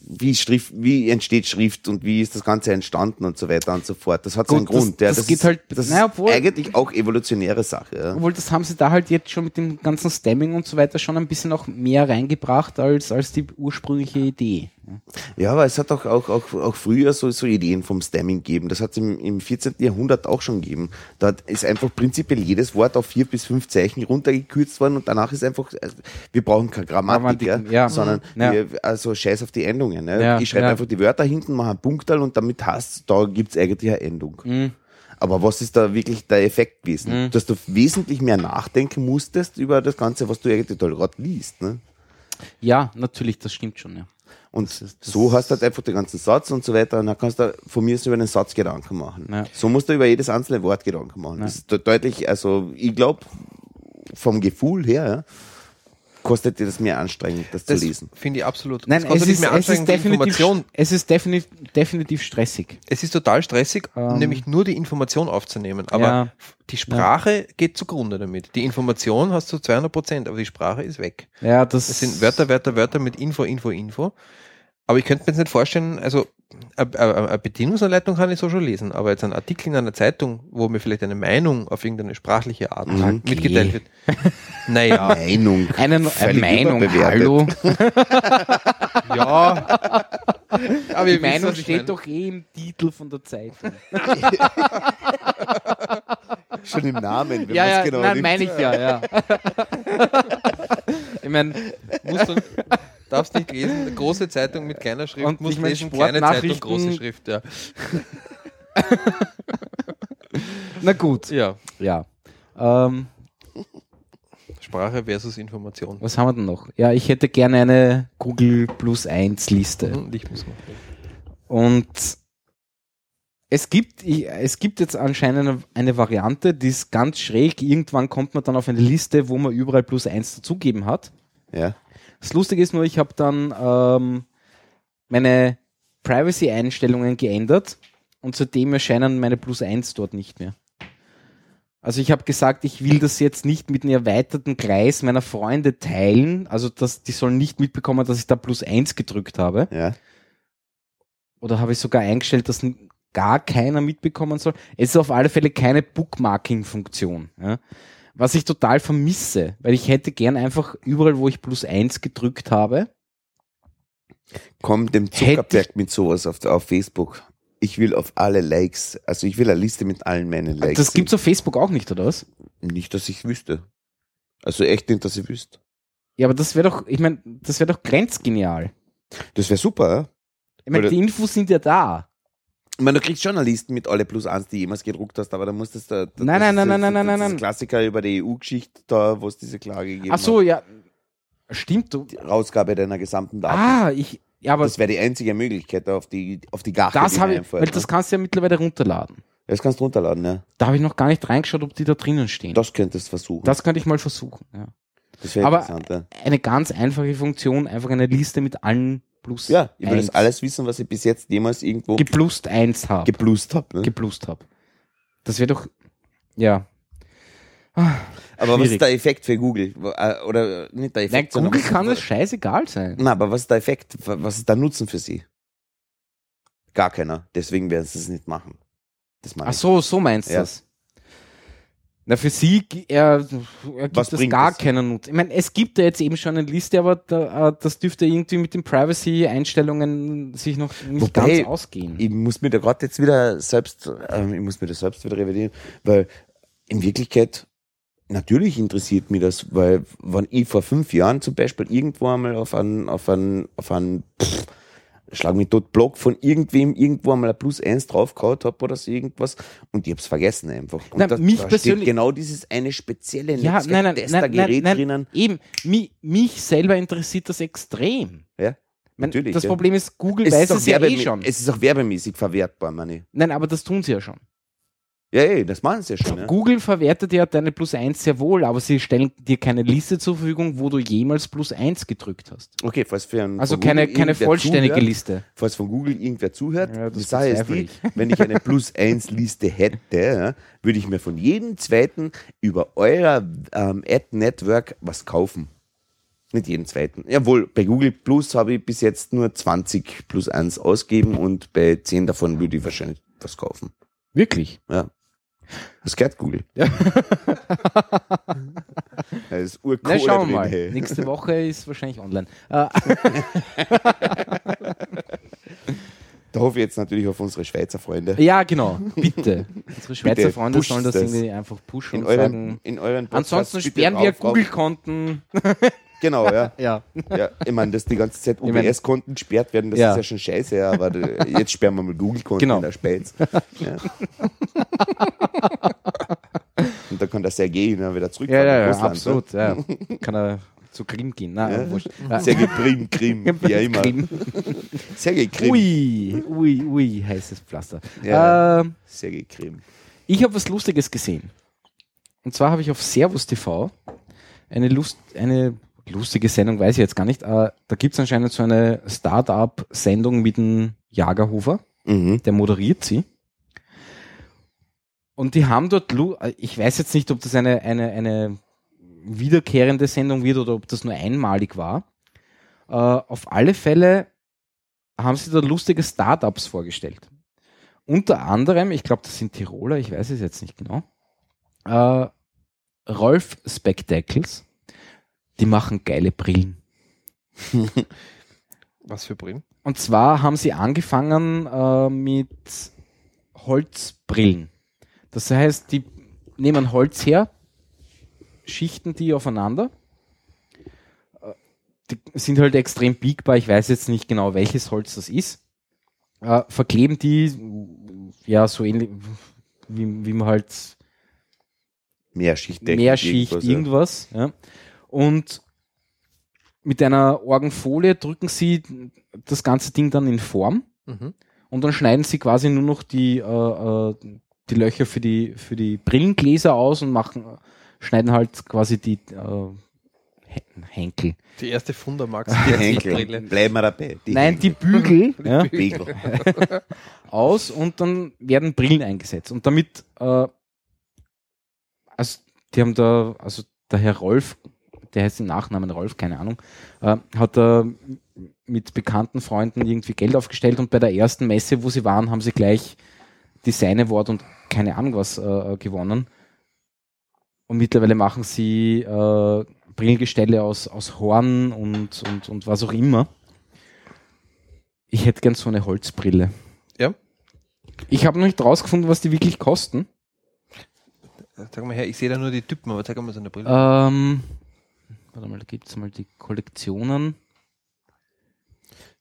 Speaker 3: wie, Schrift, wie entsteht Schrift und wie ist das Ganze entstanden und so weiter und so fort. Das hat
Speaker 2: Gut,
Speaker 3: seinen Grund.
Speaker 2: das-
Speaker 3: ja,
Speaker 2: das geht halt-
Speaker 3: das
Speaker 2: naja,
Speaker 3: ist
Speaker 2: obwohl-
Speaker 3: eigentlich auch evolutionäre Sache. Ja.
Speaker 2: Obwohl, das haben sie da halt jetzt schon mit dem ganzen Stemming und so weiter schon ein bisschen auch mehr reingebracht als, als die ursprüngliche Idee.
Speaker 3: Ja, aber es hat auch, auch, auch, auch früher so, so Ideen vom Stemming gegeben. Das hat es im, im 14. Jahrhundert auch schon gegeben. Da hat- ist einfach prinzipiell jedes Wort auf vier bis fünf Zeichen runtergekürzt worden und danach ist einfach, also, wir brauchen keine Grammatik, ja,
Speaker 2: Grammatiken, ja. Mhm.
Speaker 3: sondern
Speaker 2: Ja.
Speaker 3: wir, also scheiß auf die Endungen. Ne?
Speaker 2: Ja,
Speaker 3: ich schreibe
Speaker 2: ja.
Speaker 3: einfach die Wörter hinten, mache einen Punktal und damit hast da gibt's eigentlich eine Endung.
Speaker 2: Mhm.
Speaker 3: Aber was ist da wirklich der Effekt gewesen? Dass du wesentlich mehr nachdenken musstest über das Ganze, was du eigentlich da gerade liest. Ne?
Speaker 2: Ja, natürlich, das stimmt schon, ja.
Speaker 3: Und so hast du halt einfach den ganzen Satz und so weiter. Und dann kannst du von mir aus über den Satz Gedanken machen.
Speaker 2: Ja.
Speaker 3: So musst du über jedes einzelne Wort Gedanken machen. Das ist de- deutlich, also ich glaube, vom Gefühl her, ja, kostet dir das mehr anstrengend, das,
Speaker 4: Das
Speaker 2: *laughs*
Speaker 3: zu lesen.
Speaker 4: finde ich absolut.
Speaker 2: Nein,
Speaker 4: Das kannst
Speaker 2: es
Speaker 4: du nicht
Speaker 2: ist,
Speaker 4: mehr
Speaker 2: es
Speaker 4: anstrengen,
Speaker 2: ist,
Speaker 4: die
Speaker 2: definitiv,
Speaker 4: Information
Speaker 2: es ist definitiv, definitiv stressig.
Speaker 4: Es ist total stressig,
Speaker 2: Ähm,
Speaker 4: nämlich nur die Information aufzunehmen. Aber
Speaker 2: ja.
Speaker 4: die Sprache geht zugrunde damit. Die Information hast du 200 Prozent, aber die Sprache ist weg.
Speaker 2: Ja, das,
Speaker 4: Es sind Wörter, Wörter, Wörter mit Info, Info, Info. Aber ich könnte mir jetzt nicht vorstellen, also eine- eine eine Bedienungsanleitung kann ich so schon lesen, aber jetzt ein Artikel in einer Zeitung, wo mir vielleicht eine Meinung auf irgendeine sprachliche Art
Speaker 3: Okay.
Speaker 4: mitgeteilt wird. Naja,
Speaker 3: Meinung.
Speaker 2: Einen, eine
Speaker 3: Völlig
Speaker 2: Meinung,
Speaker 3: überbewertet.
Speaker 2: *laughs* hallo.
Speaker 4: ja. Aber
Speaker 2: *laughs* Die
Speaker 4: ihr wisst,
Speaker 2: Meinung
Speaker 4: was ich
Speaker 2: steht
Speaker 4: meine.
Speaker 2: doch eh im Titel von der Zeitung.
Speaker 3: Schon im Namen, wenn
Speaker 2: *laughs* ja, ja,
Speaker 3: man's genau
Speaker 2: nein,
Speaker 3: nimmt.
Speaker 2: meine ich ja, ja. *laughs* ich meine, *laughs*
Speaker 4: musst du, darfst nicht lesen. Große Zeitung mit kleiner Schrift,
Speaker 2: Und
Speaker 4: musst
Speaker 2: ich mein,
Speaker 4: lesen, kleine Zeitung,
Speaker 2: Sportnachrichten-
Speaker 4: große Schrift, ja.
Speaker 2: na gut,
Speaker 4: Ja,
Speaker 2: ja. Ähm,
Speaker 4: Sprache versus Information.
Speaker 2: was haben wir denn noch? Ja, ich hätte gerne eine Google Plus 1 Liste.
Speaker 4: Hm, Ich muss noch.
Speaker 2: Und es gibt, ich- es gibt jetzt anscheinend eine, eine Variante, die ist ganz schräg. Irgendwann kommt man dann auf eine Liste, wo man überall plus eins dazugeben hat.
Speaker 3: Ja.
Speaker 2: Das Lustige ist nur, ich habe dann ähm, meine Privacy-Einstellungen geändert und seitdem erscheinen meine Plus 1 dort nicht mehr. Also ich habe gesagt, ich will das jetzt nicht mit einem erweiterten Kreis meiner Freunde teilen. Also dass die sollen nicht mitbekommen, dass ich da Plus 1 gedrückt habe
Speaker 3: Ja.
Speaker 2: oder habe ich sogar eingestellt, dass n- gar keiner mitbekommen soll. Es ist auf alle Fälle keine Bookmarking-Funktion. Ja? Was ich total vermisse, weil ich hätte gern einfach überall, wo ich plus eins gedrückt habe.
Speaker 3: Komm dem
Speaker 2: Hätte
Speaker 3: Zuckerberg mit sowas auf, auf Facebook. Ich will auf alle Likes, also ich will eine Liste mit allen meinen Likes.
Speaker 2: das gibt's auf Facebook auch nicht, oder was?
Speaker 3: Nicht, dass ich wüsste. Also echt nicht, dass ich wüsste.
Speaker 2: Ja, aber das wäre doch, ich meine, das wäre doch grenzgenial.
Speaker 3: Das wäre super, ja?
Speaker 2: Ich meine,
Speaker 3: Oder-
Speaker 2: die Infos sind ja da.
Speaker 3: Ich meine, du kriegst schon eine Liste mit alle plus eins, die du jemals gedruckt hast, aber dann musst du das da. da
Speaker 2: Nein, nein,
Speaker 3: das
Speaker 2: nein,
Speaker 3: ist-
Speaker 2: nein, nein,
Speaker 3: das
Speaker 2: nein,
Speaker 3: ist
Speaker 2: nein.
Speaker 3: ein Klassiker über die EU-Geschichte da, wo es diese Klage gegeben
Speaker 2: Ach so, ja. Stimmt. Du,
Speaker 3: hat. Die Rausgabe deiner gesamten Daten.
Speaker 2: ah, ich, ja, aber
Speaker 3: das wäre die einzige Möglichkeit auf die, auf die Gache.
Speaker 2: das
Speaker 3: die
Speaker 2: habe
Speaker 3: mir
Speaker 2: ich,
Speaker 3: einfällt,
Speaker 2: weil
Speaker 3: ne?
Speaker 2: das kannst du ja mittlerweile runterladen.
Speaker 3: das kannst du runterladen, ja.
Speaker 2: Da habe ich noch gar nicht reingeschaut, ob die da drinnen stehen.
Speaker 3: Das könntest du versuchen.
Speaker 2: das könnte ich mal versuchen. Ja.
Speaker 3: das wäre
Speaker 2: aber-
Speaker 3: interessant, ja.
Speaker 2: eine ganz einfache Funktion, einfach eine Liste mit allen Plus
Speaker 3: Ja, ich will
Speaker 2: eins.
Speaker 3: das alles wissen, was ich bis jetzt jemals irgendwo
Speaker 2: geplust eins habe,
Speaker 3: geplust habe. Ne?
Speaker 2: geplust habe. Das wäre doch, ja.
Speaker 3: Aber was
Speaker 2: schwierig.
Speaker 3: ist der Effekt für Google? Wo- äh, Oder äh, nicht der Effekt,
Speaker 2: Nein,
Speaker 3: sondern
Speaker 2: Google
Speaker 3: was-
Speaker 2: kann es scheißegal sein.
Speaker 3: Nein, aber was ist der Effekt? Was ist der Nutzen für sie? Gar keiner. Deswegen werden sie es nicht machen. Das meine
Speaker 2: Ach so, so meinst du
Speaker 3: Ja.
Speaker 2: das. Na, für sie g- er, er
Speaker 3: Was
Speaker 2: gibt es
Speaker 3: bringt
Speaker 2: gar
Speaker 3: das?
Speaker 2: keinen Nutzen. Ich meine, es gibt da jetzt eben schon eine Liste, aber da, äh, das dürfte irgendwie mit den Privacy-Einstellungen sich noch nicht
Speaker 3: Wobei,
Speaker 2: ganz ausgehen.
Speaker 3: Ich muss mir da gerade jetzt wieder selbst, ähm, ich muss mir da selbst wieder revidieren, weil in Wirklichkeit natürlich interessiert mich das, weil wenn ich vor fünf Jahren zum Beispiel irgendwo einmal auf einen, auf einen, auf einen pff, Schlag mich tot Blog von irgendwem irgendwo einmal ein Plus eins draufgehauen habe oder so irgendwas und ich hab's vergessen einfach. Und
Speaker 2: Nein, mich persönlich-
Speaker 3: steht genau dieses eine spezielle
Speaker 2: Ja, nein, nein, nein, nein,
Speaker 3: Netzwerk-Tester-Gerät
Speaker 2: nein,
Speaker 3: drinnen.
Speaker 2: Eben, mich, mich selber interessiert das extrem.
Speaker 3: Ja,
Speaker 2: Ich mein,
Speaker 3: natürlich,
Speaker 2: das
Speaker 3: ja.
Speaker 2: Problem ist, Google
Speaker 3: Es
Speaker 2: weiß
Speaker 3: ist, auch
Speaker 2: es ja eh
Speaker 3: werbemä-
Speaker 2: schon.
Speaker 3: es ist auch werbemäßig verwertbar, meine ich.
Speaker 2: Nein, aber das tun sie ja schon.
Speaker 3: Ja, ja, das machen sie ja schon. ne? Ja.
Speaker 2: Google verwertet ja deine Plus 1 sehr wohl, aber sie stellen dir keine Liste zur Verfügung, wo du jemals Plus 1 gedrückt hast.
Speaker 3: Okay, falls für einen
Speaker 2: Also
Speaker 3: von Google
Speaker 2: keine, keine
Speaker 3: irgendwer
Speaker 2: vollständige
Speaker 3: zuhört,
Speaker 2: Liste.
Speaker 3: Falls von Google irgendwer zuhört,
Speaker 2: Ja, das
Speaker 3: die Sache ist
Speaker 2: bezweifle
Speaker 3: die, wenn
Speaker 2: *laughs*
Speaker 3: ich eine Plus-1-Liste hätte, ja, würde ich mir von jedem zweiten über euer ähm, Ad-Network was kaufen. Nicht jeden zweiten. Jawohl, bei Google Plus habe ich bis jetzt nur 20 plus 1 ausgeben und bei 10 davon würde ich wahrscheinlich was kaufen.
Speaker 2: Wirklich?
Speaker 3: Ja. Das gehört
Speaker 2: *laughs*
Speaker 3: Google. da ist
Speaker 2: Na,
Speaker 3: Urkohle
Speaker 2: schauen
Speaker 3: drin,
Speaker 2: wir mal.
Speaker 3: hey.
Speaker 2: Nächste Woche ist wahrscheinlich online. Äh,
Speaker 3: Da hoffe ich jetzt natürlich auf unsere Schweizer Freunde.
Speaker 2: ja, genau. Bitte. Unsere Schweizer
Speaker 3: Bitte,
Speaker 2: Freunde
Speaker 3: pusht
Speaker 2: sollen das,
Speaker 3: das.
Speaker 2: irgendwie einfach pushen
Speaker 3: in
Speaker 2: und
Speaker 3: euren,
Speaker 2: sagen.
Speaker 3: in euren Podcast
Speaker 2: Ansonsten
Speaker 3: bitte
Speaker 2: sperren wir
Speaker 3: rauf, rauf.
Speaker 2: Google-Konten.
Speaker 3: Genau, ja.
Speaker 2: *laughs* Ja.
Speaker 3: ja. Ich meine, dass die ganze Zeit
Speaker 2: meine-
Speaker 3: UBS-Konten gesperrt werden, das
Speaker 2: Ja.
Speaker 3: ist ja schon scheiße, ja, aber äh, jetzt sperren wir mal Google-Konten
Speaker 2: Genau.
Speaker 3: in
Speaker 2: *laughs*
Speaker 3: der Spez. Ja. Und dann kann der Sergei dann wieder
Speaker 2: Ja,
Speaker 3: zurückfahren.
Speaker 2: ja,
Speaker 3: nach
Speaker 2: ja,
Speaker 3: Russland, ne?
Speaker 2: absolut. Ja. Kann er zu Krim gehen. Na,
Speaker 3: Ja.
Speaker 2: wurscht.
Speaker 3: Ne? Sergei
Speaker 2: *laughs*
Speaker 3: Krim, Krim, wie auch immer.
Speaker 2: Krim.
Speaker 3: Sergei Krim.
Speaker 2: Ui, ui, ui, heißes Pflaster.
Speaker 3: Ja.
Speaker 2: Ähm,
Speaker 3: Sergei Krim.
Speaker 2: ich habe was Lustiges gesehen. Und zwar habe ich auf Servus TV eine, Lust, eine lustige Sendung, weiß ich jetzt gar nicht. Äh, da gibt es anscheinend so eine Start-up-Sendung mit dem Jagerhofer
Speaker 3: Mhm.
Speaker 2: der moderiert sie. Und die haben dort, Lu- ich weiß jetzt nicht, ob das eine, eine, eine wiederkehrende Sendung wird oder ob das nur einmalig war. Äh, auf alle Fälle haben sie da lustige Startups vorgestellt. Unter anderem, ich glaube, das sind Tiroler, ich weiß es jetzt nicht genau, äh, Rolf Spectacles, die machen geile Brillen.
Speaker 4: Was für Brillen?
Speaker 2: Und zwar haben sie angefangen äh, mit Holzbrillen. Das heißt, die nehmen Holz her, schichten die aufeinander. Äh, Die sind halt extrem biegbar. Ich weiß jetzt nicht genau, welches Holz das ist. Äh, verkleben die, ja, so ähnlich wie, wie man halt
Speaker 3: Mehrschicht.
Speaker 2: Mehrschicht,
Speaker 3: ja.
Speaker 2: irgendwas. Ja. Und mit einer Orgenfolie drücken sie das ganze Ding dann in Form
Speaker 4: Mhm.
Speaker 2: und dann schneiden sie quasi nur noch die, äh, äh, die Löcher für die, für die Brillengläser aus und machen, schneiden halt quasi die äh, Hen- Henkel.
Speaker 4: Die erste Fundamax.
Speaker 2: Ah,
Speaker 3: Henkel. Bleiben wir dabei. Die
Speaker 2: Nein, die Bügel ja,
Speaker 3: Henkel. Begel.
Speaker 2: aus und dann werden Brillen eingesetzt. Und damit, äh, also die haben da, also der Herr Rolf, der heißt im Nachnamen Rolf, keine Ahnung, äh, hat da mit bekannten Freunden irgendwie Geld aufgestellt und bei der ersten Messe, wo sie waren, haben sie gleich Design Award und keine Ahnung was äh, gewonnen. Und mittlerweile machen sie äh, Brillengestelle aus, aus Horn und, und, und was auch immer. Ich hätte gern so eine Holzbrille.
Speaker 4: Ja.
Speaker 2: Ich habe noch nicht rausgefunden, was die wirklich kosten.
Speaker 4: Sag mal her, ich sehe da nur die Typen, aber zeig mal so eine Brille.
Speaker 2: Ähm, warte mal, da gibt es mal die Kollektionen.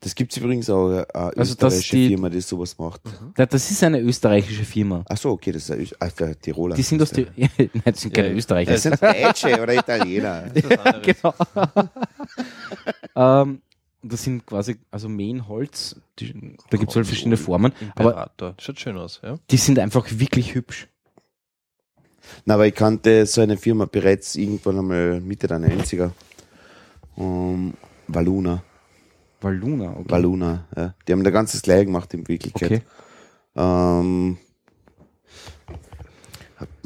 Speaker 3: Das gibt es übrigens auch. Eine eine
Speaker 2: Also, dass
Speaker 3: österreichische
Speaker 2: die-
Speaker 3: Firma, die sowas macht.
Speaker 2: Da- Das ist eine österreichische Firma.
Speaker 3: Ach so, okay, das ist ein Ös- ah, der Tiroler.
Speaker 2: Die sind aus der. *laughs* Nein, das sind keine
Speaker 4: Ja, ja.
Speaker 2: Österreicher. *laughs*
Speaker 3: Das sind Deutsche oder Italiener.
Speaker 4: Das ist was anderes.
Speaker 2: genau. ähm, das sind quasi, also Mähenholz, die, da gibt es halt verschiedene Formen, aber
Speaker 4: Imperator. Schaut schön aus, ja.
Speaker 2: die sind einfach wirklich hübsch.
Speaker 3: Na, aber ich kannte so eine Firma bereits irgendwann einmal Mitte der 90er. Ähm, Valuna.
Speaker 2: Valuna, okay.
Speaker 3: Valuna, ja. Die haben da ganz das Gleiche gemacht in Wirklichkeit.
Speaker 2: okay.
Speaker 3: Ähm,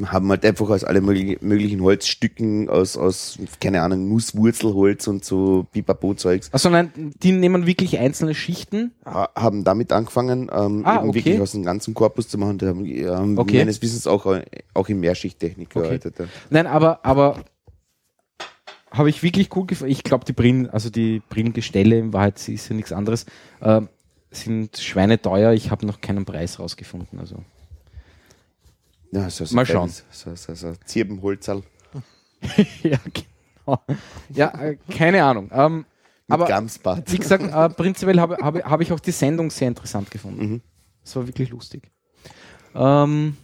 Speaker 3: haben halt einfach aus allen möglich- möglichen Holzstücken, aus, aus, keine Ahnung, Nusswurzelholz und so Pipapo-Zeugs,
Speaker 2: Also nein, die nehmen wirklich einzelne Schichten.
Speaker 3: ha- haben damit angefangen, ähm,
Speaker 2: Ah,
Speaker 3: eben
Speaker 2: okay.
Speaker 3: wirklich aus dem ganzen Korpus zu machen. Da haben, ja, haben
Speaker 2: Okay.
Speaker 3: meines Wissens auch, äh, auch in Mehrschichttechnik
Speaker 2: Okay.
Speaker 3: gearbeitet. Ja.
Speaker 2: Nein, aber, aber habe ich wirklich gut gefallen. Ich glaube, die Brillen, also die Brillengestelle in Wahrheit sie ist ja nichts anderes, äh, sind schweineteuer. Ich habe noch keinen Preis rausgefunden. Also.
Speaker 3: Ja, so, so
Speaker 2: Mal
Speaker 3: ein
Speaker 2: schauen.
Speaker 3: kleines- So, so, so, ein Zirbenholzerl
Speaker 2: ja, genau. Ja, äh, keine Ahnung. Ähm,
Speaker 3: mit
Speaker 2: aber
Speaker 3: Gamsbart.
Speaker 2: wie gesagt, äh, prinzipiell habe habe habe ich auch die Sendung sehr interessant gefunden.
Speaker 3: Mhm.
Speaker 2: Es war wirklich lustig. Ähm,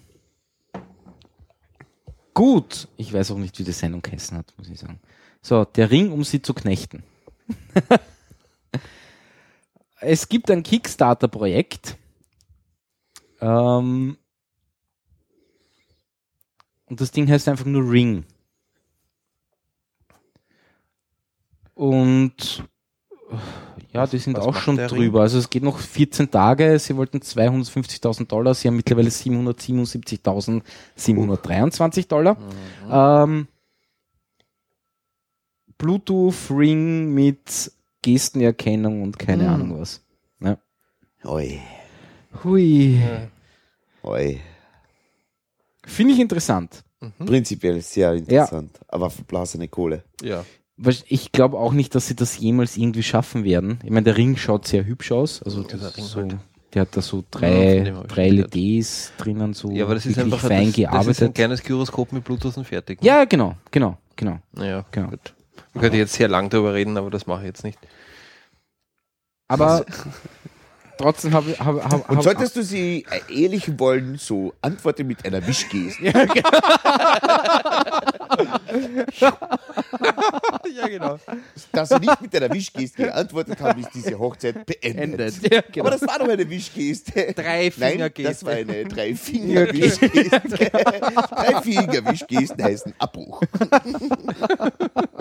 Speaker 2: gut, ich weiß auch nicht, wie die Sendung geheißen hat, muss ich sagen. So, der Ring, um sie zu knechten. es gibt ein Kickstarter-Projekt. Ähm, und das Ding heißt einfach nur Ring. Und ja, die sind
Speaker 4: was
Speaker 2: auch
Speaker 4: macht
Speaker 2: schon
Speaker 4: der Ring?
Speaker 2: drüber. Also es geht noch 14 Tage. Sie wollten 250.000 Dollar. Sie haben mittlerweile 777.723 Dollar.
Speaker 4: Mhm.
Speaker 2: Ähm, Bluetooth-Ring mit Gestenerkennung und keine
Speaker 4: Hm.
Speaker 2: Ahnung was.
Speaker 3: Oi,
Speaker 2: Hui.
Speaker 4: Ja.
Speaker 3: oi.
Speaker 2: Finde ich interessant.
Speaker 4: Mhm.
Speaker 3: Prinzipiell sehr interessant, aber verblasene Kohle.
Speaker 4: ja.
Speaker 2: Weil Ich glaube auch nicht, dass sie das jemals irgendwie schaffen werden. Ich meine, der Ring schaut sehr hübsch aus. Also
Speaker 4: Ja,
Speaker 2: das
Speaker 4: der
Speaker 2: ist
Speaker 4: Ring
Speaker 2: so,
Speaker 4: halt.
Speaker 2: der hat da so drei,
Speaker 4: von dem hab ich
Speaker 2: drei
Speaker 4: schon gehört.
Speaker 2: LEDs drinnen, so
Speaker 4: Ja, aber das ist
Speaker 2: wirklich
Speaker 4: einfach
Speaker 2: fein
Speaker 4: das, das ist ein
Speaker 2: gearbeitet.
Speaker 4: kleines Gyroskop mit Bluetooth und fertig.
Speaker 2: ja, genau, genau, genau.
Speaker 4: Naja,
Speaker 2: Genau.
Speaker 4: gut. Man könnte jetzt sehr lang darüber reden, aber das mache
Speaker 2: *laughs*
Speaker 4: ich jetzt nicht.
Speaker 2: Aber trotzdem habe ich. Hab, hab,
Speaker 3: Und
Speaker 2: hab-
Speaker 3: solltest du sie äh, ehrlich wollen, so antworte mit einer Wischgeste.
Speaker 2: Ah,
Speaker 4: ja, genau.
Speaker 3: Dass sie nicht mit einer Wischgeste geantwortet haben, ist diese Hochzeit beendet.
Speaker 2: endet. Ja, genau.
Speaker 3: Aber das war doch eine Wischgeste.
Speaker 4: Drei
Speaker 3: Nein,
Speaker 4: Fingergeste.
Speaker 3: das war eine Drei-Finger-Wischgeste. Drei-Finger-Wischgesten heißen Abbruch.
Speaker 2: *laughs*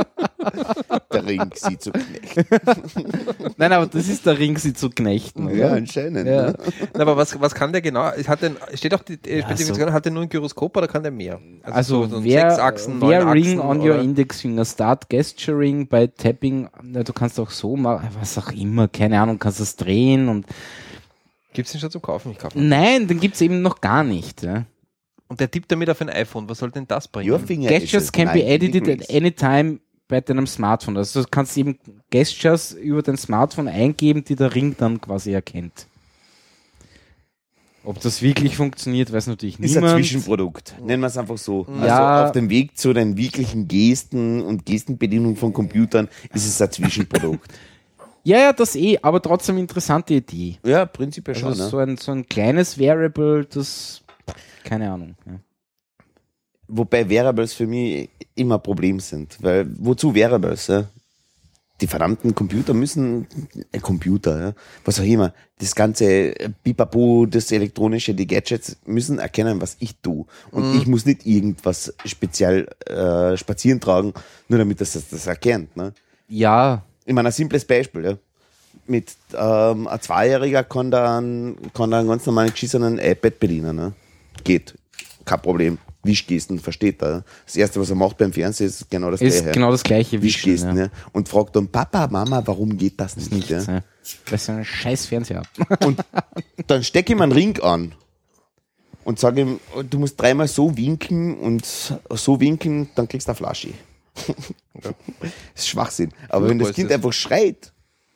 Speaker 3: Der Ring sie zu knechten.
Speaker 2: Nein, aber das ist der Ring, sie zu knechten.
Speaker 3: Ja,
Speaker 2: Oder?
Speaker 3: anscheinend.
Speaker 2: Ja.
Speaker 3: Ne?
Speaker 4: Na, aber was, was kann der genau? Es Hat denn, steht auch die äh,
Speaker 2: Ja,
Speaker 4: Spezifikation, hat der nur ein Gyroskop oder kann der mehr?
Speaker 2: Also,
Speaker 4: so- so ein
Speaker 2: wer,
Speaker 4: Sechsachsen,
Speaker 2: wer
Speaker 4: Neunachsen
Speaker 2: Ring on your
Speaker 4: oder-
Speaker 2: index finger, start gesturing by tapping, na, du kannst auch so machen, was auch immer, keine Ahnung, kannst das drehen und
Speaker 4: Gibt's den schon zum Kaufen? Ich kaufe. ihn.
Speaker 2: nein, den gibt's eben noch gar nicht. Ja.
Speaker 4: Und der tippt damit auf ein iPhone. Was soll denn das bringen?
Speaker 3: Your finger is Hm.
Speaker 2: Gestures
Speaker 3: at
Speaker 2: can be
Speaker 3: 90
Speaker 2: edited
Speaker 3: degrees.
Speaker 2: at any time bei deinem Smartphone. Also du kannst eben Gestures über dein Smartphone eingeben, die der Ring dann quasi erkennt. Ob das wirklich funktioniert, weiß natürlich
Speaker 3: Ist ein
Speaker 2: niemand.
Speaker 3: Zwischenprodukt. Nennen wir es einfach so.
Speaker 2: Ja.
Speaker 3: Also auf dem Weg zu den wirklichen Gesten und Gestenbedienung von Computern ist es
Speaker 2: *laughs*
Speaker 3: ein Zwischenprodukt.
Speaker 2: Ja, ja, das eh, aber trotzdem interessante Idee.
Speaker 3: ja, prinzipiell ne?
Speaker 2: Also so, ein, so ein kleines Variable, das. Keine Ahnung. Ja.
Speaker 3: Wobei Wearables für mich immer ein Problem sind. Weil wozu Wearables? Ja? Die verdammten Computer müssen, äh, Computer, ja? was auch immer, das ganze Bipapo, das elektronische, die Gadgets müssen erkennen, was ich tue. Und ich muss nicht irgendwas speziell äh, spazieren tragen, nur damit das das, das erkennt. Ne?
Speaker 2: ja,
Speaker 3: ich meine, ein simples Beispiel, ja. Mit ähm, ein Zweijähriger kann da einen, kann da einen ganz normalen geschissenen iPad bedienen. Ne? Geht. Kein Problem. Wischgesten, versteht er. ja. Das erste, was er macht beim Fernsehen, ist genau das
Speaker 2: ist
Speaker 3: gleiche. ja.
Speaker 2: genau das gleiche wie
Speaker 3: Wischgesten,
Speaker 2: ja.
Speaker 3: ja. Und fragt dann, Papa, Mama, warum geht das nicht?
Speaker 2: Nichts,
Speaker 3: ja?
Speaker 2: ja. Weil sie einen scheiß Fernseher ab.
Speaker 3: Dann stecke ich ihm einen Ring an und sage ihm, du musst dreimal so winken und so winken, dann kriegst du eine Flasche. *laughs* Das ist Schwachsinn. Aber wenn das
Speaker 4: ist
Speaker 3: Kind
Speaker 4: das-
Speaker 3: einfach schreit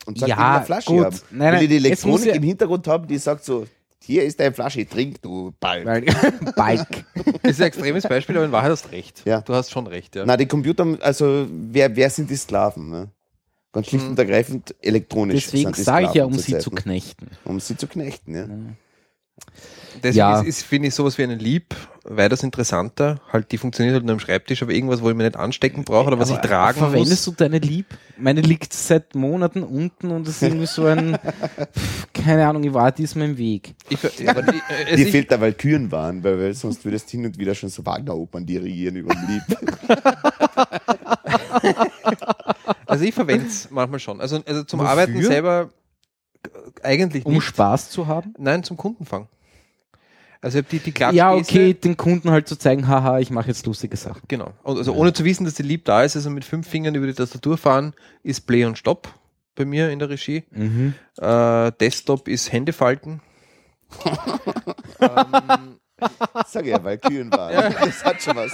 Speaker 3: und sagt,
Speaker 2: Ja,
Speaker 3: ich will eine Flasche
Speaker 2: gut.
Speaker 3: haben,
Speaker 2: Nein,
Speaker 3: wenn
Speaker 2: nein,
Speaker 3: ich die
Speaker 2: es muss
Speaker 3: Elektronik
Speaker 2: ja-
Speaker 3: im Hintergrund haben, die sagt so, hier ist deine Flasche, trink du Ball.
Speaker 2: Weil- *laughs* Bike.
Speaker 4: Das ist ein extremes Beispiel, aber in Wahrheit hast du recht.
Speaker 3: Ja.
Speaker 4: Du hast schon recht, ja.
Speaker 3: Na, die Computer, also wer, wer sind die Sklaven? Ne? Ganz schlicht und ergreifend elektronisch.
Speaker 2: Hm. Deswegen
Speaker 3: sind die
Speaker 2: sage ich ja,
Speaker 3: Sklaven
Speaker 2: um sie
Speaker 3: zurzeit,
Speaker 2: zu
Speaker 3: ne?
Speaker 2: knechten.
Speaker 3: Um sie zu knechten, ja.
Speaker 4: Deswegen
Speaker 2: Ja.
Speaker 4: ist, ist finde ich sowas wie einen Lieb weitaus interessanter. Halt, die funktioniert halt nur am Schreibtisch, aber irgendwas, wo ich mir nicht anstecken brauche oder was ich tragen
Speaker 2: Verwendest
Speaker 4: muss.
Speaker 2: du deine Lieb? Meine liegt seit Monaten unten und ist irgendwie so ein. Pff, keine Ahnung, ich war diesmal im Weg.
Speaker 4: Ich, ver- aber ich, äh, es-
Speaker 3: Dir
Speaker 4: ich-
Speaker 3: fehlt da Walküren waren, weil, weil sonst würdest hin und wieder schon so Wagner-Opern dirigieren über dem Lied.
Speaker 4: *laughs* also ich verwende es manchmal schon. Also, also zum Arbeiten selber äh, eigentlich
Speaker 2: Um
Speaker 4: nicht.
Speaker 2: Spaß zu haben?
Speaker 4: Nein, zum Kundenfang. Also die, die Klatschgeste.
Speaker 2: ja, okay, den Kunden halt zu zeigen, haha, ich mache jetzt lustige Sachen.
Speaker 4: Genau. Und Also ohne zu wissen, dass die Lieb da ist, also mit fünf Fingern über die Tastatur fahren, ist Play und Stop bei mir in der Regie.
Speaker 2: Mhm.
Speaker 4: Äh, Desktop ist Hände falten.
Speaker 3: Sag ich ja, weil Kühen waren. Das hat schon was.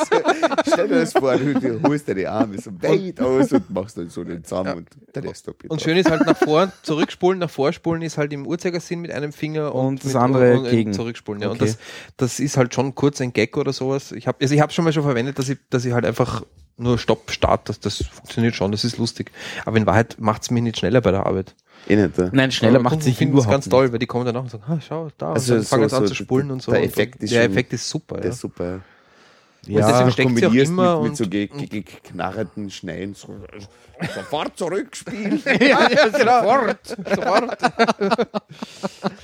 Speaker 3: Stell dir das vor, du du holst deine Arme so weit aus und machst dann so den Zaum und der Desktop.
Speaker 4: Und schön ist halt nach vor, *laughs* zurückspulen, nach vorspulen ist halt im Uhrzeigersinn mit einem Finger und,
Speaker 2: Und das
Speaker 4: mit-
Speaker 2: andere
Speaker 4: und, und
Speaker 2: gegen.
Speaker 4: zurückspulen. Ja. Und
Speaker 2: Okay.
Speaker 4: das, das ist halt schon kurz ein Gag oder sowas. Ich habe also ich habe schon mal schon verwendet, dass ich, dass ich halt einfach nur Stopp, Start, das, das funktioniert schon, das ist lustig. Aber in Wahrheit macht's mich nicht schneller bei der Arbeit.
Speaker 3: Innen, da.
Speaker 2: Nein, schneller
Speaker 4: Aber
Speaker 2: macht
Speaker 4: Kunden
Speaker 2: sich
Speaker 4: finden das
Speaker 2: überhaupt
Speaker 4: ganz
Speaker 2: nicht.
Speaker 4: toll, weil die kommen danach und sagen, ah, schau, da,
Speaker 3: Also
Speaker 4: und dann
Speaker 3: so-
Speaker 4: fangen sie an
Speaker 3: so
Speaker 4: zu spulen und so.
Speaker 3: der
Speaker 4: Und-
Speaker 3: Effekt ist
Speaker 4: der
Speaker 3: schon-
Speaker 4: Effekt ist super.
Speaker 3: Der
Speaker 4: ja.
Speaker 3: ist super.
Speaker 2: Ja,
Speaker 4: deswegen
Speaker 3: Das
Speaker 4: steckt sie auch
Speaker 3: kombinierst
Speaker 4: immer
Speaker 3: mit,
Speaker 4: und-
Speaker 3: mit so ge- ge- geknarrten Schneien. So, äh, sofort
Speaker 4: *laughs*
Speaker 3: zurückspielen.
Speaker 4: genau.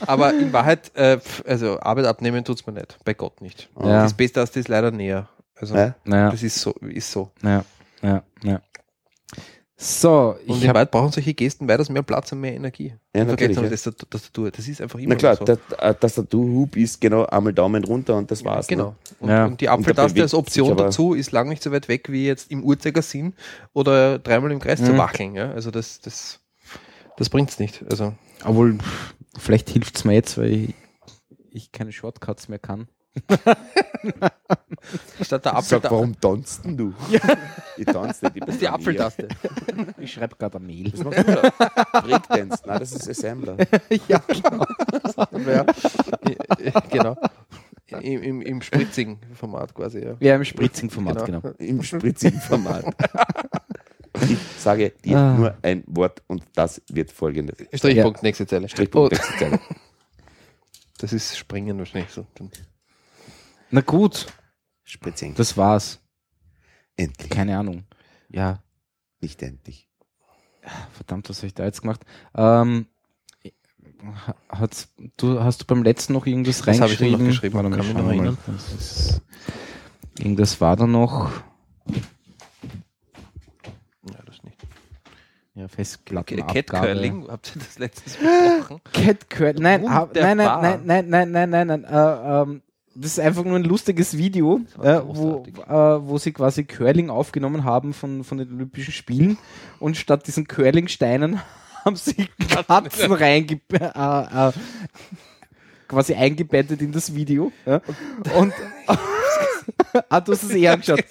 Speaker 4: Aber in Wahrheit, äh, pf, also Arbeit abnehmen tut's mir nicht. Bei Gott nicht.
Speaker 2: Ja.
Speaker 4: Das Beste ist, das ist leider näher. Also
Speaker 3: Ja.
Speaker 2: naja,
Speaker 4: das ist so, ist so.
Speaker 2: ja, ja, ja. So,
Speaker 4: Und
Speaker 2: ich
Speaker 4: in
Speaker 2: habe
Speaker 4: Wahrheit brauchen solche Gesten weitaus mehr Platz und mehr Energie.
Speaker 3: Ja,
Speaker 4: Im Vergleich
Speaker 3: natürlich,
Speaker 4: zur
Speaker 3: ja.
Speaker 4: Tastatur- Tastatur. Das ist einfach immer
Speaker 3: Na klar,
Speaker 4: so.
Speaker 3: der der Tastaturhub ist genau einmal Daumen runter und das war's. ne?
Speaker 4: genau. Und,
Speaker 2: Ja.
Speaker 4: und die
Speaker 3: Und da
Speaker 4: Apfeltaste
Speaker 3: bewegt
Speaker 4: als Option
Speaker 3: sich aber-
Speaker 4: dazu ist lang nicht so weit weg wie jetzt im Uhrzeigersinn oder dreimal im Kreis
Speaker 3: Mhm.
Speaker 4: zu wackeln. Ja? Also das, das, das bringt's nicht. Also
Speaker 2: Obwohl, pff, vielleicht hilft es mir jetzt, weil ich, ich keine Shortcuts mehr kann.
Speaker 4: statt der
Speaker 3: Ne? Sag,
Speaker 4: Apfeltaste.
Speaker 3: warum tanzt denn du? Ich tanze nicht. Ich bin
Speaker 4: Das ist die Apfeltaste.
Speaker 2: Ich schreibe gerade eine Mail.
Speaker 3: Das machst du da. Breakdance. Nein, das ist Assembler.
Speaker 4: Ja, genau. *laughs* genau. Im, im, Im spritzigen Format quasi, ja.
Speaker 2: Ja, im Spritzing-Format,
Speaker 4: Genau.
Speaker 2: genau.
Speaker 3: Im spritzigen Format. Ich sage dir
Speaker 2: Ah.
Speaker 3: nur ein Wort und das wird folgendes.
Speaker 4: Strichpunkt, nächste Zeile.
Speaker 3: Strichpunkt,
Speaker 4: Oh,
Speaker 3: nächste Zeile.
Speaker 4: das ist Springen wahrscheinlich so.
Speaker 2: Na gut,
Speaker 3: Spritzing.
Speaker 2: das war's.
Speaker 3: Endlich.
Speaker 2: Keine Ahnung. Ja,
Speaker 3: Nicht endlich.
Speaker 2: verdammt, was habe ich da jetzt gemacht? Ähm, hat's, du, hast du beim letzten noch irgendwas
Speaker 4: Das habe ich
Speaker 2: reingeschrieben?
Speaker 4: noch geschrieben,
Speaker 2: Warte mal,
Speaker 4: kann mich
Speaker 2: schauen
Speaker 4: noch
Speaker 2: wir mal.
Speaker 4: erinnern.
Speaker 2: Das ist- Irgendwas war da noch.
Speaker 4: Ja, das nicht.
Speaker 2: Ja, Festplattenabgabe.
Speaker 4: Catcurling, habt ihr das letztes besprochen?
Speaker 2: Catcurl. Nein,
Speaker 4: Und
Speaker 2: hab,
Speaker 4: der
Speaker 2: nein,
Speaker 4: Bar.
Speaker 2: nein, nein, nein, nein, nein, nein, nein. Äh, ähm, das ist einfach nur ein lustiges Video, äh,
Speaker 4: war
Speaker 2: wo,
Speaker 4: großartig.
Speaker 2: äh, wo sie quasi Curling aufgenommen haben von, von den Olympischen Spielen und statt diesen Curlingsteinen *laughs* haben sie Katzen reinge äh, äh, quasi eingebettet in das Video. Ja. Und *laughs* ah, du hast es eh angeschaut.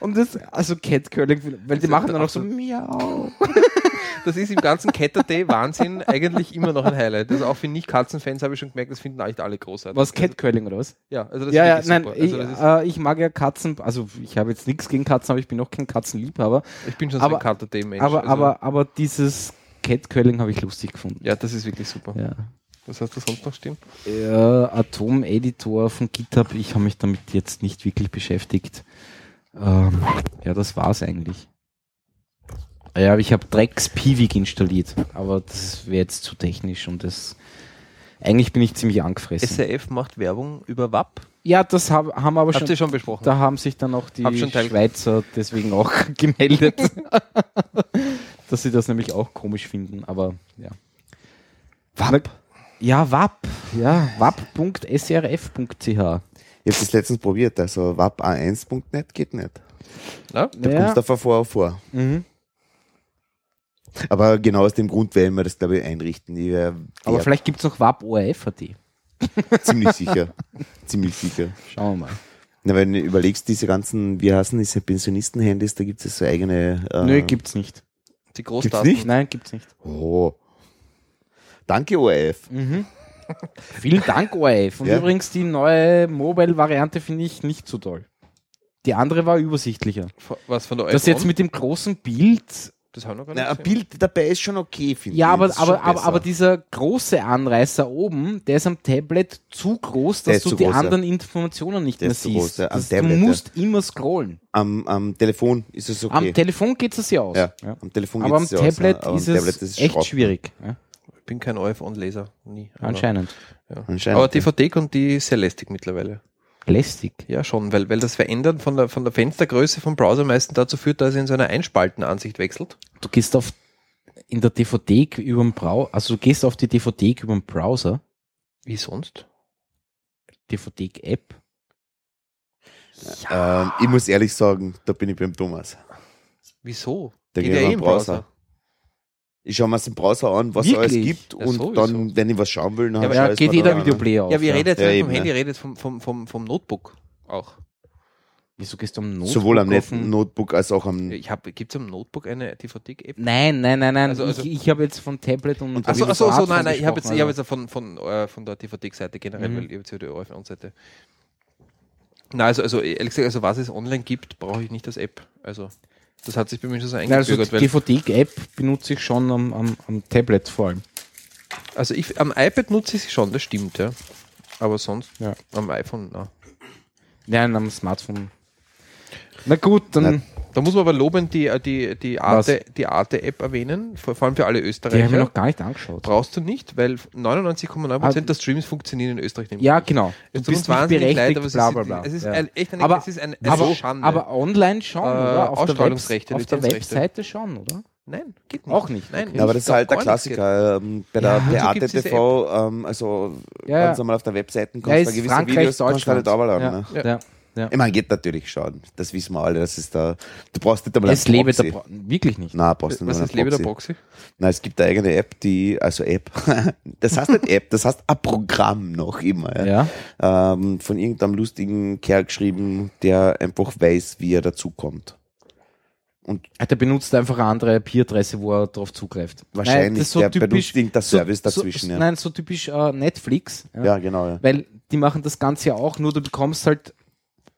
Speaker 2: Und das, also Catcurling, weil die machen dann auch so miau.
Speaker 4: Das ist im ganzen Catter-Day-Wahnsinn eigentlich immer noch ein Highlight. Also auch für Nicht-Katzen-Fans habe ich schon gemerkt, das finden eigentlich alle großartig. Also,
Speaker 2: Was Catcurling oder was?
Speaker 4: Ja, also das
Speaker 2: ja, ja,
Speaker 4: wirklich
Speaker 2: nein,
Speaker 4: super.
Speaker 2: ich,
Speaker 4: Also das ist,
Speaker 2: äh, ich mag ja Katzen, also ich habe jetzt nichts gegen Katzen, aber ich bin auch kein Katzenliebhaber.
Speaker 4: ich bin schon
Speaker 2: aber-
Speaker 4: so ein Catter-Day-Mensch.
Speaker 2: aber,
Speaker 4: also,
Speaker 2: aber, aber dieses Catcurling habe ich lustig gefunden.
Speaker 4: Ja, das ist wirklich super.
Speaker 2: Ja.
Speaker 4: Was hast du sonst noch stehen?
Speaker 2: Ja, Atom-Editor von GitHub, ich habe mich damit jetzt nicht wirklich beschäftigt. Ähm, ja, das war's eigentlich. Ah Ja, ich habe Drex Piwik installiert, aber das wäre jetzt zu technisch und das. Eigentlich bin ich ziemlich angefressen.
Speaker 4: SRF macht Werbung über WAP.
Speaker 2: ja, das hab, haben wir aber schon.
Speaker 4: Habt ihr schon besprochen?
Speaker 2: Da haben sich dann auch die
Speaker 4: Hab schon teil-
Speaker 2: Schweizer deswegen auch *laughs* gemeldet, dass sie das nämlich auch komisch finden, aber ja. WAP. Ja, WAP. Ja, WAP.srf.ch.
Speaker 3: Ich habe das letztens probiert. Also wab1.net geht nicht.
Speaker 4: Na?
Speaker 3: Da
Speaker 2: Ja.
Speaker 3: kommst du davor vor, vor.
Speaker 2: Mhm.
Speaker 3: Aber genau aus dem Grund werden wir das, glaube ich, einrichten. Ich wäre
Speaker 2: Aber
Speaker 3: wär
Speaker 2: vielleicht gibt es noch WAP.orf.at.
Speaker 3: ziemlich sicher. *laughs* ziemlich sicher.
Speaker 2: Schauen wir mal.
Speaker 3: Na, wenn du überlegst, diese ganzen, wie heißen diese Pensionisten-Handys, da gibt es so eigene. Äh,
Speaker 2: Nö, gibt's nicht.
Speaker 4: Die
Speaker 3: Gibt's
Speaker 4: Großdaten.
Speaker 3: nicht?
Speaker 2: Nein, gibt's nicht.
Speaker 3: Oh. Danke, ORF.
Speaker 2: Mhm. *laughs* Vielen Dank, ORF. Und
Speaker 3: Ja.
Speaker 2: übrigens, die neue Mobile-Variante finde ich nicht so toll. Die andere war übersichtlicher.
Speaker 4: Von- Was von der
Speaker 2: Das
Speaker 4: iPhone?
Speaker 2: jetzt mit dem großen Bild
Speaker 4: Das haben wir noch gar
Speaker 3: Na, ein
Speaker 4: nicht gesehen.
Speaker 3: Bild dabei ist schon okay, finde
Speaker 2: Ja,
Speaker 3: ich.
Speaker 2: aber,
Speaker 3: Das ist schon
Speaker 2: aber, aber,
Speaker 3: besser.
Speaker 2: aber dieser große Anreißer oben, der ist am Tablet zu groß,
Speaker 3: Der
Speaker 2: dass
Speaker 3: ist
Speaker 2: du
Speaker 3: zu
Speaker 2: die
Speaker 3: groß, ja.
Speaker 2: anderen Informationen nicht
Speaker 3: Der
Speaker 2: mehr
Speaker 3: ist zu
Speaker 2: siehst.
Speaker 3: groß, ja, am
Speaker 2: das, du
Speaker 3: Tablet, ja.
Speaker 2: musst immer scrollen.
Speaker 3: am, am Telefon ist es okay.
Speaker 2: Am Telefon geht es ja aus.
Speaker 3: ja,
Speaker 2: Ja.
Speaker 3: am Telefon
Speaker 2: Aber am
Speaker 3: geht's ja aus, ne?
Speaker 2: Tablet,
Speaker 3: aber am
Speaker 2: ist es
Speaker 3: Tablet
Speaker 2: echt
Speaker 3: Schrott. Genau.
Speaker 2: schwierig. Ja.
Speaker 4: Ich bin kein OF-On-Leser. Nie. Aber-
Speaker 2: Anscheinend.
Speaker 4: Ja.
Speaker 3: Anscheinend,
Speaker 4: Aber
Speaker 3: ja.
Speaker 4: DVD und die ist sehr lästig mittlerweile.
Speaker 2: Lästig.
Speaker 4: Ja, schon, weil, weil das Verändern von der, von der Fenstergröße vom Browser meistens dazu führt, dass er in so einer Einspaltenansicht wechselt.
Speaker 2: Du gehst auf in der DVD über den Browser, also du gehst auf die DVD über den Browser.
Speaker 4: Wie sonst?
Speaker 2: DVD-App.
Speaker 3: Ähm, ich muss ehrlich sagen, da bin ich beim Thomas.
Speaker 4: Wieso?
Speaker 3: Da gehe ich
Speaker 4: eh
Speaker 3: in den Browser. Ich schaue mir das im Browser an, was es alles
Speaker 2: Wirklich?
Speaker 3: gibt
Speaker 4: Ja,
Speaker 3: und
Speaker 4: sowieso.
Speaker 3: dann, wenn ich was schauen will, dann
Speaker 4: Ja,
Speaker 3: hab
Speaker 4: aber
Speaker 3: ich
Speaker 2: Ja,
Speaker 3: alles
Speaker 2: geht
Speaker 3: mal
Speaker 2: jeder
Speaker 3: da an.
Speaker 2: Videoplayer auf.
Speaker 4: Ja, wir reden jetzt
Speaker 3: Ja,
Speaker 4: nicht vom
Speaker 3: eben,
Speaker 4: Handy,
Speaker 3: ja.
Speaker 4: ihr redet vom, vom, vom, vom Notebook auch.
Speaker 2: Wieso gehst du am Notebook?
Speaker 3: Sowohl am
Speaker 2: auf
Speaker 3: Net
Speaker 2: den-
Speaker 3: Notebook als auch am.
Speaker 4: Ich hab, gibt's am Notebook eine DVD-App?
Speaker 2: Nein, nein, nein, nein.
Speaker 4: Also- also-
Speaker 2: ich ich habe jetzt von Tablet und
Speaker 3: Und-
Speaker 4: Achso,
Speaker 2: und
Speaker 4: achso, achso,
Speaker 2: Smartphone
Speaker 4: nein, nein, ich habe jetzt,
Speaker 2: gesprochen,
Speaker 4: ich hab
Speaker 2: also.
Speaker 4: jetzt von, von, äh, von der DVD-Seite generell,
Speaker 2: Mhm.
Speaker 4: weil ich habe jetzt ja die ORF-Seite. Nein, also, also ehrlich gesagt, also was es online gibt, brauche ich nicht als App. Also das hat sich bei mir schon so
Speaker 2: Nein, also
Speaker 4: eingebürgert.
Speaker 2: die
Speaker 4: weil,
Speaker 2: DVD-App benutze ich schon am, am, am Tablet vor allem.
Speaker 4: also ich, am iPad nutze ich sie schon, das stimmt, ja. Aber sonst
Speaker 2: Ja.
Speaker 4: am iPhone, na.
Speaker 2: Nein, am Smartphone. Na gut, dann.
Speaker 4: Da muss man aber lobend die, äh, die, die
Speaker 2: Was?
Speaker 4: Arte-App die Arte App erwähnen, vor, vor allem für alle
Speaker 2: die haben wir
Speaker 4: Österreicher.
Speaker 2: noch gar nicht angeschaut.
Speaker 4: Brauchst du nicht, weil 99,9%
Speaker 2: Ah,
Speaker 4: der Streams funktionieren in Österreich nicht.
Speaker 2: Ja, genau. Du
Speaker 4: Es tut uns
Speaker 2: bist nicht
Speaker 4: wahnsinnig
Speaker 2: berechtigt,
Speaker 4: leid, aber es
Speaker 2: bla
Speaker 4: ist-
Speaker 2: bla bla.
Speaker 4: es ist
Speaker 2: ja.
Speaker 4: ein- echt eine-
Speaker 2: aber,
Speaker 4: es ist ein- es
Speaker 2: aber,
Speaker 4: ist Schande.
Speaker 2: aber online schon,
Speaker 4: Äh,
Speaker 2: oder? Auf der, Webs
Speaker 4: Ausstrahlungsrechte,
Speaker 2: auf der
Speaker 4: Lizenzrechte.
Speaker 2: Webseite schon, oder?
Speaker 4: Nein, geht
Speaker 2: Auch nicht,
Speaker 4: Nein,
Speaker 2: okay.
Speaker 3: Ja, aber das ist halt der
Speaker 4: gar nichts geht.
Speaker 3: Klassiker. Ähm, bei der
Speaker 2: Ja,
Speaker 3: bei
Speaker 4: wozu gibt's
Speaker 3: Arte
Speaker 4: diese
Speaker 3: TV, ähm, also
Speaker 2: Ja, ja.
Speaker 3: ganz normal auf der Webseite
Speaker 2: Ja,
Speaker 3: kannst du
Speaker 2: ist
Speaker 3: gewisse
Speaker 2: Frankreich,
Speaker 3: Videos kannst du
Speaker 2: Deutschland.
Speaker 3: halt runterladen.
Speaker 2: Ja.
Speaker 3: Ne?
Speaker 4: Ja.
Speaker 2: Ja. Ja.
Speaker 3: Ich meine, geht natürlich schon. Das wissen wir alle. Das ist da. Du brauchst nicht einmal
Speaker 2: Es
Speaker 3: einen
Speaker 2: lebe der
Speaker 3: Proxy.
Speaker 2: Bra wirklich nicht.
Speaker 3: Nein, brauchst nicht
Speaker 4: Was
Speaker 3: einmal
Speaker 4: ist Lebe der
Speaker 3: einen Proxy.
Speaker 4: Proxy?
Speaker 3: Nein, es gibt eine eigene App, die, also App. *laughs* Das heißt nicht App, das heißt ein Programm noch immer. Ja.
Speaker 2: Ja.
Speaker 3: Ähm, von irgendeinem lustigen Kerl geschrieben, der einfach weiß, wie er dazukommt. Und
Speaker 2: Ah, Der benutzt einfach eine andere IP-Adresse, wo er drauf zugreift.
Speaker 3: wahrscheinlich
Speaker 2: das ist so
Speaker 3: der
Speaker 2: typisch,
Speaker 3: benutzt irgendein
Speaker 2: so-
Speaker 3: Service dazwischen.
Speaker 2: So,
Speaker 3: ja.
Speaker 2: Nein, so typisch äh, Netflix. Ja.
Speaker 3: ja, genau. Ja.
Speaker 2: Weil die machen das Ganze ja auch, nur du bekommst halt,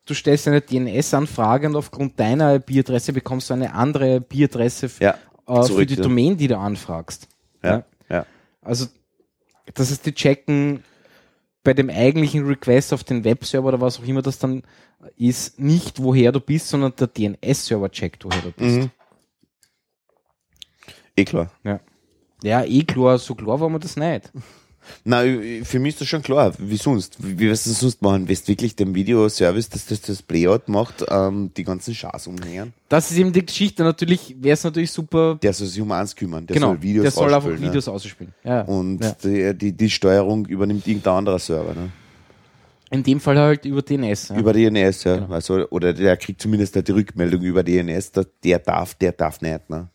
Speaker 2: du stellst eine DNS-Anfrage und aufgrund deiner IP-Adresse bekommst du eine andere IP-Adresse f-
Speaker 3: Ja,
Speaker 2: äh, für
Speaker 3: zurück,
Speaker 2: die
Speaker 3: ja.
Speaker 2: Domain, die du anfragst.
Speaker 3: ja, ja.
Speaker 2: Also, das ist die checken bei dem eigentlichen Request auf den Webserver oder was auch immer das dann ist, nicht woher du bist, sondern der DNS-Server checkt, woher du bist.
Speaker 3: Mhm. Eh klar.
Speaker 2: Ja, eh klar, so klar war mir das nicht.
Speaker 3: Nein, für mich ist das schon klar. Wie sonst? Wie wie wirst du das sonst machen? Wirst wirklich dem Videoservice, dass das das Playout macht, ähm, die ganzen Schas umhängen?
Speaker 2: Das ist eben die Geschichte. Natürlich wäre es natürlich super,
Speaker 3: Der soll sich um eins kümmern. Der
Speaker 2: genau,
Speaker 3: soll Videos
Speaker 2: der soll einfach
Speaker 3: ausspielen,
Speaker 2: Videos ausspielen. Ja.
Speaker 3: Ne? Und
Speaker 2: ja.
Speaker 3: die, die, die Steuerung übernimmt irgendein anderer Server. Ne?
Speaker 2: In dem Fall halt über DNS. Ja. Genau.
Speaker 3: Über DNS, ja. Also, oder der kriegt zumindest halt die Rückmeldung über DNS, dass der darf, der darf nicht. Ne?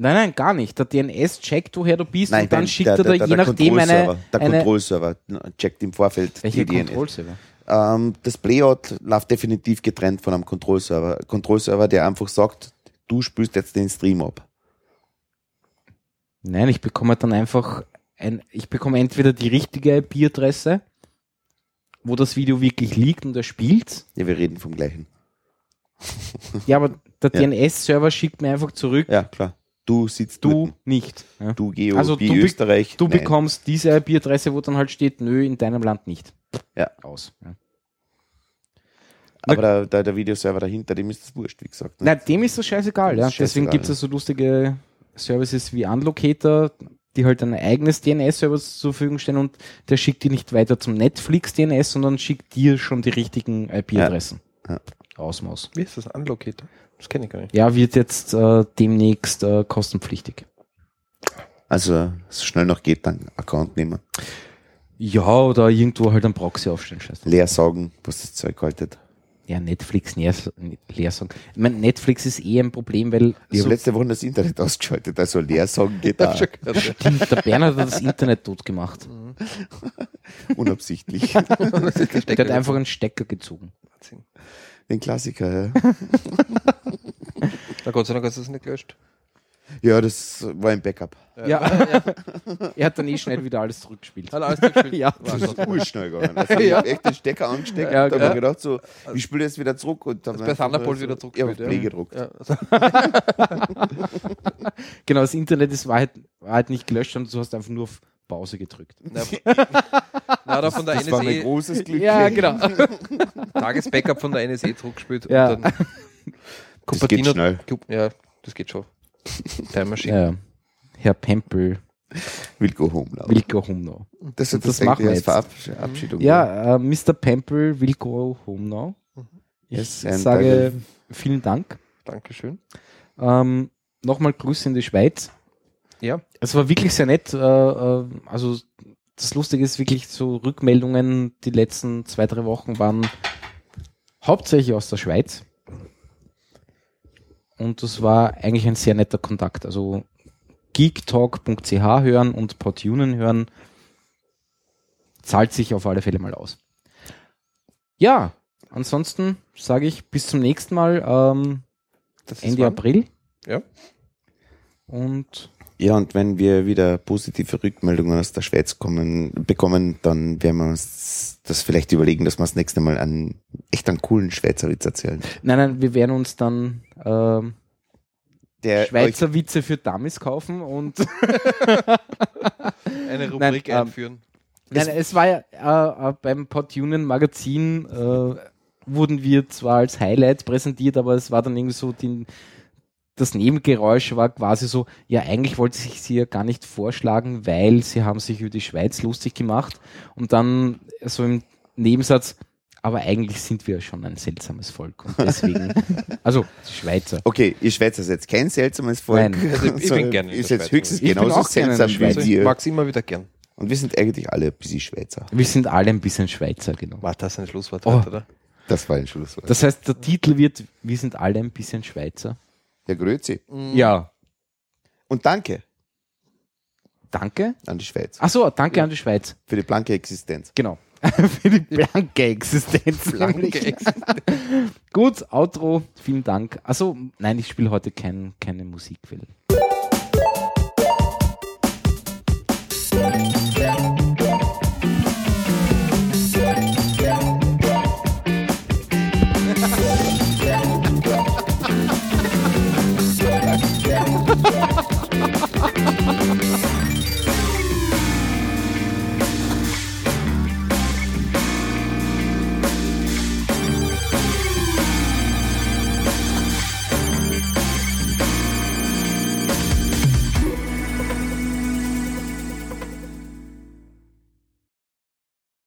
Speaker 2: nein, nein, gar nicht. Der DNS checkt, woher du bist und dann
Speaker 3: nein,
Speaker 2: schickt er dir je nachdem
Speaker 3: Control-Server,
Speaker 2: eine.
Speaker 3: Der
Speaker 2: eine
Speaker 3: Control-Server ne, checkt im Vorfeld
Speaker 2: welche
Speaker 3: die DNS.
Speaker 2: Control-Server?
Speaker 3: Ähm, das Playout läuft definitiv getrennt von einem Control-Server. Control-Server, der einfach sagt, du spülst jetzt den Stream ab.
Speaker 2: Nein, ich bekomme dann einfach ein, ich bekomme entweder die richtige IP-Adresse, wo das Video wirklich liegt und er
Speaker 3: *laughs*
Speaker 2: spielt.
Speaker 3: Ja, wir reden vom gleichen.
Speaker 2: Ja, aber der
Speaker 3: Ja.
Speaker 2: DNS-Server schickt mir einfach zurück,
Speaker 3: Ja, klar. Du sitzt
Speaker 2: du
Speaker 3: mitten.
Speaker 2: nicht. Ja.
Speaker 3: du Geo,
Speaker 2: Also
Speaker 3: B
Speaker 2: du be-
Speaker 3: Österreich.
Speaker 2: Du
Speaker 3: Nein.
Speaker 2: bekommst diese IP-Adresse, wo dann halt steht, nö, in deinem Land nicht.
Speaker 3: Ja.
Speaker 2: Aus. Ja.
Speaker 3: Aber der, der, der Videoserver dahinter, dem ist das wurscht, wie gesagt. ne?
Speaker 2: Na, dem ist das scheißegal.
Speaker 3: Dem ist
Speaker 2: Ja.
Speaker 3: scheißegal,
Speaker 2: Deswegen gibt es ja so lustige Services wie Unlocator, die halt ein eigenes DNS-Server zur Verfügung stellen und der schickt die nicht weiter zum Netflix-DNS, sondern schickt dir schon die richtigen IP-Adressen.
Speaker 3: Ja. Ja.
Speaker 2: Ausmaß.
Speaker 4: Wie ist das? Unlocator? Das kenne ich gar nicht.
Speaker 2: Ja, wird jetzt äh, demnächst äh, kostenpflichtig.
Speaker 3: Also, so schnell noch geht, dann Account nehmen.
Speaker 2: Ja, oder irgendwo halt einen Proxy aufstellen, scheiße.
Speaker 3: Leer saugen, was das Zeug haltet.
Speaker 2: Ja, Netflix näher- leer sagen. Ich meine, Netflix ist eh ein Problem, weil
Speaker 3: Ich
Speaker 2: so
Speaker 3: habe letzte Woche das Internet *laughs* ausgeschaltet, also leer saugen geht da
Speaker 2: *laughs* stimmt, der Bernhard hat das Internet tot gemacht.
Speaker 3: *laughs* unabsichtlich.
Speaker 2: Der hat einfach einen Stecker gezogen.
Speaker 3: Den Klassiker, ja.
Speaker 4: *laughs* Na Gott sei Dank hast du es nicht gelöscht.
Speaker 3: Ja, das war ein Backup.
Speaker 2: *laughs* Ja. er hat dann eh schnell wieder alles zurückgespielt.
Speaker 4: Hat er alles
Speaker 2: *laughs*
Speaker 4: gespielt?
Speaker 2: Ja.
Speaker 3: Das ist urschnell gegangen. Also ich hab echt den Stecker angesteckt
Speaker 2: Ja,
Speaker 3: und dann
Speaker 2: ja.
Speaker 3: hab ich gedacht, so, ich spiele jetzt wieder zurück und dann
Speaker 4: Hast bei Thunderbolt wieder
Speaker 3: Ich hab
Speaker 4: zurückgespielt,
Speaker 3: auf
Speaker 4: ja.
Speaker 3: Play gedruckt.
Speaker 4: Ja, also,
Speaker 2: Genau, das Internet ist war halt, war halt nicht gelöscht und du hast einfach nur auf Pause gedrückt.
Speaker 4: na, von- *laughs* na, da von der
Speaker 3: Das war mein
Speaker 4: NSE,
Speaker 3: großes Glück.
Speaker 2: genau. *laughs*
Speaker 4: Tagesbackup von der NSE zurückgespielt. und
Speaker 2: Ja.
Speaker 4: dann-
Speaker 3: Das geht schnell.
Speaker 4: Ja, das geht schon. Time Machine.
Speaker 2: Ja. Herr Pempel,
Speaker 3: Will go home now.
Speaker 2: Wilko Humnau.
Speaker 3: Das,
Speaker 2: das machen wir
Speaker 3: wir als
Speaker 2: jetzt.
Speaker 3: Verabsch- Verabschiedung.
Speaker 2: Ja, äh, Mr. Pempel, Wilko Humnau. Ich
Speaker 3: Yes, and
Speaker 2: sage vielen Dank.
Speaker 4: Dankeschön.
Speaker 2: Ähm, Nochmal Grüße in die Schweiz.
Speaker 4: Ja.
Speaker 2: Es war wirklich sehr nett. Äh, äh, also das Lustige ist wirklich so Rückmeldungen, die letzten zwei, drei Wochen waren hauptsächlich aus der Schweiz. Und das war eigentlich ein sehr netter Kontakt. Also geektalk.ch hören und Portunen hören zahlt sich auf alle Fälle mal aus. Ja, ansonsten sage ich bis zum nächsten Mal, ähm,
Speaker 4: Das ist
Speaker 2: Ende
Speaker 4: wann?
Speaker 2: April.
Speaker 4: Ja.
Speaker 2: Und
Speaker 3: Ja, und wenn wir wieder positive Rückmeldungen aus der Schweiz kommen, bekommen, dann werden wir uns das vielleicht überlegen, dass wir das nächste Mal einen echt einen coolen Schweizer Witz erzählen.
Speaker 2: nein, nein, wir werden uns dann ähm,
Speaker 4: Äh,
Speaker 3: Der
Speaker 2: Schweizer Witze für Dummies kaufen und
Speaker 4: Eine
Speaker 2: Nein,
Speaker 4: Rubrik
Speaker 2: ähm,
Speaker 4: einführen.
Speaker 2: Nein, es war ja äh, äh, beim Portunen Magazin äh, wurden wir zwar als Highlight präsentiert, aber es war dann irgendwie so die, das Nebengeräusch war quasi so, ja eigentlich wollte ich sie ja gar nicht vorschlagen, weil sie haben sich über die Schweiz lustig gemacht und dann so im Nebensatz, aber eigentlich sind wir schon ein seltsames Volk und deswegen, also die Schweizer.
Speaker 3: Okay, ihr Schweizer seid jetzt kein seltsames Volk. *laughs*
Speaker 2: Nein.
Speaker 4: Also ich bin
Speaker 3: sondern
Speaker 4: gerne in
Speaker 3: Ist
Speaker 4: der
Speaker 3: jetzt
Speaker 4: Schweiz.
Speaker 3: höchstens
Speaker 2: Ich bin
Speaker 3: genauso
Speaker 2: auch gerne in der
Speaker 3: seltsam
Speaker 2: Schweiz.
Speaker 3: wie
Speaker 4: Also, Ich
Speaker 3: wir.
Speaker 4: mag's immer wieder gern.
Speaker 3: Und wir sind eigentlich alle ein bisschen Schweizer.
Speaker 2: Wir sind alle ein bisschen Schweizer, genau.
Speaker 4: War das ein Schlusswort
Speaker 2: Oh.
Speaker 4: heute, oder?
Speaker 3: Das war ein Schlusswort.
Speaker 2: Das heißt, der Titel wird, wir sind alle ein bisschen Schweizer.
Speaker 3: Der Grözi.
Speaker 2: Ja,
Speaker 3: Und danke
Speaker 2: danke.
Speaker 3: an die Schweiz
Speaker 2: Ach so, danke an die Schweiz.
Speaker 3: für die blanke Existenz.
Speaker 2: Genau. *laughs* Für die blanke Existenz.
Speaker 4: Blanke
Speaker 2: Gut, Outro, vielen Dank. Also, nein, ich spiele heute kein, keine Musik. Will.
Speaker 1: Yeah.